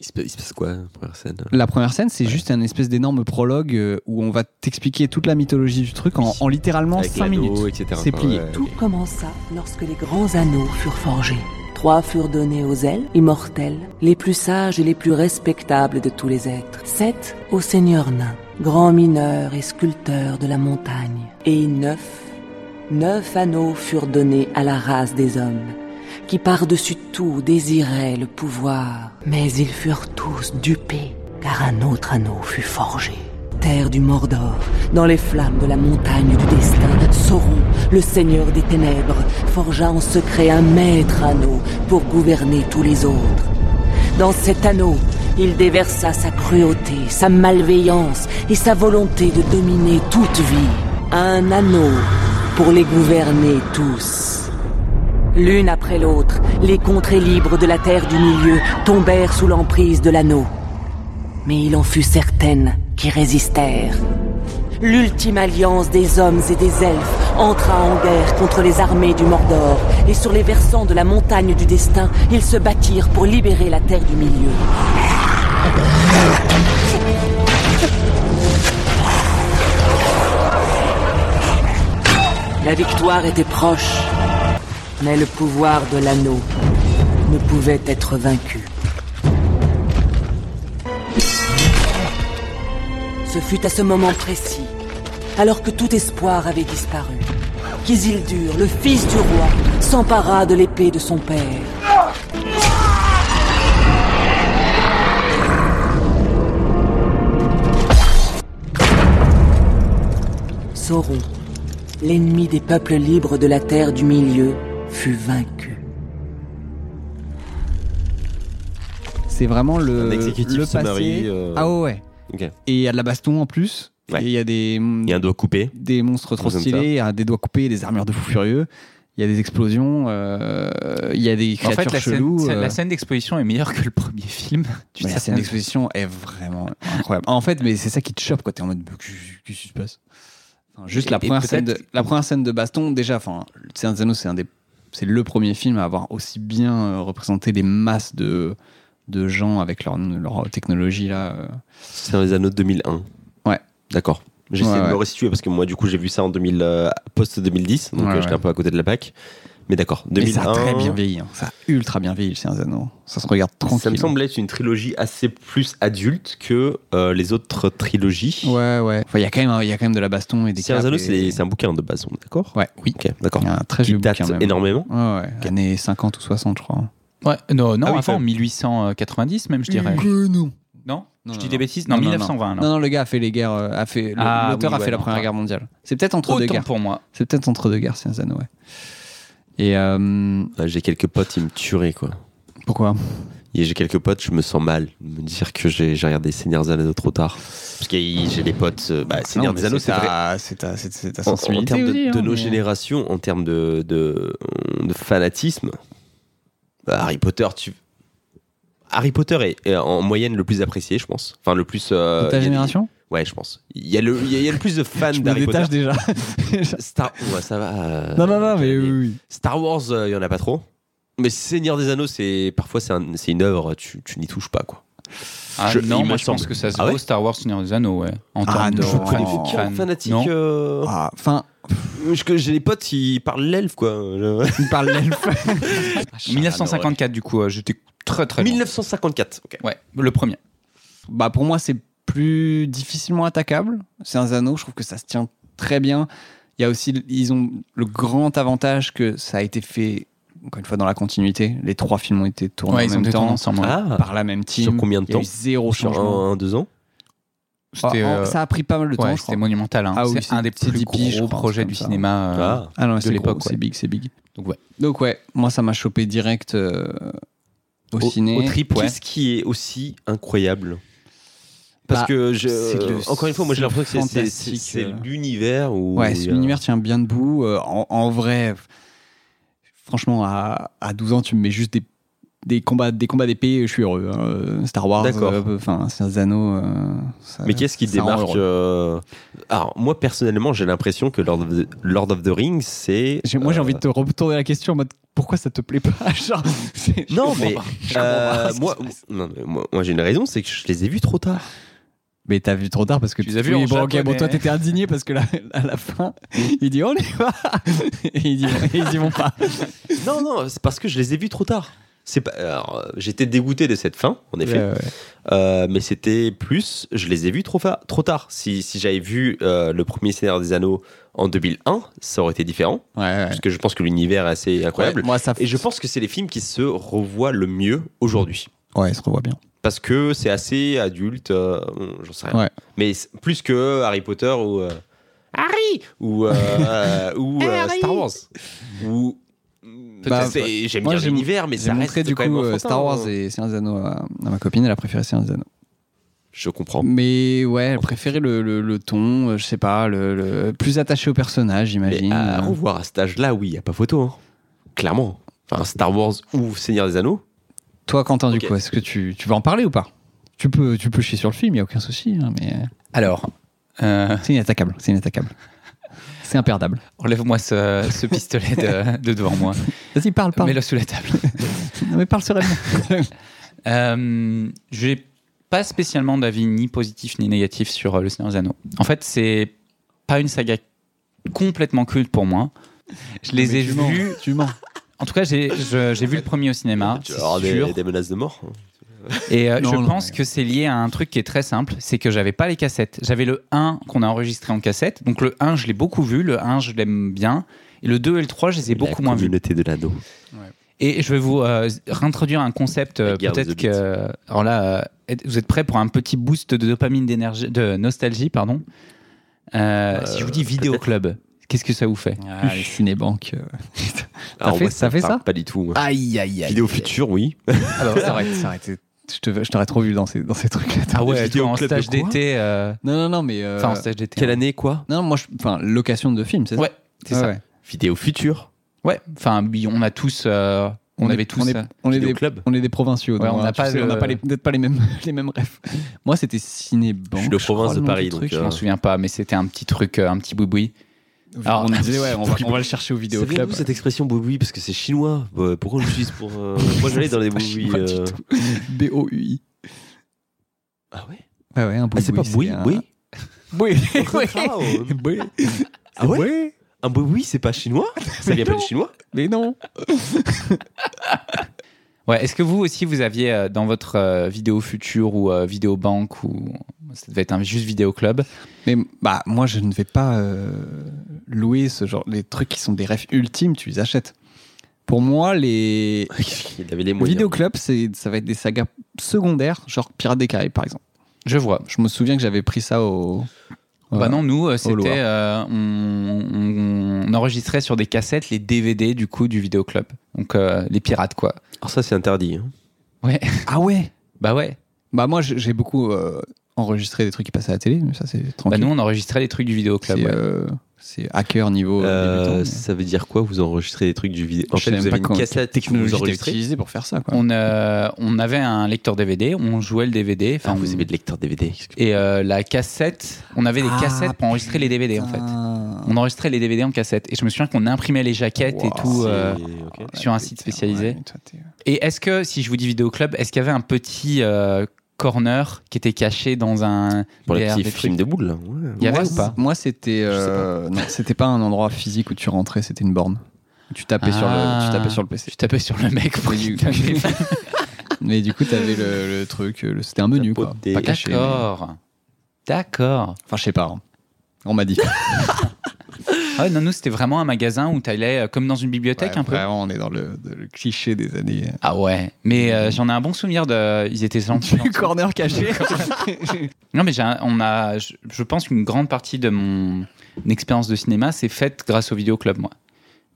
C: Il se, il se passe quoi, la première scène
B: La première scène, c'est juste un espèce d'énorme prologue euh, où on va t'expliquer toute la mythologie du truc en, en littéralement
C: Avec
B: 5
C: l'anneau,
B: minutes.
C: etc.
B: C'est
C: Enfin,
B: plié.
C: ouais,
J: Tout
C: ok.
J: commença lorsque les grands anneaux furent forgés. Trois furent donnés aux ailes, immortels, les plus sages et les plus respectables de tous les êtres. Sept au seigneur nain, grand mineur et sculpteur de la montagne. Et neuf, neuf anneaux furent donnés à la race des hommes, qui par-dessus tout désiraient le pouvoir. Mais ils furent tous dupés, car un autre anneau fut forgé. Terre du Mordor, dans les flammes de la montagne du destin, Sauron, le seigneur des ténèbres, forgea en secret un maître anneau pour gouverner tous les autres. Dans cet anneau, il déversa sa cruauté, sa malveillance et sa volonté de dominer toute vie. Un anneau pour les gouverner tous. L'une après l'autre, les contrées libres de la terre du milieu tombèrent sous l'emprise de l'anneau. Mais il en fut certaines qui résistèrent. L'ultime alliance des hommes et des elfes entra en guerre contre les armées du Mordor, et sur les versants de la montagne du destin, ils se battirent pour libérer la terre du milieu. La victoire était proche, mais le pouvoir de l'anneau ne pouvait être vaincu. Ce fut à ce moment précis, alors que tout espoir avait disparu, qu'Isildur, le fils du roi, s'empara de l'épée de son père. Sauron, l'ennemi des peuples libres de la terre du milieu, fut vaincu.
B: C'est vraiment le,
C: Un exécutif
B: le
C: se
B: passé.
C: marie, euh,
B: Ah ouais.
C: Ok.
B: Et il y a de la baston en plus.
C: Ouais.
B: Et il y a des
C: Il y a un doigt coupé.
B: des monstres trop
C: Comme ça.
B: stylés, il y a des doigts coupés, des armures de fous furieux, il y a des explosions, euh, il y a des
A: En
B: créatures
A: fait, la scène,
B: cheloues.
A: scène-
B: euh,
A: la scène d'exposition est meilleure que le premier film.
B: mais la scène d'exposition est vraiment incroyable. En fait, mais c'est ça qui te chope quand t'es en mode Mais qu'est-ce qui se passe Enfin, Juste
A: Et-
B: la
A: et
B: première, scène de,
A: peut-être-
B: la première scène de baston, déjà, enfin, Le Seigneur des Anneaux, c'est un des, c'est le premier film à avoir aussi bien euh, représenté les masses de de gens avec leur, leur technologie là. euh.
C: C'est dans les anneaux de 2001.
B: Ouais.
C: D'accord. J'essaie
B: Ouais,
C: de me
B: ouais.
C: resituer parce que moi, du coup, j'ai vu ça en 2000, euh, post-2010. Donc,
B: Ouais,
C: euh, j'étais
B: ouais.
C: un peu à côté de la PAC. Mais d'accord.
B: Mais
C: 2001.
B: ça a très bien vieilli, hein. ça a ultra bien vieilli, le Seigneur des Anneaux. Ça se regarde tranquille.
C: Ça me semble être une trilogie assez plus adulte que euh, les autres trilogies.
B: Ouais, ouais. Enfin, Il y, a quand même- il y a quand même de la baston et des
C: Seigneur des Anneaux,
B: câbles et-
C: c'est c'est un bouquin de base, on est d'accord
B: Ouais, oui.
C: Ok, d'accord.
B: Il y a un très
C: Qui
B: vieux
C: date
B: bouquin même.
C: énormément.
B: Ouais, ouais. Années 50 ou 60, je crois.
A: Ouais, non, non
C: Ah oui,
A: avant,
C: quand même.
A: 1890 même, je dirais.
B: non.
A: Non,
B: Non,
A: Mm. Je
B: non,
A: dis
B: non.
A: des bêtises Non, 1920.
B: Non.
A: alors.
B: non, le gars a fait les guerres, euh, a fait le-
A: Ah,
B: l'auteur
A: oui,
B: a fait
A: ouais,
B: la
A: non,
B: première
A: pas.
B: guerre mondiale. C'est peut-être entre deux
A: Autant
B: guerres.
A: pour moi.
B: C'est peut-être entre deux guerres, Cinzano, ouais. Et euh,
C: Ah, J'ai quelques potes, ils me tueraient, quoi.
B: pourquoi
C: Et J'ai quelques potes, je me sens mal de me dire que j'ai j'ai regardé Seigneur des Anneaux trop tard. Parce que j'ai des potes. euh, Bah, Seigneur
B: Ah Non, mais
C: des Anneaux, c'est vrai.
B: ta- C'est ta, c'est- c'est ta
C: En, en
B: sensibilité.
C: termes de,
B: aussi, hein,
C: de nos
B: mais-
C: générations, en termes de, de, de fanatisme, bah, Harry Potter, tu. Harry Potter est, est en moyenne le plus apprécié, je pense. Enfin, le plus. euh,
B: De ta
C: il y a-
B: génération
C: Ouais, je pense. Il y, a le- il y a- il y a le plus de fans
B: Je me
C: d'Harry Potter.
B: détache déjà.
C: Star. Ouais, ça va. euh,
B: non, non, non, mais oui, oui.
C: Star Wars, euh, il y en a pas trop. Mais Seigneur des Anneaux, c'est parfois c'est un- c'est une œuvre, tu, tu n'y touches pas quoi.
A: Ah
C: Je-
A: non,
C: il
A: moi
C: me
A: je pense
C: semble.
A: que ça se
C: Ah
A: voit
C: ouais
A: Star Wars Seigneur des Anneaux, ouais. En
B: Ah
A: termes de
B: non, je connais
A: fan-
C: Aucun
A: fan-
C: fanatique.
A: Non.
C: euh,
B: Ah, Enfin,
C: je- que J'ai des potes qui parlent l'elfe quoi. Je-
B: il parle l'elfe.
A: 1954 du coup, euh, j'étais très très loin.
C: 1954. ok.
A: Ouais, le premier.
B: bah pour moi c'est plus difficilement attaquable. C'est un Zano, je trouve que ça se tient très bien. Il y a aussi ils ont le grand avantage que ça a été fait encore une fois dans la continuité. Les trois films ont été tournés
A: Ouais,
B: en
A: ils ont
B: même
A: été
B: temps
A: tournés ensemble. ouais.
C: Ah.
B: par la même team.
C: Sur combien de
B: Il y a eu
C: temps
B: zéro
C: Sur
B: changement.
C: un, un, deux ans.
B: Ah,
A: C'était
B: ah,
A: euh,
B: ça a pris pas mal de temps.
A: ouais,
B: je crois.
A: c'était monumental. hein.
B: Ah oui,
A: c'est un des
B: c'est
A: plus
B: 10 piges, je
A: gros
B: crois,
A: projets
B: comme
A: du
B: ça.
A: cinéma. euh,
C: Ah.
B: Ah non,
A: de
B: c'est gros,
A: l'époque,
B: c'est
A: ouais.
B: big, c'est big.
A: Donc, ouais.
B: Donc ouais, moi ça m'a chopé direct euh, au, ciné.
A: au trip, ouais.
C: Qu'est-ce qui est aussi incroyable Parce
B: Bah,
C: que je,
B: c'est le-
C: encore une fois, moi
B: c'est
C: j'ai
B: le
C: l'impression que c'est- c'est-
B: fantastique,
C: c'est
B: euh.
C: l'univers où
B: Ouais,
C: il y
B: cet
C: a-
B: univers tient bien debout. Euh, en, en vrai, franchement, à, à 12 ans, tu me mets juste des, des combats des combats d'épée, je suis heureux. hein. Euh, Star Wars,
C: D'accord.
B: euh, enfin, c'est un Zano. euh, ça-
C: Mais qu'est-ce qui
B: ça rend
C: démarque
B: heureux.
C: euh, Alors, moi, personnellement, j'ai l'impression que Lord of the, Lord of the Rings, c'est.
B: J'ai- Moi, j'ai
C: euh,
B: envie de te retourner la question en mode pourquoi ça te plaît pas Genre, c'est- je
C: Non,
B: comprends
C: mais.
B: pas. Je comprends
C: euh,
B: pas ce qui
C: moi,
B: se passe.
C: non, mais moi, moi, j'ai une raison, c'est que je les ai vus trop tard.
B: Mais t'as vu trop tard parce que
A: Tu les as vus en
B: bon, ok,
A: japonais.
B: bon, toi, t'étais indigné parce que là, à la fin, il dit on y va Et ils y vont, et ils y vont pas.
C: non, non, c'est parce que je les ai vus trop tard. C'est pas. alors, euh, j'étais dégoûté de cette fin, en effet.
B: Ouais, ouais.
C: Euh, mais c'était plus, je les ai vus trop, fa- trop tard. Si, si j'avais vu euh, le premier Seigneur des Anneaux en 2001, ça aurait été différent.
B: Ouais, ouais.
C: Parce que je pense que l'univers est assez incroyable.
B: Ouais, moi, ça.
C: Et je pense que c'est les films qui se revoient le mieux aujourd'hui.
B: Ouais, ça se revoit bien.
C: Parce que c'est assez adulte, euh, bon, j'en sais rien.
B: Ouais.
C: Mais c'est plus que Harry Potter ou. euh, Harry Ou, euh, ou euh, Star Wars. Ou.
B: Bah,
C: Peut-être c'est- J'aime
B: moi,
C: bien
B: j'ai-
C: l'univers, mais
B: J'ai
C: ça
B: montré
C: reste
B: du
C: quand
B: coup
C: même
B: euh,
C: enfantin,
B: Star Wars
C: hein.
B: et Seigneur des Anneaux à, à ma copine, elle a préféré Seigneur des Anneaux.
C: Je comprends.
B: Mais ouais, elle préférait le, le- le ton, euh, je sais pas, le, le- plus attaché au personnage,
C: Mais ah,
B: j'imagine.
C: à
B: Euh,
C: revoir à cet âge-là, oui, il n'y a pas photo. hein. Clairement. Enfin, Star Wars ou Seigneur des Anneaux.
B: Toi, Quentin,
C: Ok.
B: du coup, est-ce que tu, tu vas en parler ou pas tu peux, tu peux chier sur le film, il a aucun souci, hein, mais euh,
A: Alors, euh,
B: c'est inattaquable, c'est inattaquable. C'est imperdable.
A: enlève-moi ce, ce pistolet de, de devant moi.
B: Vas-y, parle, parle.
A: Mets-le sous la table.
B: Non, mais parle sereinement.
A: Euh, j'ai pas spécialement d'avis ni positif ni négatif sur euh, Le Seigneur des Anneaux. En fait, c'est pas une saga complètement culte pour moi. Je les ai
B: Mais tu mens,
A: vus.
B: Tu mens.
A: En tout cas, j'ai je- j'ai vu le premier au cinéma.
C: Tu
A: c'est
C: vas avoir
A: sûr.
C: des, des menaces de mort.
A: Et euh,
B: Non,
A: je
B: non,
A: pense
B: mais-
A: que c'est lié à un truc qui est très simple, c'est que j'avais pas les cassettes. J'avais le 1 qu'on a enregistré en cassette. Donc le 1, je l'ai beaucoup vu, le 1, je l'aime bien. Et le 2 et le 3, je les ai beaucoup moins vus.
C: communauté de l'anneau.
A: Et je vais vous euh, réintroduire un concept, euh,
C: La guerre
A: peut-être
C: des
A: que... Alors là, euh, êtes- vous êtes prêts pour un petit boost de dopamine, d'énergie, de nostalgie, pardon Euh, Si je vous dis vidéo club, qu'est-ce que ça vous fait
B: Ah, les cinébanques. euh.
C: Alors,
B: fait-
C: moi,
B: t'as fait
C: me parle
B: ça
C: Pas du tout. moi.
A: Aïe, aïe,
C: Vidéo future, oui.
B: S'arrête, s'arrête. Je te- je t'aurais trop vu dans ces, dans ces trucs-là.
A: Ah ouais,
C: Vidéo
A: toi, en
C: club de
A: stage
C: quoi
A: d'été... euh,
B: Non, non, non, mais. euh,
A: Enfin, en stage d'été.
C: Quelle
A: hein.
C: année, quoi
B: Non, moi, je- enfin, location de film, c'est ça
A: Ouais, c'est ça.
B: Ouais, ouais.
C: Vidéo future.
A: Ouais, enfin, oui, on a tous... euh, on,
B: est-
A: avait tous...
B: on est,
A: euh,
B: on est
C: Vidéo
B: des,
C: club.
B: on est des provinciaux.
A: Ouais,
B: donc,
A: on n'a
B: hein, tu
A: pas
B: sais, on
A: le-
B: n'a pas les- peut-être pas les mêmes, les mêmes refs. Moi, c'était Cinébanque.
C: Je suis de
B: crois,
C: province de
B: le nom
C: Paris,
B: du
C: donc, euh.
B: truc.
A: Je m'en souviens pas, mais c'était un petit truc, euh, un petit boui Alors-
B: on disait, ouais, on va, on va le chercher au vidéo
C: C'est
B: club.
C: vous cette expression boui parce que c'est chinois. Bah, Pourquoi on l'utilise pour. euh, Moi j'allais dans les euh.
B: Pas
C: boui
B: chinois du tout. B-O-U-I.
C: Ah ouais
B: Ouais, ouais, un
C: Ah, c'est pas
B: boui-boui,
C: boui
B: un-
C: boui
B: Boui.
C: Ah, oh.
B: Boui.
C: Ah ouais Un boui boui c'est pas chinois Ça vient pas du chinois
B: Mais non.
A: Ouais, est-ce que vous aussi, vous aviez euh, dans votre euh, vidéo future ou euh, vidéo banque ou ça devait être un juste vidéo club
B: Mais bah, moi, je ne vais pas euh, louer ce genre. Les trucs qui sont des rêves ultimes, tu les achètes. Pour moi, les
C: Il avait les moyens.
B: vidéoclubs, c'est- ça va être des sagas secondaires, genre Pirates des Caraïbes, par exemple.
A: Je vois.
B: Je me souviens que j'avais pris ça au.
A: Bah non, nous, euh,
B: Au Loir.
A: c'était. euh, on, on- on enregistrait sur des cassettes les DVD du coup du vidéoclub. Donc euh, les pirates, quoi.
C: Alors ça, c'est interdit. hein.
A: Ouais.
B: Ah ouais
A: Bah ouais.
B: Bah moi, j'ai j'ai beaucoup euh, enregistré des trucs qui passaient à la télé, mais ça c'est
A: Bah
B: tranquille.
A: nous, on enregistrait les trucs du vidéoclub.
B: c'est
A: ouais.
B: euh, c'est hacker niveau euh,
C: Euh,
B: débutant, mais
C: ça veut dire quoi Vous enregistrez des trucs du vidéo En
B: Je
C: fait,
B: sais même
C: vous
B: pas
C: avez une
B: comment-
C: cassette
B: la technologie
C: vous
B: était
C: enregistrez.
B: utilisée pour faire ça. Quoi.
A: On, euh, on avait un lecteur DVD, on jouait le DVD.
C: Ah,
A: Enfin,
C: vous
A: on-
C: avez le lecteur DVD. excusez-moi.
A: Et euh, la cassette, on avait des
B: Ah,
A: cassettes pour enregistrer les DVD en fait.
B: fait.
A: On enregistrait les DVD en cassette. Et je me souviens qu'on imprimait les jaquettes et
B: Wow.
A: tout
C: C'est-
A: euh,
C: ok.
A: sur un site spécialisé. Et est-ce que, si je vous dis vidéoclub, est-ce qu'il y avait un petit euh, corner qui était caché dans un.
C: Pour les
A: derrière
C: petits
A: des
C: films
A: trucs
C: de boules. là, ouais.
A: Il y avait
B: moi,
A: ou pas
B: Moi, c'était euh, non, c'était pas un endroit physique où tu rentrais, c'était une borne. Tu tapais sur le, tu
A: Ah.
B: tapais sur le PC.
A: Je tapais sur le mec pour
B: Mais
A: lui
B: du- Mais du coup, t'avais le, le truc, euh, le- c'était un menu quoi,
C: Tapoter.
B: pas caché. mais-
A: D'accord. D'accord.
B: Enfin, je sais pas. hein. On m'a dit.
A: Ah ouais, non, nous, c'était vraiment un magasin où t'allais euh, comme dans une bibliothèque
B: Ouais,
A: un peu.
B: Vraiment, on est dans le, de- le cliché des années.
A: Ah ouais. Mais euh, j'en ai un bon souvenir de. Ils étaient gentils.
B: corner caché.
A: Non, mais j'ai un- on a, je, je pense qu'une grande partie de mon expérience de cinéma s'est faite grâce au vidéoclub, moi.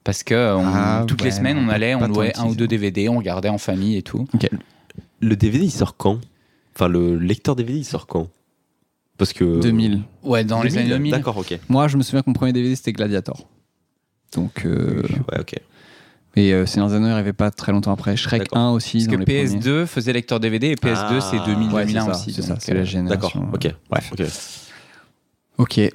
A: Parce que euh, on-
B: Ah,
A: toutes les
B: ouais,
A: semaines, on
B: pas-
A: allait,
B: pas
A: on
B: tant
A: louait
B: que
A: un ou
B: ça.
A: deux DVD, on regardait en famille et tout.
C: Le DVD, il sort quand Enfin, le lecteur DVD, il sort quand Parce que.
B: 2000.
A: Ouais, dans les
C: 2000,
A: années 2000.
C: D'accord, ok.
B: Moi, je me souviens que mon premier DVD, c'était Gladiator. Donc, euh,
C: Ouais, ok.
B: et euh, Seigneur des Anneaux, il arrivait pas très longtemps après. Shrek
C: D'accord.
B: 1 aussi.
A: Parce
B: dans
A: que
B: les
A: PS2
B: premiers.
A: faisait lecteur DVD et PS2 c'est
C: Ah,
A: 2000
B: Ouais, c'est
A: 2001
B: ça,
A: aussi.
B: C'est ça,
A: donc,
B: c'est la
A: euh,
C: D'accord,
B: génération. euh,
C: ok.
B: Bref.
C: Ok.
B: Ok.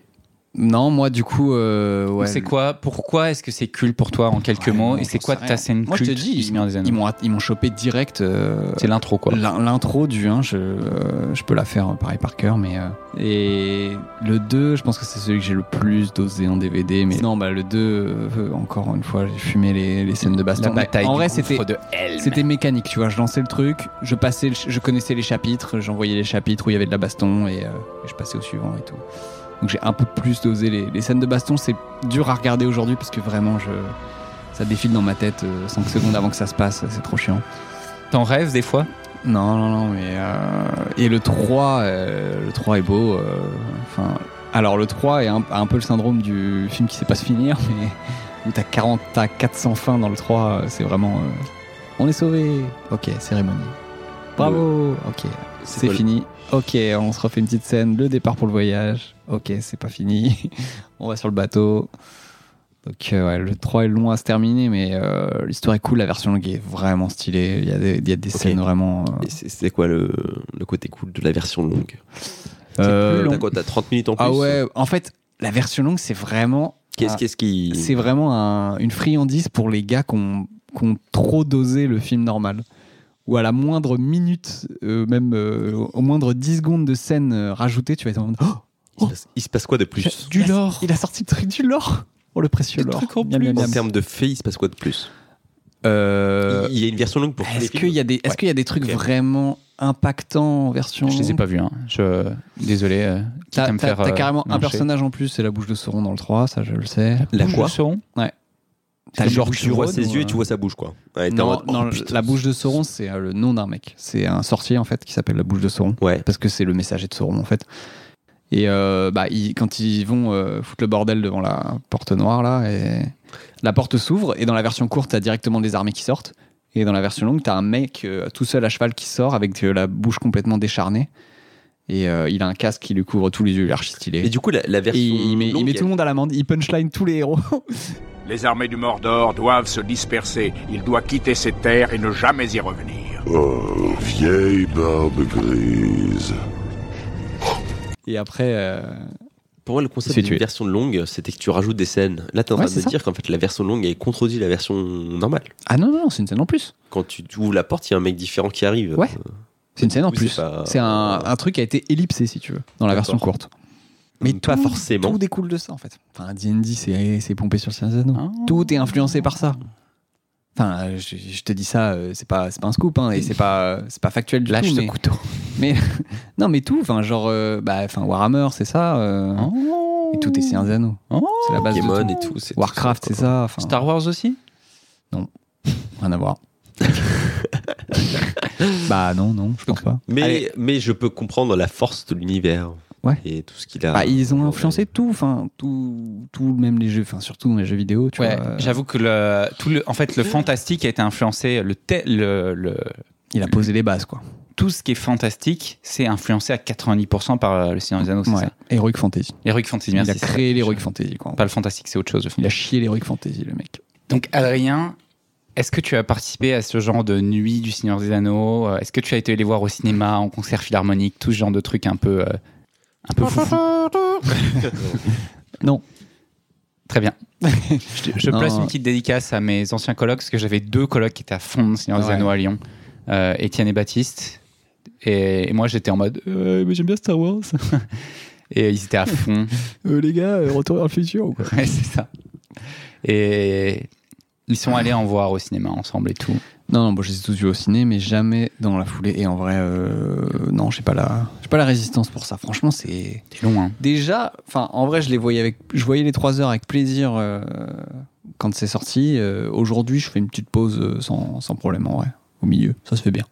B: Non, moi, du coup, euh, ouais.
A: C'est quoi Pourquoi est-ce que c'est culte pour toi en quelques
B: Ouais,
A: mots
B: non,
A: Et c'est
B: j'en
A: quoi
B: sais
A: ta
B: rien.
A: scène
B: Moi, je te
A: culte
B: dis,
A: du Seigneur des Anneaux
B: Ils m'ont, ils m'ont chopé direct. euh,
A: C'est l'intro quoi.
B: L'in- L'intro du 1, je, euh, je peux la faire euh, pareil par cœur, mais. euh, et le 2, je pense que c'est celui que j'ai le plus dosé en DVD, mais. Non, bah le 2, euh, encore une fois, j'ai fumé les, les scènes de baston.
A: La
B: Mais
A: bataille
B: en
A: du
B: vrai,
A: gouffre
B: c'était.
A: de Helm.
B: C'était mécanique, tu vois. Je lançais le truc, je passais, le ch- je connaissais les chapitres, j'envoyais les chapitres où il y avait de la baston et, euh, et je passais au suivant et tout. Donc j'ai un peu plus dosé les, les scènes de baston. C'est dur à regarder aujourd'hui parce que vraiment, je, ça défile dans ma tête 5 secondes avant que ça se passe. C'est trop chiant.
A: T'en rêves des fois
B: Non, non, non, mais. euh, Et le 3, euh, le 3 est beau. euh, Enfin. Alors, le 3 est un, a un peu le syndrome du film qui sait pas se finir, mais où t'as 40, t'as 400 fins dans le 3, euh, c'est vraiment. euh, on est sauvé Ok, cérémonie. Bravo Ok, c'est
C: quoi le-
B: fini. Ok, on se refait une petite scène, le départ pour le voyage. Ok, c'est pas fini. on va sur le bateau. Donc, euh, ouais, le 3 est long à se terminer, mais euh, l'histoire est cool, la version longue est vraiment stylée. Il y a des, il y a des
C: Ok.
B: scènes vraiment. euh,
C: Et c'est- C'est quoi le, le côté cool de la version longue
B: Euh,
C: T'as quoi T'as 30 minutes en plus euh,
B: Ah ouais, en fait, la version longue, c'est vraiment,
C: Qu'est-ce
B: Ah.
C: qu'est-ce qui.
B: c'est vraiment un- une friandise pour les gars qui ont, qui ont trop dosé le film normal. Ou à la moindre minute, euh, même euh, au moindre 10 secondes de scène euh, rajoutée, tu vas être en mode Oh,
C: Il se passe- Il se passe quoi de plus
A: Du
B: il a-
A: lore.
B: Il a sorti le truc du lore Oh, le précieux
A: Le
B: lore
A: truc en
B: Miam, miam,
A: plus.
C: En
B: miam.
C: termes de fait, il se passe quoi de plus
B: Euh,
C: Il y a une version longue pour tous les
B: Est-ce
C: films.
B: qu'il y, a des- est-ce
C: Ouais.
B: qu'il y a des trucs
C: Ok.
B: vraiment impactants en version
A: Je les ai pas vus. Hein. Je... Désolé. euh, quitte
B: T'as
A: à me
B: t'as-
A: faire,
B: t'as
A: euh,
B: carrément un
A: lyncher.
B: personnage en plus, c'est la bouche de Sauron dans le 3, ça je le sais.
A: La
C: Bouche de
A: quoi
B: T'as le
C: genre
B: bouche
C: tu
B: du
C: vois
B: Rhône,
C: ses
B: ou,
C: yeux
B: euh,
C: et tu vois sa bouche quoi. Ouais, t'es en
B: Non,
C: mode, oh,
B: non,
C: putain.
B: la bouche de Sauron, c'est euh, le nom d'un mec. C'est un sorcier en fait qui s'appelle la bouche de Sauron
C: Ouais.
B: parce que c'est le messager de Sauron en fait. Et euh, bah, ils- quand ils vont euh, foutre le bordel devant la porte noire là, et la porte s'ouvre et dans la version courte t'as directement des armées qui sortent et dans la version longue t'as un mec euh, tout seul à cheval qui sort avec euh, la bouche complètement décharnée et euh, il a un casque qui lui couvre tous les yeux, il est archi stylé.
C: Mais du coup, la, la
B: Et
C: version.
B: il met, il
C: longue,
B: met tout le monde à l'amende, il punchline tous les héros.
I: Les armées du Mordor doivent se disperser. Il doit quitter ces terres et ne jamais y revenir.
K: Oh, vieille barbe grise.
B: Et après, euh,
C: Pour moi, le concept
B: Si
C: d'une
B: tu es.
C: version longue, c'était que tu rajoutes des scènes. Là, t'es en
B: Ouais,
C: train
B: c'est
C: de
B: ça.
C: dire qu'en fait, la version longue, elle contredit la version normale.
B: ah non, non, non, c'est une scène en plus.
C: Quand tu ouvres la porte, il y a un mec différent qui arrive.
B: Ouais. C'est une scène en
C: Oui, c'est
B: plus.
C: pas-
B: C'est un, un truc qui a été ellipsé, si tu veux, dans la
C: D'accord.
B: version courte.
C: Mais pas
B: tout-
C: forcément.
B: Tout découle de ça, en fait. Enfin, D&D, c'est c'est pompé sur le Seigneur des Anneaux.
A: Ah.
B: Tout est influencé par ça. Enfin, euh, je, je te dis ça, euh, c'est pas, c'est pas un scoop, hein, et c'est pas, euh, c'est pas factuel du
A: Lâche
B: tout.
A: ce
B: mais-
A: couteau.
B: Mais, non, mais tout, enfin, genre, euh, bah, enfin, Warhammer, c'est ça, euh,
A: Ah.
B: et tout est Seigneur des Anneaux.
A: Hein Oh.
B: c'est la base de
C: Pokémon
B: tout.
C: et tout. c'est tout
B: Warcraft,
C: ça,
B: c'est
C: quoi.
B: ça. enfin.
A: Star Wars aussi
B: rien à voir. bah non, non, je pense pas.
C: Mais, mais je peux comprendre la force de l'univers.
B: Ouais.
C: Et tout ce qu'il a.
A: Ah,
B: Bah, ils ont influencé tout, enfin tout, tout, même les jeux, enfin surtout dans les jeux vidéo, tu
A: Ouais,
B: vois. euh,
A: J'avoue que le, tout le, en fait, le fantastique a été influencé. Le, te- le, le-
B: Il a posé les bases, quoi.
A: tout ce qui est fantastique, c'est influencé à 90% par euh, le Seigneur des Anneaux. c'est
B: Ouais.
A: ça
B: Heroic Fantasy.
A: L'Heroic Fantasy,
B: Il
A: merci.
B: a
A: c'est ça.
B: créé l'Heroic Fantasy, quoi.
A: Pas le fantastique, c'est autre chose. le
B: Il a
A: fantastique.
B: chié l'Heroic Fantasy, le mec.
A: Donc, Adrien, est-ce que tu as participé à ce genre de nuit du Seigneur des Anneaux Euh, Est-ce que tu as été les voir au cinéma, en concert philharmonique, tout ce genre de trucs un peu, euh, un peu foufou
B: Non.
A: Très bien. je je
B: Non.
A: place une petite dédicace à mes anciens colocs, parce que j'avais deux colocs qui étaient à fond de Seigneur des
B: Ouais.
A: Anneaux à Lyon, euh, Étienne et Baptiste. Et, et moi, j'étais en mode Euh, mais j'aime bien Star Wars. et ils étaient à fond.
B: Euh, les gars, retour vers le futur, quoi.
A: ouais, c'est ça. Et ils sont allés en voir au cinéma ensemble et tout.
B: Non, non, bon, je les ai tous vus au ciné, mais jamais dans la foulée. Et en vrai, euh, non, j'ai pas la, j'ai pas la résistance pour ça. Franchement, c'est
A: C'est long, hein.
B: déjà, enfin, en vrai, je les voyais avec, je voyais les trois heures avec plaisir euh, quand c'est sorti. Euh, Aujourd'hui, je fais une petite pause euh, sans, sans problème, en vrai, au milieu, ça se fait bien.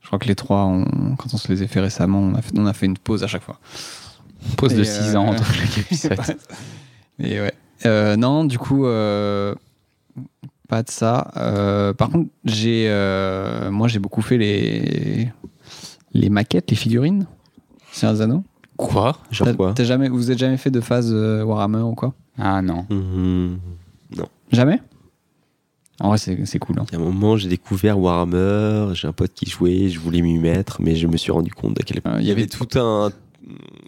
B: Je crois que les trois, on- quand on se les a fait récemment, on a fait, on a fait une pause à chaque fois.
A: Pause de
B: Et,
A: 6
B: euh,
A: ans entre chaque épisode.
B: Et ouais. Euh, non, du coup, euh, pas de ça. Euh, par contre, j'ai, euh, moi, j'ai beaucoup fait les, les maquettes, les figurines. C'est un anneau.
A: Quoi
C: Genre quoi
B: T'as jamais, vous êtes jamais fait de phase euh, Warhammer ou quoi
A: Ah non.
C: Mhm.
B: Jamais En vrai, c'est c'est cool. hein.
C: Il y a un moment, j'ai découvert Warhammer, j'ai un pote qui jouait, je voulais m'y mettre, mais je me suis rendu compte à quel point
B: Euh,
C: il y avait tout un.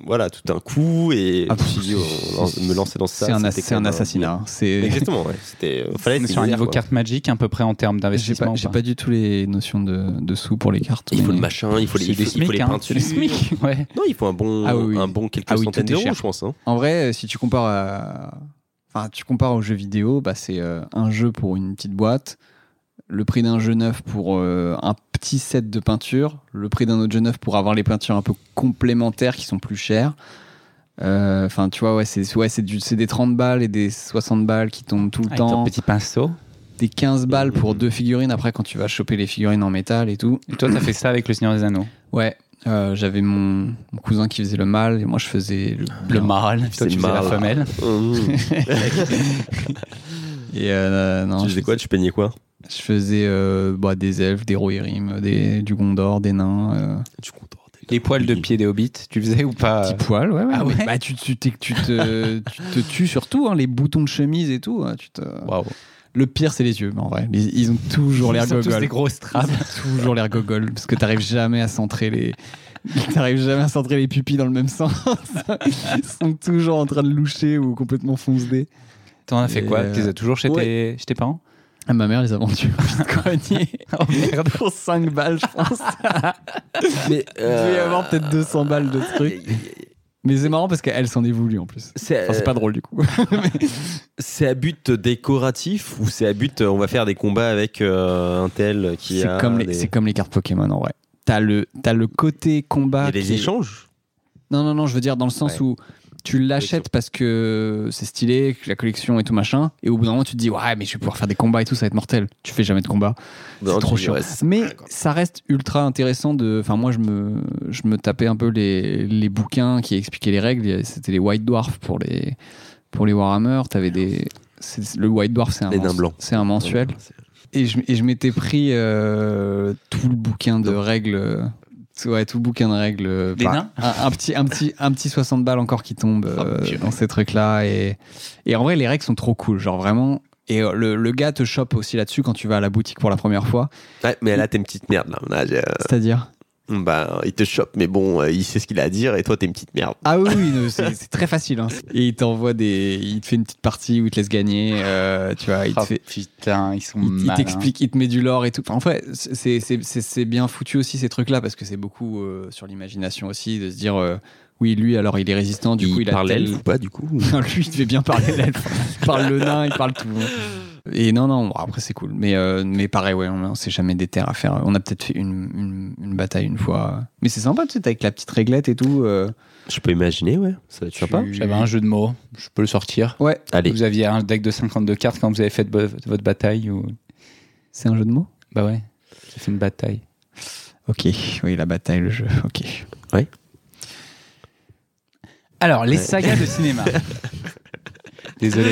C: Voilà, tout un coup, et
B: Ah,
C: je me suis dit, oh, on lance- me lancer dans ça.
B: C'est un,
C: c'était
B: ass- c'est
C: comme
B: un assassinat. hein. C'est.
C: Exactement, ouais. C'était. euh, Fallait
A: On est
C: s'y
A: sur un
C: faire,
A: niveau
C: quoi.
A: carte magique à peu près en termes
B: J'ai pas,
A: d'investissement.
B: j'ai
A: ou
B: pas du tout les notions de, de sous pour les cartes.
C: Il faut
B: mais-
C: le machin, il faut les,
A: C'est
C: il faut,
A: des
C: il faut les
A: SMIC, hein.
C: peintures.
A: C'est des SMIC. Ouais.
C: Non, il faut un bon,
B: Ah oui, oui.
C: un bon quelques
B: Ah oui,
C: centaines
B: tout est
C: d'euros,
B: cher.
C: je pense. hein.
B: En vrai, euh, si tu compares à... Enfin, tu compares aux jeux vidéo, bah, c'est euh, un jeu pour une petite boîte, le prix d'un jeu neuf pour euh, un petit set de peinture, le prix d'un autre jeu neuf pour avoir les peintures un peu complémentaires qui sont plus chères. Euh, Enfin, tu vois, ouais, c'est ouais, c'est du- c'est des 30 balles et des 60 balles qui tombent tout le
A: Avec
B: temps.
A: Ah, un petit pinceau.
B: Des 15 balles pour deux figurines après quand tu vas choper les figurines en métal et tout.
A: Et toi, t'as fait ça avec le Seigneur des Anneaux.
B: Ouais, euh, j'avais mon, mon cousin qui faisait le mâle et moi je faisais le,
A: Le
B: bien.
A: mâle.
C: C'est
A: Toi, tu
C: le
A: faisais la femelle.
C: mâle. Mhm.
B: Et euh, non,
C: tu
B: je
C: faisais quoi Tu peignais quoi
B: Je faisais euh, bah, des elfes, des rohirrim, des, du gondor, des nains, euh,
C: Tu comptes.
A: Les poils de pied des hobbits, tu faisais ou pas
B: petits poils. Ouais, ouais,
A: Ah
B: mais
A: ouais
B: bah, tu, tu, t'es- tu te, tu te tues surtout, hein, les boutons de chemise et tout. hein, tu te...
A: euh, Waouh.
B: Le pire, c'est les yeux, mais en vrai. Ils, ils ont toujours l'air
A: Ils ont tous
B: gogoles.
A: des grosses
B: Ils ont
A: trappes.
B: toujours l'air gogoles, parce que t'arrives jamais à centrer les. T'arrives jamais à centrer les pupilles dans le même sens. Ils sont toujours en train de loucher ou complètement foncedés.
A: Ah, T'en as fait
B: Et
A: quoi
B: euh,
A: Tu les as toujours chez,
B: ouais.
A: tes... chez tes parents
B: Ah, ma mère les a vendus. Cognés.
A: Oh merde.
B: pour 5 balles, je pense.
C: Mais,
B: Il devait y
C: euh,
B: avoir peut-être 200 balles de trucs. Mais c'est marrant parce qu'elle s'en est voulue en plus.
C: C'est euh,
B: Enfin, c'est pas drôle du coup.
C: c'est à but décoratif ou c'est à but euh, on va faire des combats avec euh, un tel qui
B: C'est
C: a
B: comme, les-
C: des...
B: c'est comme les cartes Pokémon en vrai. T'as le, t'as le côté
C: Il y
B: combat.
C: a des
B: qui est-
C: échanges
B: Non, non, non, je veux dire dans le sens
C: Ouais.
B: où tu l'achètes
C: Collection.
B: parce que c'est stylé, que la collection et tout machin. Et au bout d'un moment, tu te dis, ouais, mais je vais pouvoir faire des combats et tout, ça va être mortel. Tu fais jamais de combat.
C: Non,
B: C'est trop
C: Bah, tu-
B: chiant.
C: ouais, c'est-
B: Mais ça reste ultra intéressant de. Enfin, moi, je me, je me tapais un peu les, les bouquins qui expliquaient les règles. C'était les White Dwarf pour les, pour les Warhammer. T'avais des. c'est- Le White Dwarf, c'est un,
C: Les nains
B: mens-
C: blancs.
B: c'est un mensuel. Et je, et je m'étais pris euh, tout le bouquin de règles. tout- Ouais, tout le bouquin de règles.
A: Des
B: Bah,
A: nains Oh,
B: un, un petit, un, petit, un petit 60 balles encore qui tombe euh, dans ces trucs-là. Et, et en vrai, les règles sont trop cool. Genre vraiment. Et euh, le, le gars te chope aussi là-dessus quand tu vas à la boutique pour la première fois.
C: Ouais, mais là t'es une petite merde là. Là, j'ai, euh,
B: C'est-à-dire
C: bah, il te chope mais bon euh, il sait ce qu'il a à dire et toi t'es une petite merde.
B: Ah oui, oui, non, c'est c'est très facile. hein. Et il t'envoie des. Il te fait une petite partie où il te laisse gagner. euh, tu vois, il te
A: Oh,
B: fait.
A: Putain, ils sont
B: il- Il
A: malins.
B: t'explique, il te met du lore et tout. Enfin, en fait, c'est- c'est c'est- c'est bien foutu aussi ces trucs-là parce que c'est beaucoup euh, sur l'imagination aussi de se dire euh, oui, lui, alors il est résistant, du coup il a.
C: parle
B: tel-
C: elfe ou pas du coup
B: Non, lui, il devait bien parler l'elfe. Il parle le nain, il parle tout. le monde. Et non, non, bon, après c'est cool. Mais, euh, mais pareil, ouais, on, on s'est jamais des terres à faire. On a peut-être fait une, une- une bataille une fois. Mais c'est sympa, tu sais, avec la petite réglette et tout. euh,
C: Je peux imaginer ouais. Ça va être sympa.
B: tu-
A: J'avais un jeu de mots, je peux le sortir.
B: Ouais,
C: Allez.
A: Vous aviez un deck de 52 cartes quand vous avez fait de- votre bataille ou...
B: C'est un jeu de mots
A: Bah ouais, ça fait une bataille.
B: Ok, oui, la bataille, le jeu, ok.
A: Alors, les
C: Ouais.
A: sagas de cinéma. Désolé.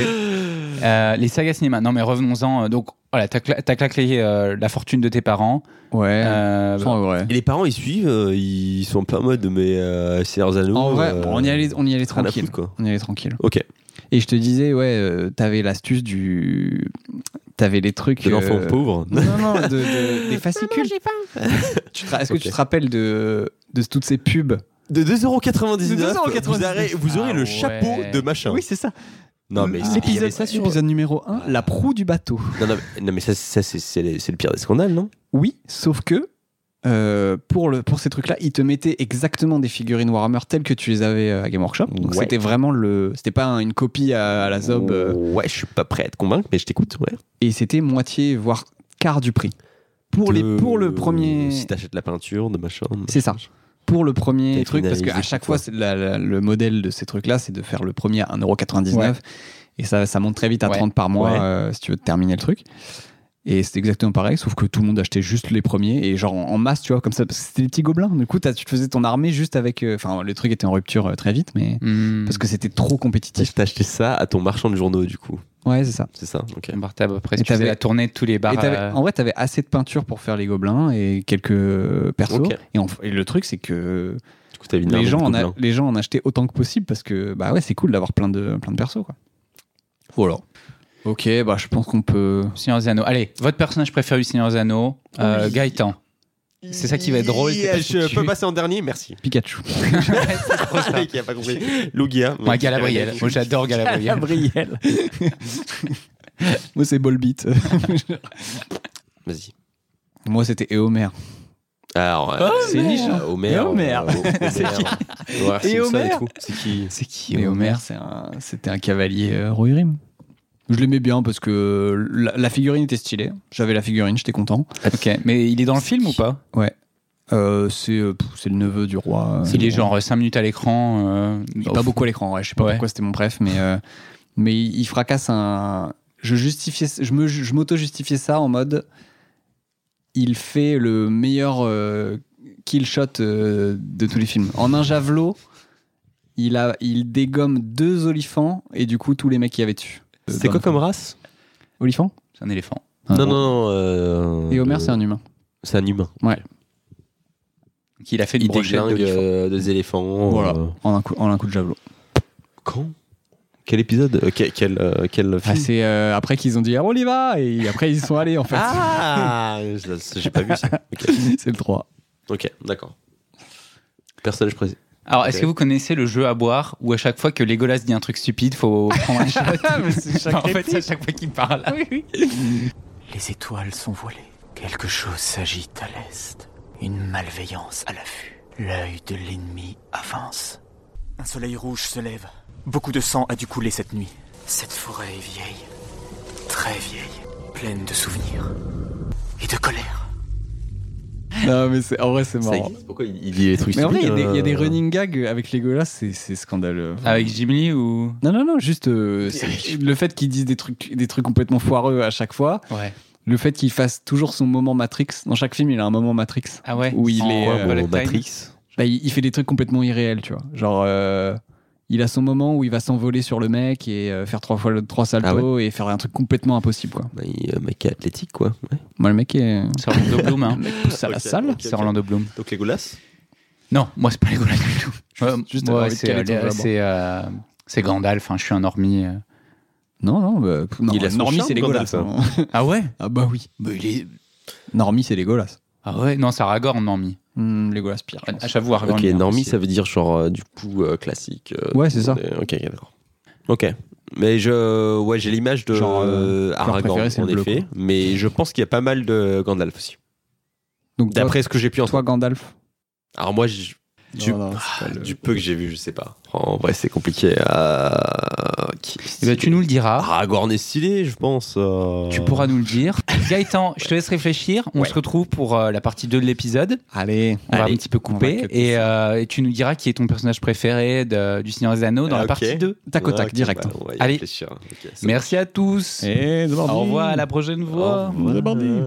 A: Euh, les sagas cinéma. Non, mais revenons-en. Euh, Donc, voilà, t'as cla- t'as claqué euh, la fortune de tes parents.
B: Ouais,
A: Euh,
B: en vrai.
C: Et les parents, ils suivent, euh, ils sont pas en mode, mais euh, c'est leurs anneaux.
B: En vrai,
C: euh,
B: bon, on y allait, on y allait
C: rien à
B: tranquille.
C: foutre, quoi.
B: On y allait tranquille.
C: Ok.
B: Et je te disais, ouais, euh, t'avais l'astuce du. T'avais les trucs.
C: De l'enfant
B: euh,
C: pauvre.
B: Non, non, non, de, de- des fascicules. Tu te ra- Est-ce que tu
C: Ok.
B: te rappelles de, de toutes ces pubs
C: De 2,99€.
B: De 2,99.
C: Vous aurez, vous aurez
A: Ah
C: le
A: ouais.
C: chapeau de machin.
B: Oui, c'est ça.
C: Non, mais c'est- il y
B: Ah, l'épisode
C: avait ça sur-
B: l'épisode numéro 1, la proue du bateau.
C: Non, non, mais- non, mais ça, ça, c'est- c'est le c'est le pire des scandales, non
B: Oui, sauf que euh, pour, le, pour ces trucs-là, ils te mettaient exactement des figurines Warhammer telles que tu les avais euh, à Game Workshop. Donc
C: Ouais. Oh.
B: c'était vraiment le. C'était pas un- une copie à, à la Zob. euh,
C: Ouais, je suis pas prêt à te convaincre, mais je t'écoute. Ouais.
B: et c'était moitié, voire quart du prix. Pour, les,
C: De-
B: pour le premier.
C: Si t'achètes la peinture, de machin. de
B: C'est ça.
C: machin.
B: Pour le premier
C: T'avais
B: truc,
C: fait une
B: parce qu'à
C: analyse et
B: chaque
C: tout,
B: fois,
C: quoi.
B: c'est la- la- le modèle de ces trucs-là, c'est de faire le premier à 1,99€. Et ça, ça monte très vite à
A: Ouais.
B: 30 par mois
C: Ouais.
B: euh, si tu veux terminer le truc. Et c'était exactement pareil, sauf que tout le monde achetait juste les premiers. Et genre en en masse, tu vois, comme ça, parce que c'était des petits gobelins. Du coup, t'as- tu te faisais ton armée juste avec. euh, Enfin, le truc était en rupture euh, très vite,
A: Hmm.
B: mais. Parce que c'était trop
C: T'as
B: compétitif.
C: t'as acheté ça à ton marchand de journaux, du coup.
B: Ouais, c'est ça.
C: C'est ça Ok.
A: après,
B: Et
A: tu faisais
B: t'avais-
A: la tournée de tous les bars.
B: Et t'avais-
A: euh,
B: En vrai, t'avais assez de peinture pour faire les gobelins et quelques euh, persos.
C: Ok.
B: Et, en- et le truc, c'est que
C: Du coup, t'as une
B: les
C: arme
B: gens,
C: de
B: en a,
C: gobelins.
B: les gens en achetaient autant que possible parce que bah ouais, c'est cool d'avoir plein de, plein de persos. Quoi. Voilà. Ok, bah je pense qu'on peut.
A: Seigneur des Anneaux. Allez, votre personnage préféré du Seigneur des Anneaux, euh,
C: Oui.
A: Gaëtan. C'est ça qui va être drôle, c'est
C: Yeah,
A: parce que
C: je
A: tu-
C: peux passer en dernier, merci.
B: Pikachu.
C: Le mec qui a pas compris. Lugia.
A: Moi, Galabriel. Moi, j'adore Galabriel.
B: Gabriel. Moi, c'est Bolbit.
C: Vas-y.
B: Moi, c'était Eomer.
C: Alors, euh,
B: C'est niche, hein.
C: euh, Homer.
B: Et Homer.
C: euh, Homer,
B: C'est qui
C: Homer Simpson et
B: Homer
C: tout. C'est qui
B: C'est qui Eomer c'est un- C'était un cavalier euh, Rohirrim. Je l'aimais bien parce que la, la figurine était stylée. J'avais la figurine, j'étais content.
A: Ok, mais il est dans le film ou pas
B: Euh, c'est euh, pff, c'est le neveu du roi. euh,
A: Il est
B: du roi.
A: genre 5 minutes à l'écran. euh,
B: Il est
A: au
B: pas
A: fond.
B: beaucoup à l'écran, ouais. Je sais pas
A: Ouais.
B: pourquoi c'était mon préf, mais, euh, mais il il fracasse un. Je, justifiais, je, me, je m'auto-justifiais ça en mode. Il fait le meilleur euh, kill shot euh, de tous les films. En un javelot, il, a, il dégomme deux olifants et du coup, tous les mecs qui y avait dessus. Euh,
C: C'était quoi comme race
B: Olifant
A: C'est un éléphant.
B: Ah,
C: Non,
B: bon.
C: non, non. euh,
B: Et Homer,
C: euh,
B: c'est un humain.
C: c'est un humain.
A: Qu'il a fait une
C: Il
A: brochette
C: déglingue
A: d'olifant.
C: euh, des éléphants.
B: Voilà,
C: euh,
B: en un, coup, en un coup de javelot.
C: Quand Quel épisode Euh, que- Quel, euh, quel
B: Ah,
C: film
B: c'est euh, après qu'ils ont dit, Ah, on y va Et après, ils y sont allés, en fait.
C: Ah je- je- J'ai pas vu ça. Ok,
B: c'est le 3.
C: Ok, d'accord. Personnage précis.
A: Alors, est-ce
C: Ok.
A: que vous connaissez le jeu à boire où à chaque fois que Legolas dit un truc stupide, faut prendre un shot Bah, En fait, c'est à chaque fois qu'il parle.
D: Les étoiles sont voilées. Quelque chose s'agite à l'est. Une malveillance à l'affût. L'œil de l'ennemi avance. Un soleil rouge se lève. Beaucoup de sang a dû couler cette nuit. Cette forêt est vieille. Très vieille. Pleine de souvenirs. Et de colère.
B: Non, mais c'est- en vrai, c'est
C: Ça
B: marrant.
C: existe Pourquoi il il dit les trucs
B: Mais en vrai, il y, a des- il y a des
C: euh,
B: running gags avec Legolas, c'est c'est scandaleux.
A: Avec Jim Lee ou.
B: Non, non, non, juste euh, c'est- le fait qu'ils disent des trucs, des trucs complètement foireux à chaque fois,
A: Ouais.
B: le fait qu'il fasse toujours son moment Matrix. Dans chaque film, il a un moment Matrix.
A: Ah ouais
B: Où il
A: En
B: est, euh,
A: Bullet
C: Bon,
A: Time.
C: Matrix.
B: Bah, il, il fait des trucs complètement irréels, tu vois. Genre, euh, il a son moment où il va s'envoler sur le mec et euh, faire trois fois le- trois saltos
C: Ah
B: et faire un truc complètement impossible, quoi.
C: Bah, il, euh, mec athlétique, quoi. Ouais.
B: Moi, le mec est
A: C'est Orlando Bloom, hein.
B: pousse à la
C: Ok,
B: salle.
C: ok.
A: C'est Orlando Bloom.
C: Donc les goulasses
A: Non, moi, c'est pas Legolas du tout. Euh,
B: juste avoir
A: moi,
B: envie de
A: c'est
B: caler ton jeu à
A: euh,
B: bord.
A: c'est, euh, c'est Gandalf, hein, je suis un hormi. euh.
B: Non, non, bah, pff, non,
C: Il a son
B: Normie,
C: charme,
B: c'est Legolas.
C: Gandalf,
B: hein.
A: Ah ouais
B: Ah bah oui. Normie, c'est Legolas.
A: Ah ouais Non, Saragorn, non, mis.
B: Hmm, Legolas pire. je pense.
A: Ah, J'avoue, Aragorn.
C: Ok,
A: il est
C: normie,
A: impossible.
C: ça veut dire genre euh, du coup euh, classique. euh,
B: Ouais, c'est ça.
C: des- Ok, ok, d'accord. Ok. Mais je, ouais, j'ai l'image de
B: Genre,
C: euh, Aragorn
B: préféré, c'est
C: en
B: le bleu,
C: effet,
B: quoi.
C: mais je pense qu'il y a pas mal de Gandalf aussi.
B: Donc toi-
C: D'après ce que j'ai pu entendre.
B: toi Gandalf.
C: Alors moi, je- Du, ah, du peu que j'ai vu, je sais pas. En vrai, c'est compliqué. Euh, qui-
A: Eh ben, tu nous le diras.
C: Aragorn est stylé, je pense. euh.
A: Tu pourras nous le dire. Gaëtan, je te laisse réfléchir. On
C: Ouais.
A: se retrouve pour euh, la partie 2 de l'épisode.
B: Allez,
A: On va
C: Allez,
A: un petit peu
B: on va
A: couper.
B: cutter
A: Et, euh, et tu nous diras qui est ton personnage préféré de- du Seigneur des Anneaux dans
C: Ah,
A: la
C: ok.
A: partie 2.
B: tac au tac,
C: Ok,
B: direct. hein.
C: bah, on va y
A: Allez.
C: réfléchir. Ok, ça-
A: Merci à tous.
B: Et
A: Au revoir, à la prochaine
C: Au
A: fois.
C: revoir.
B: Bordi.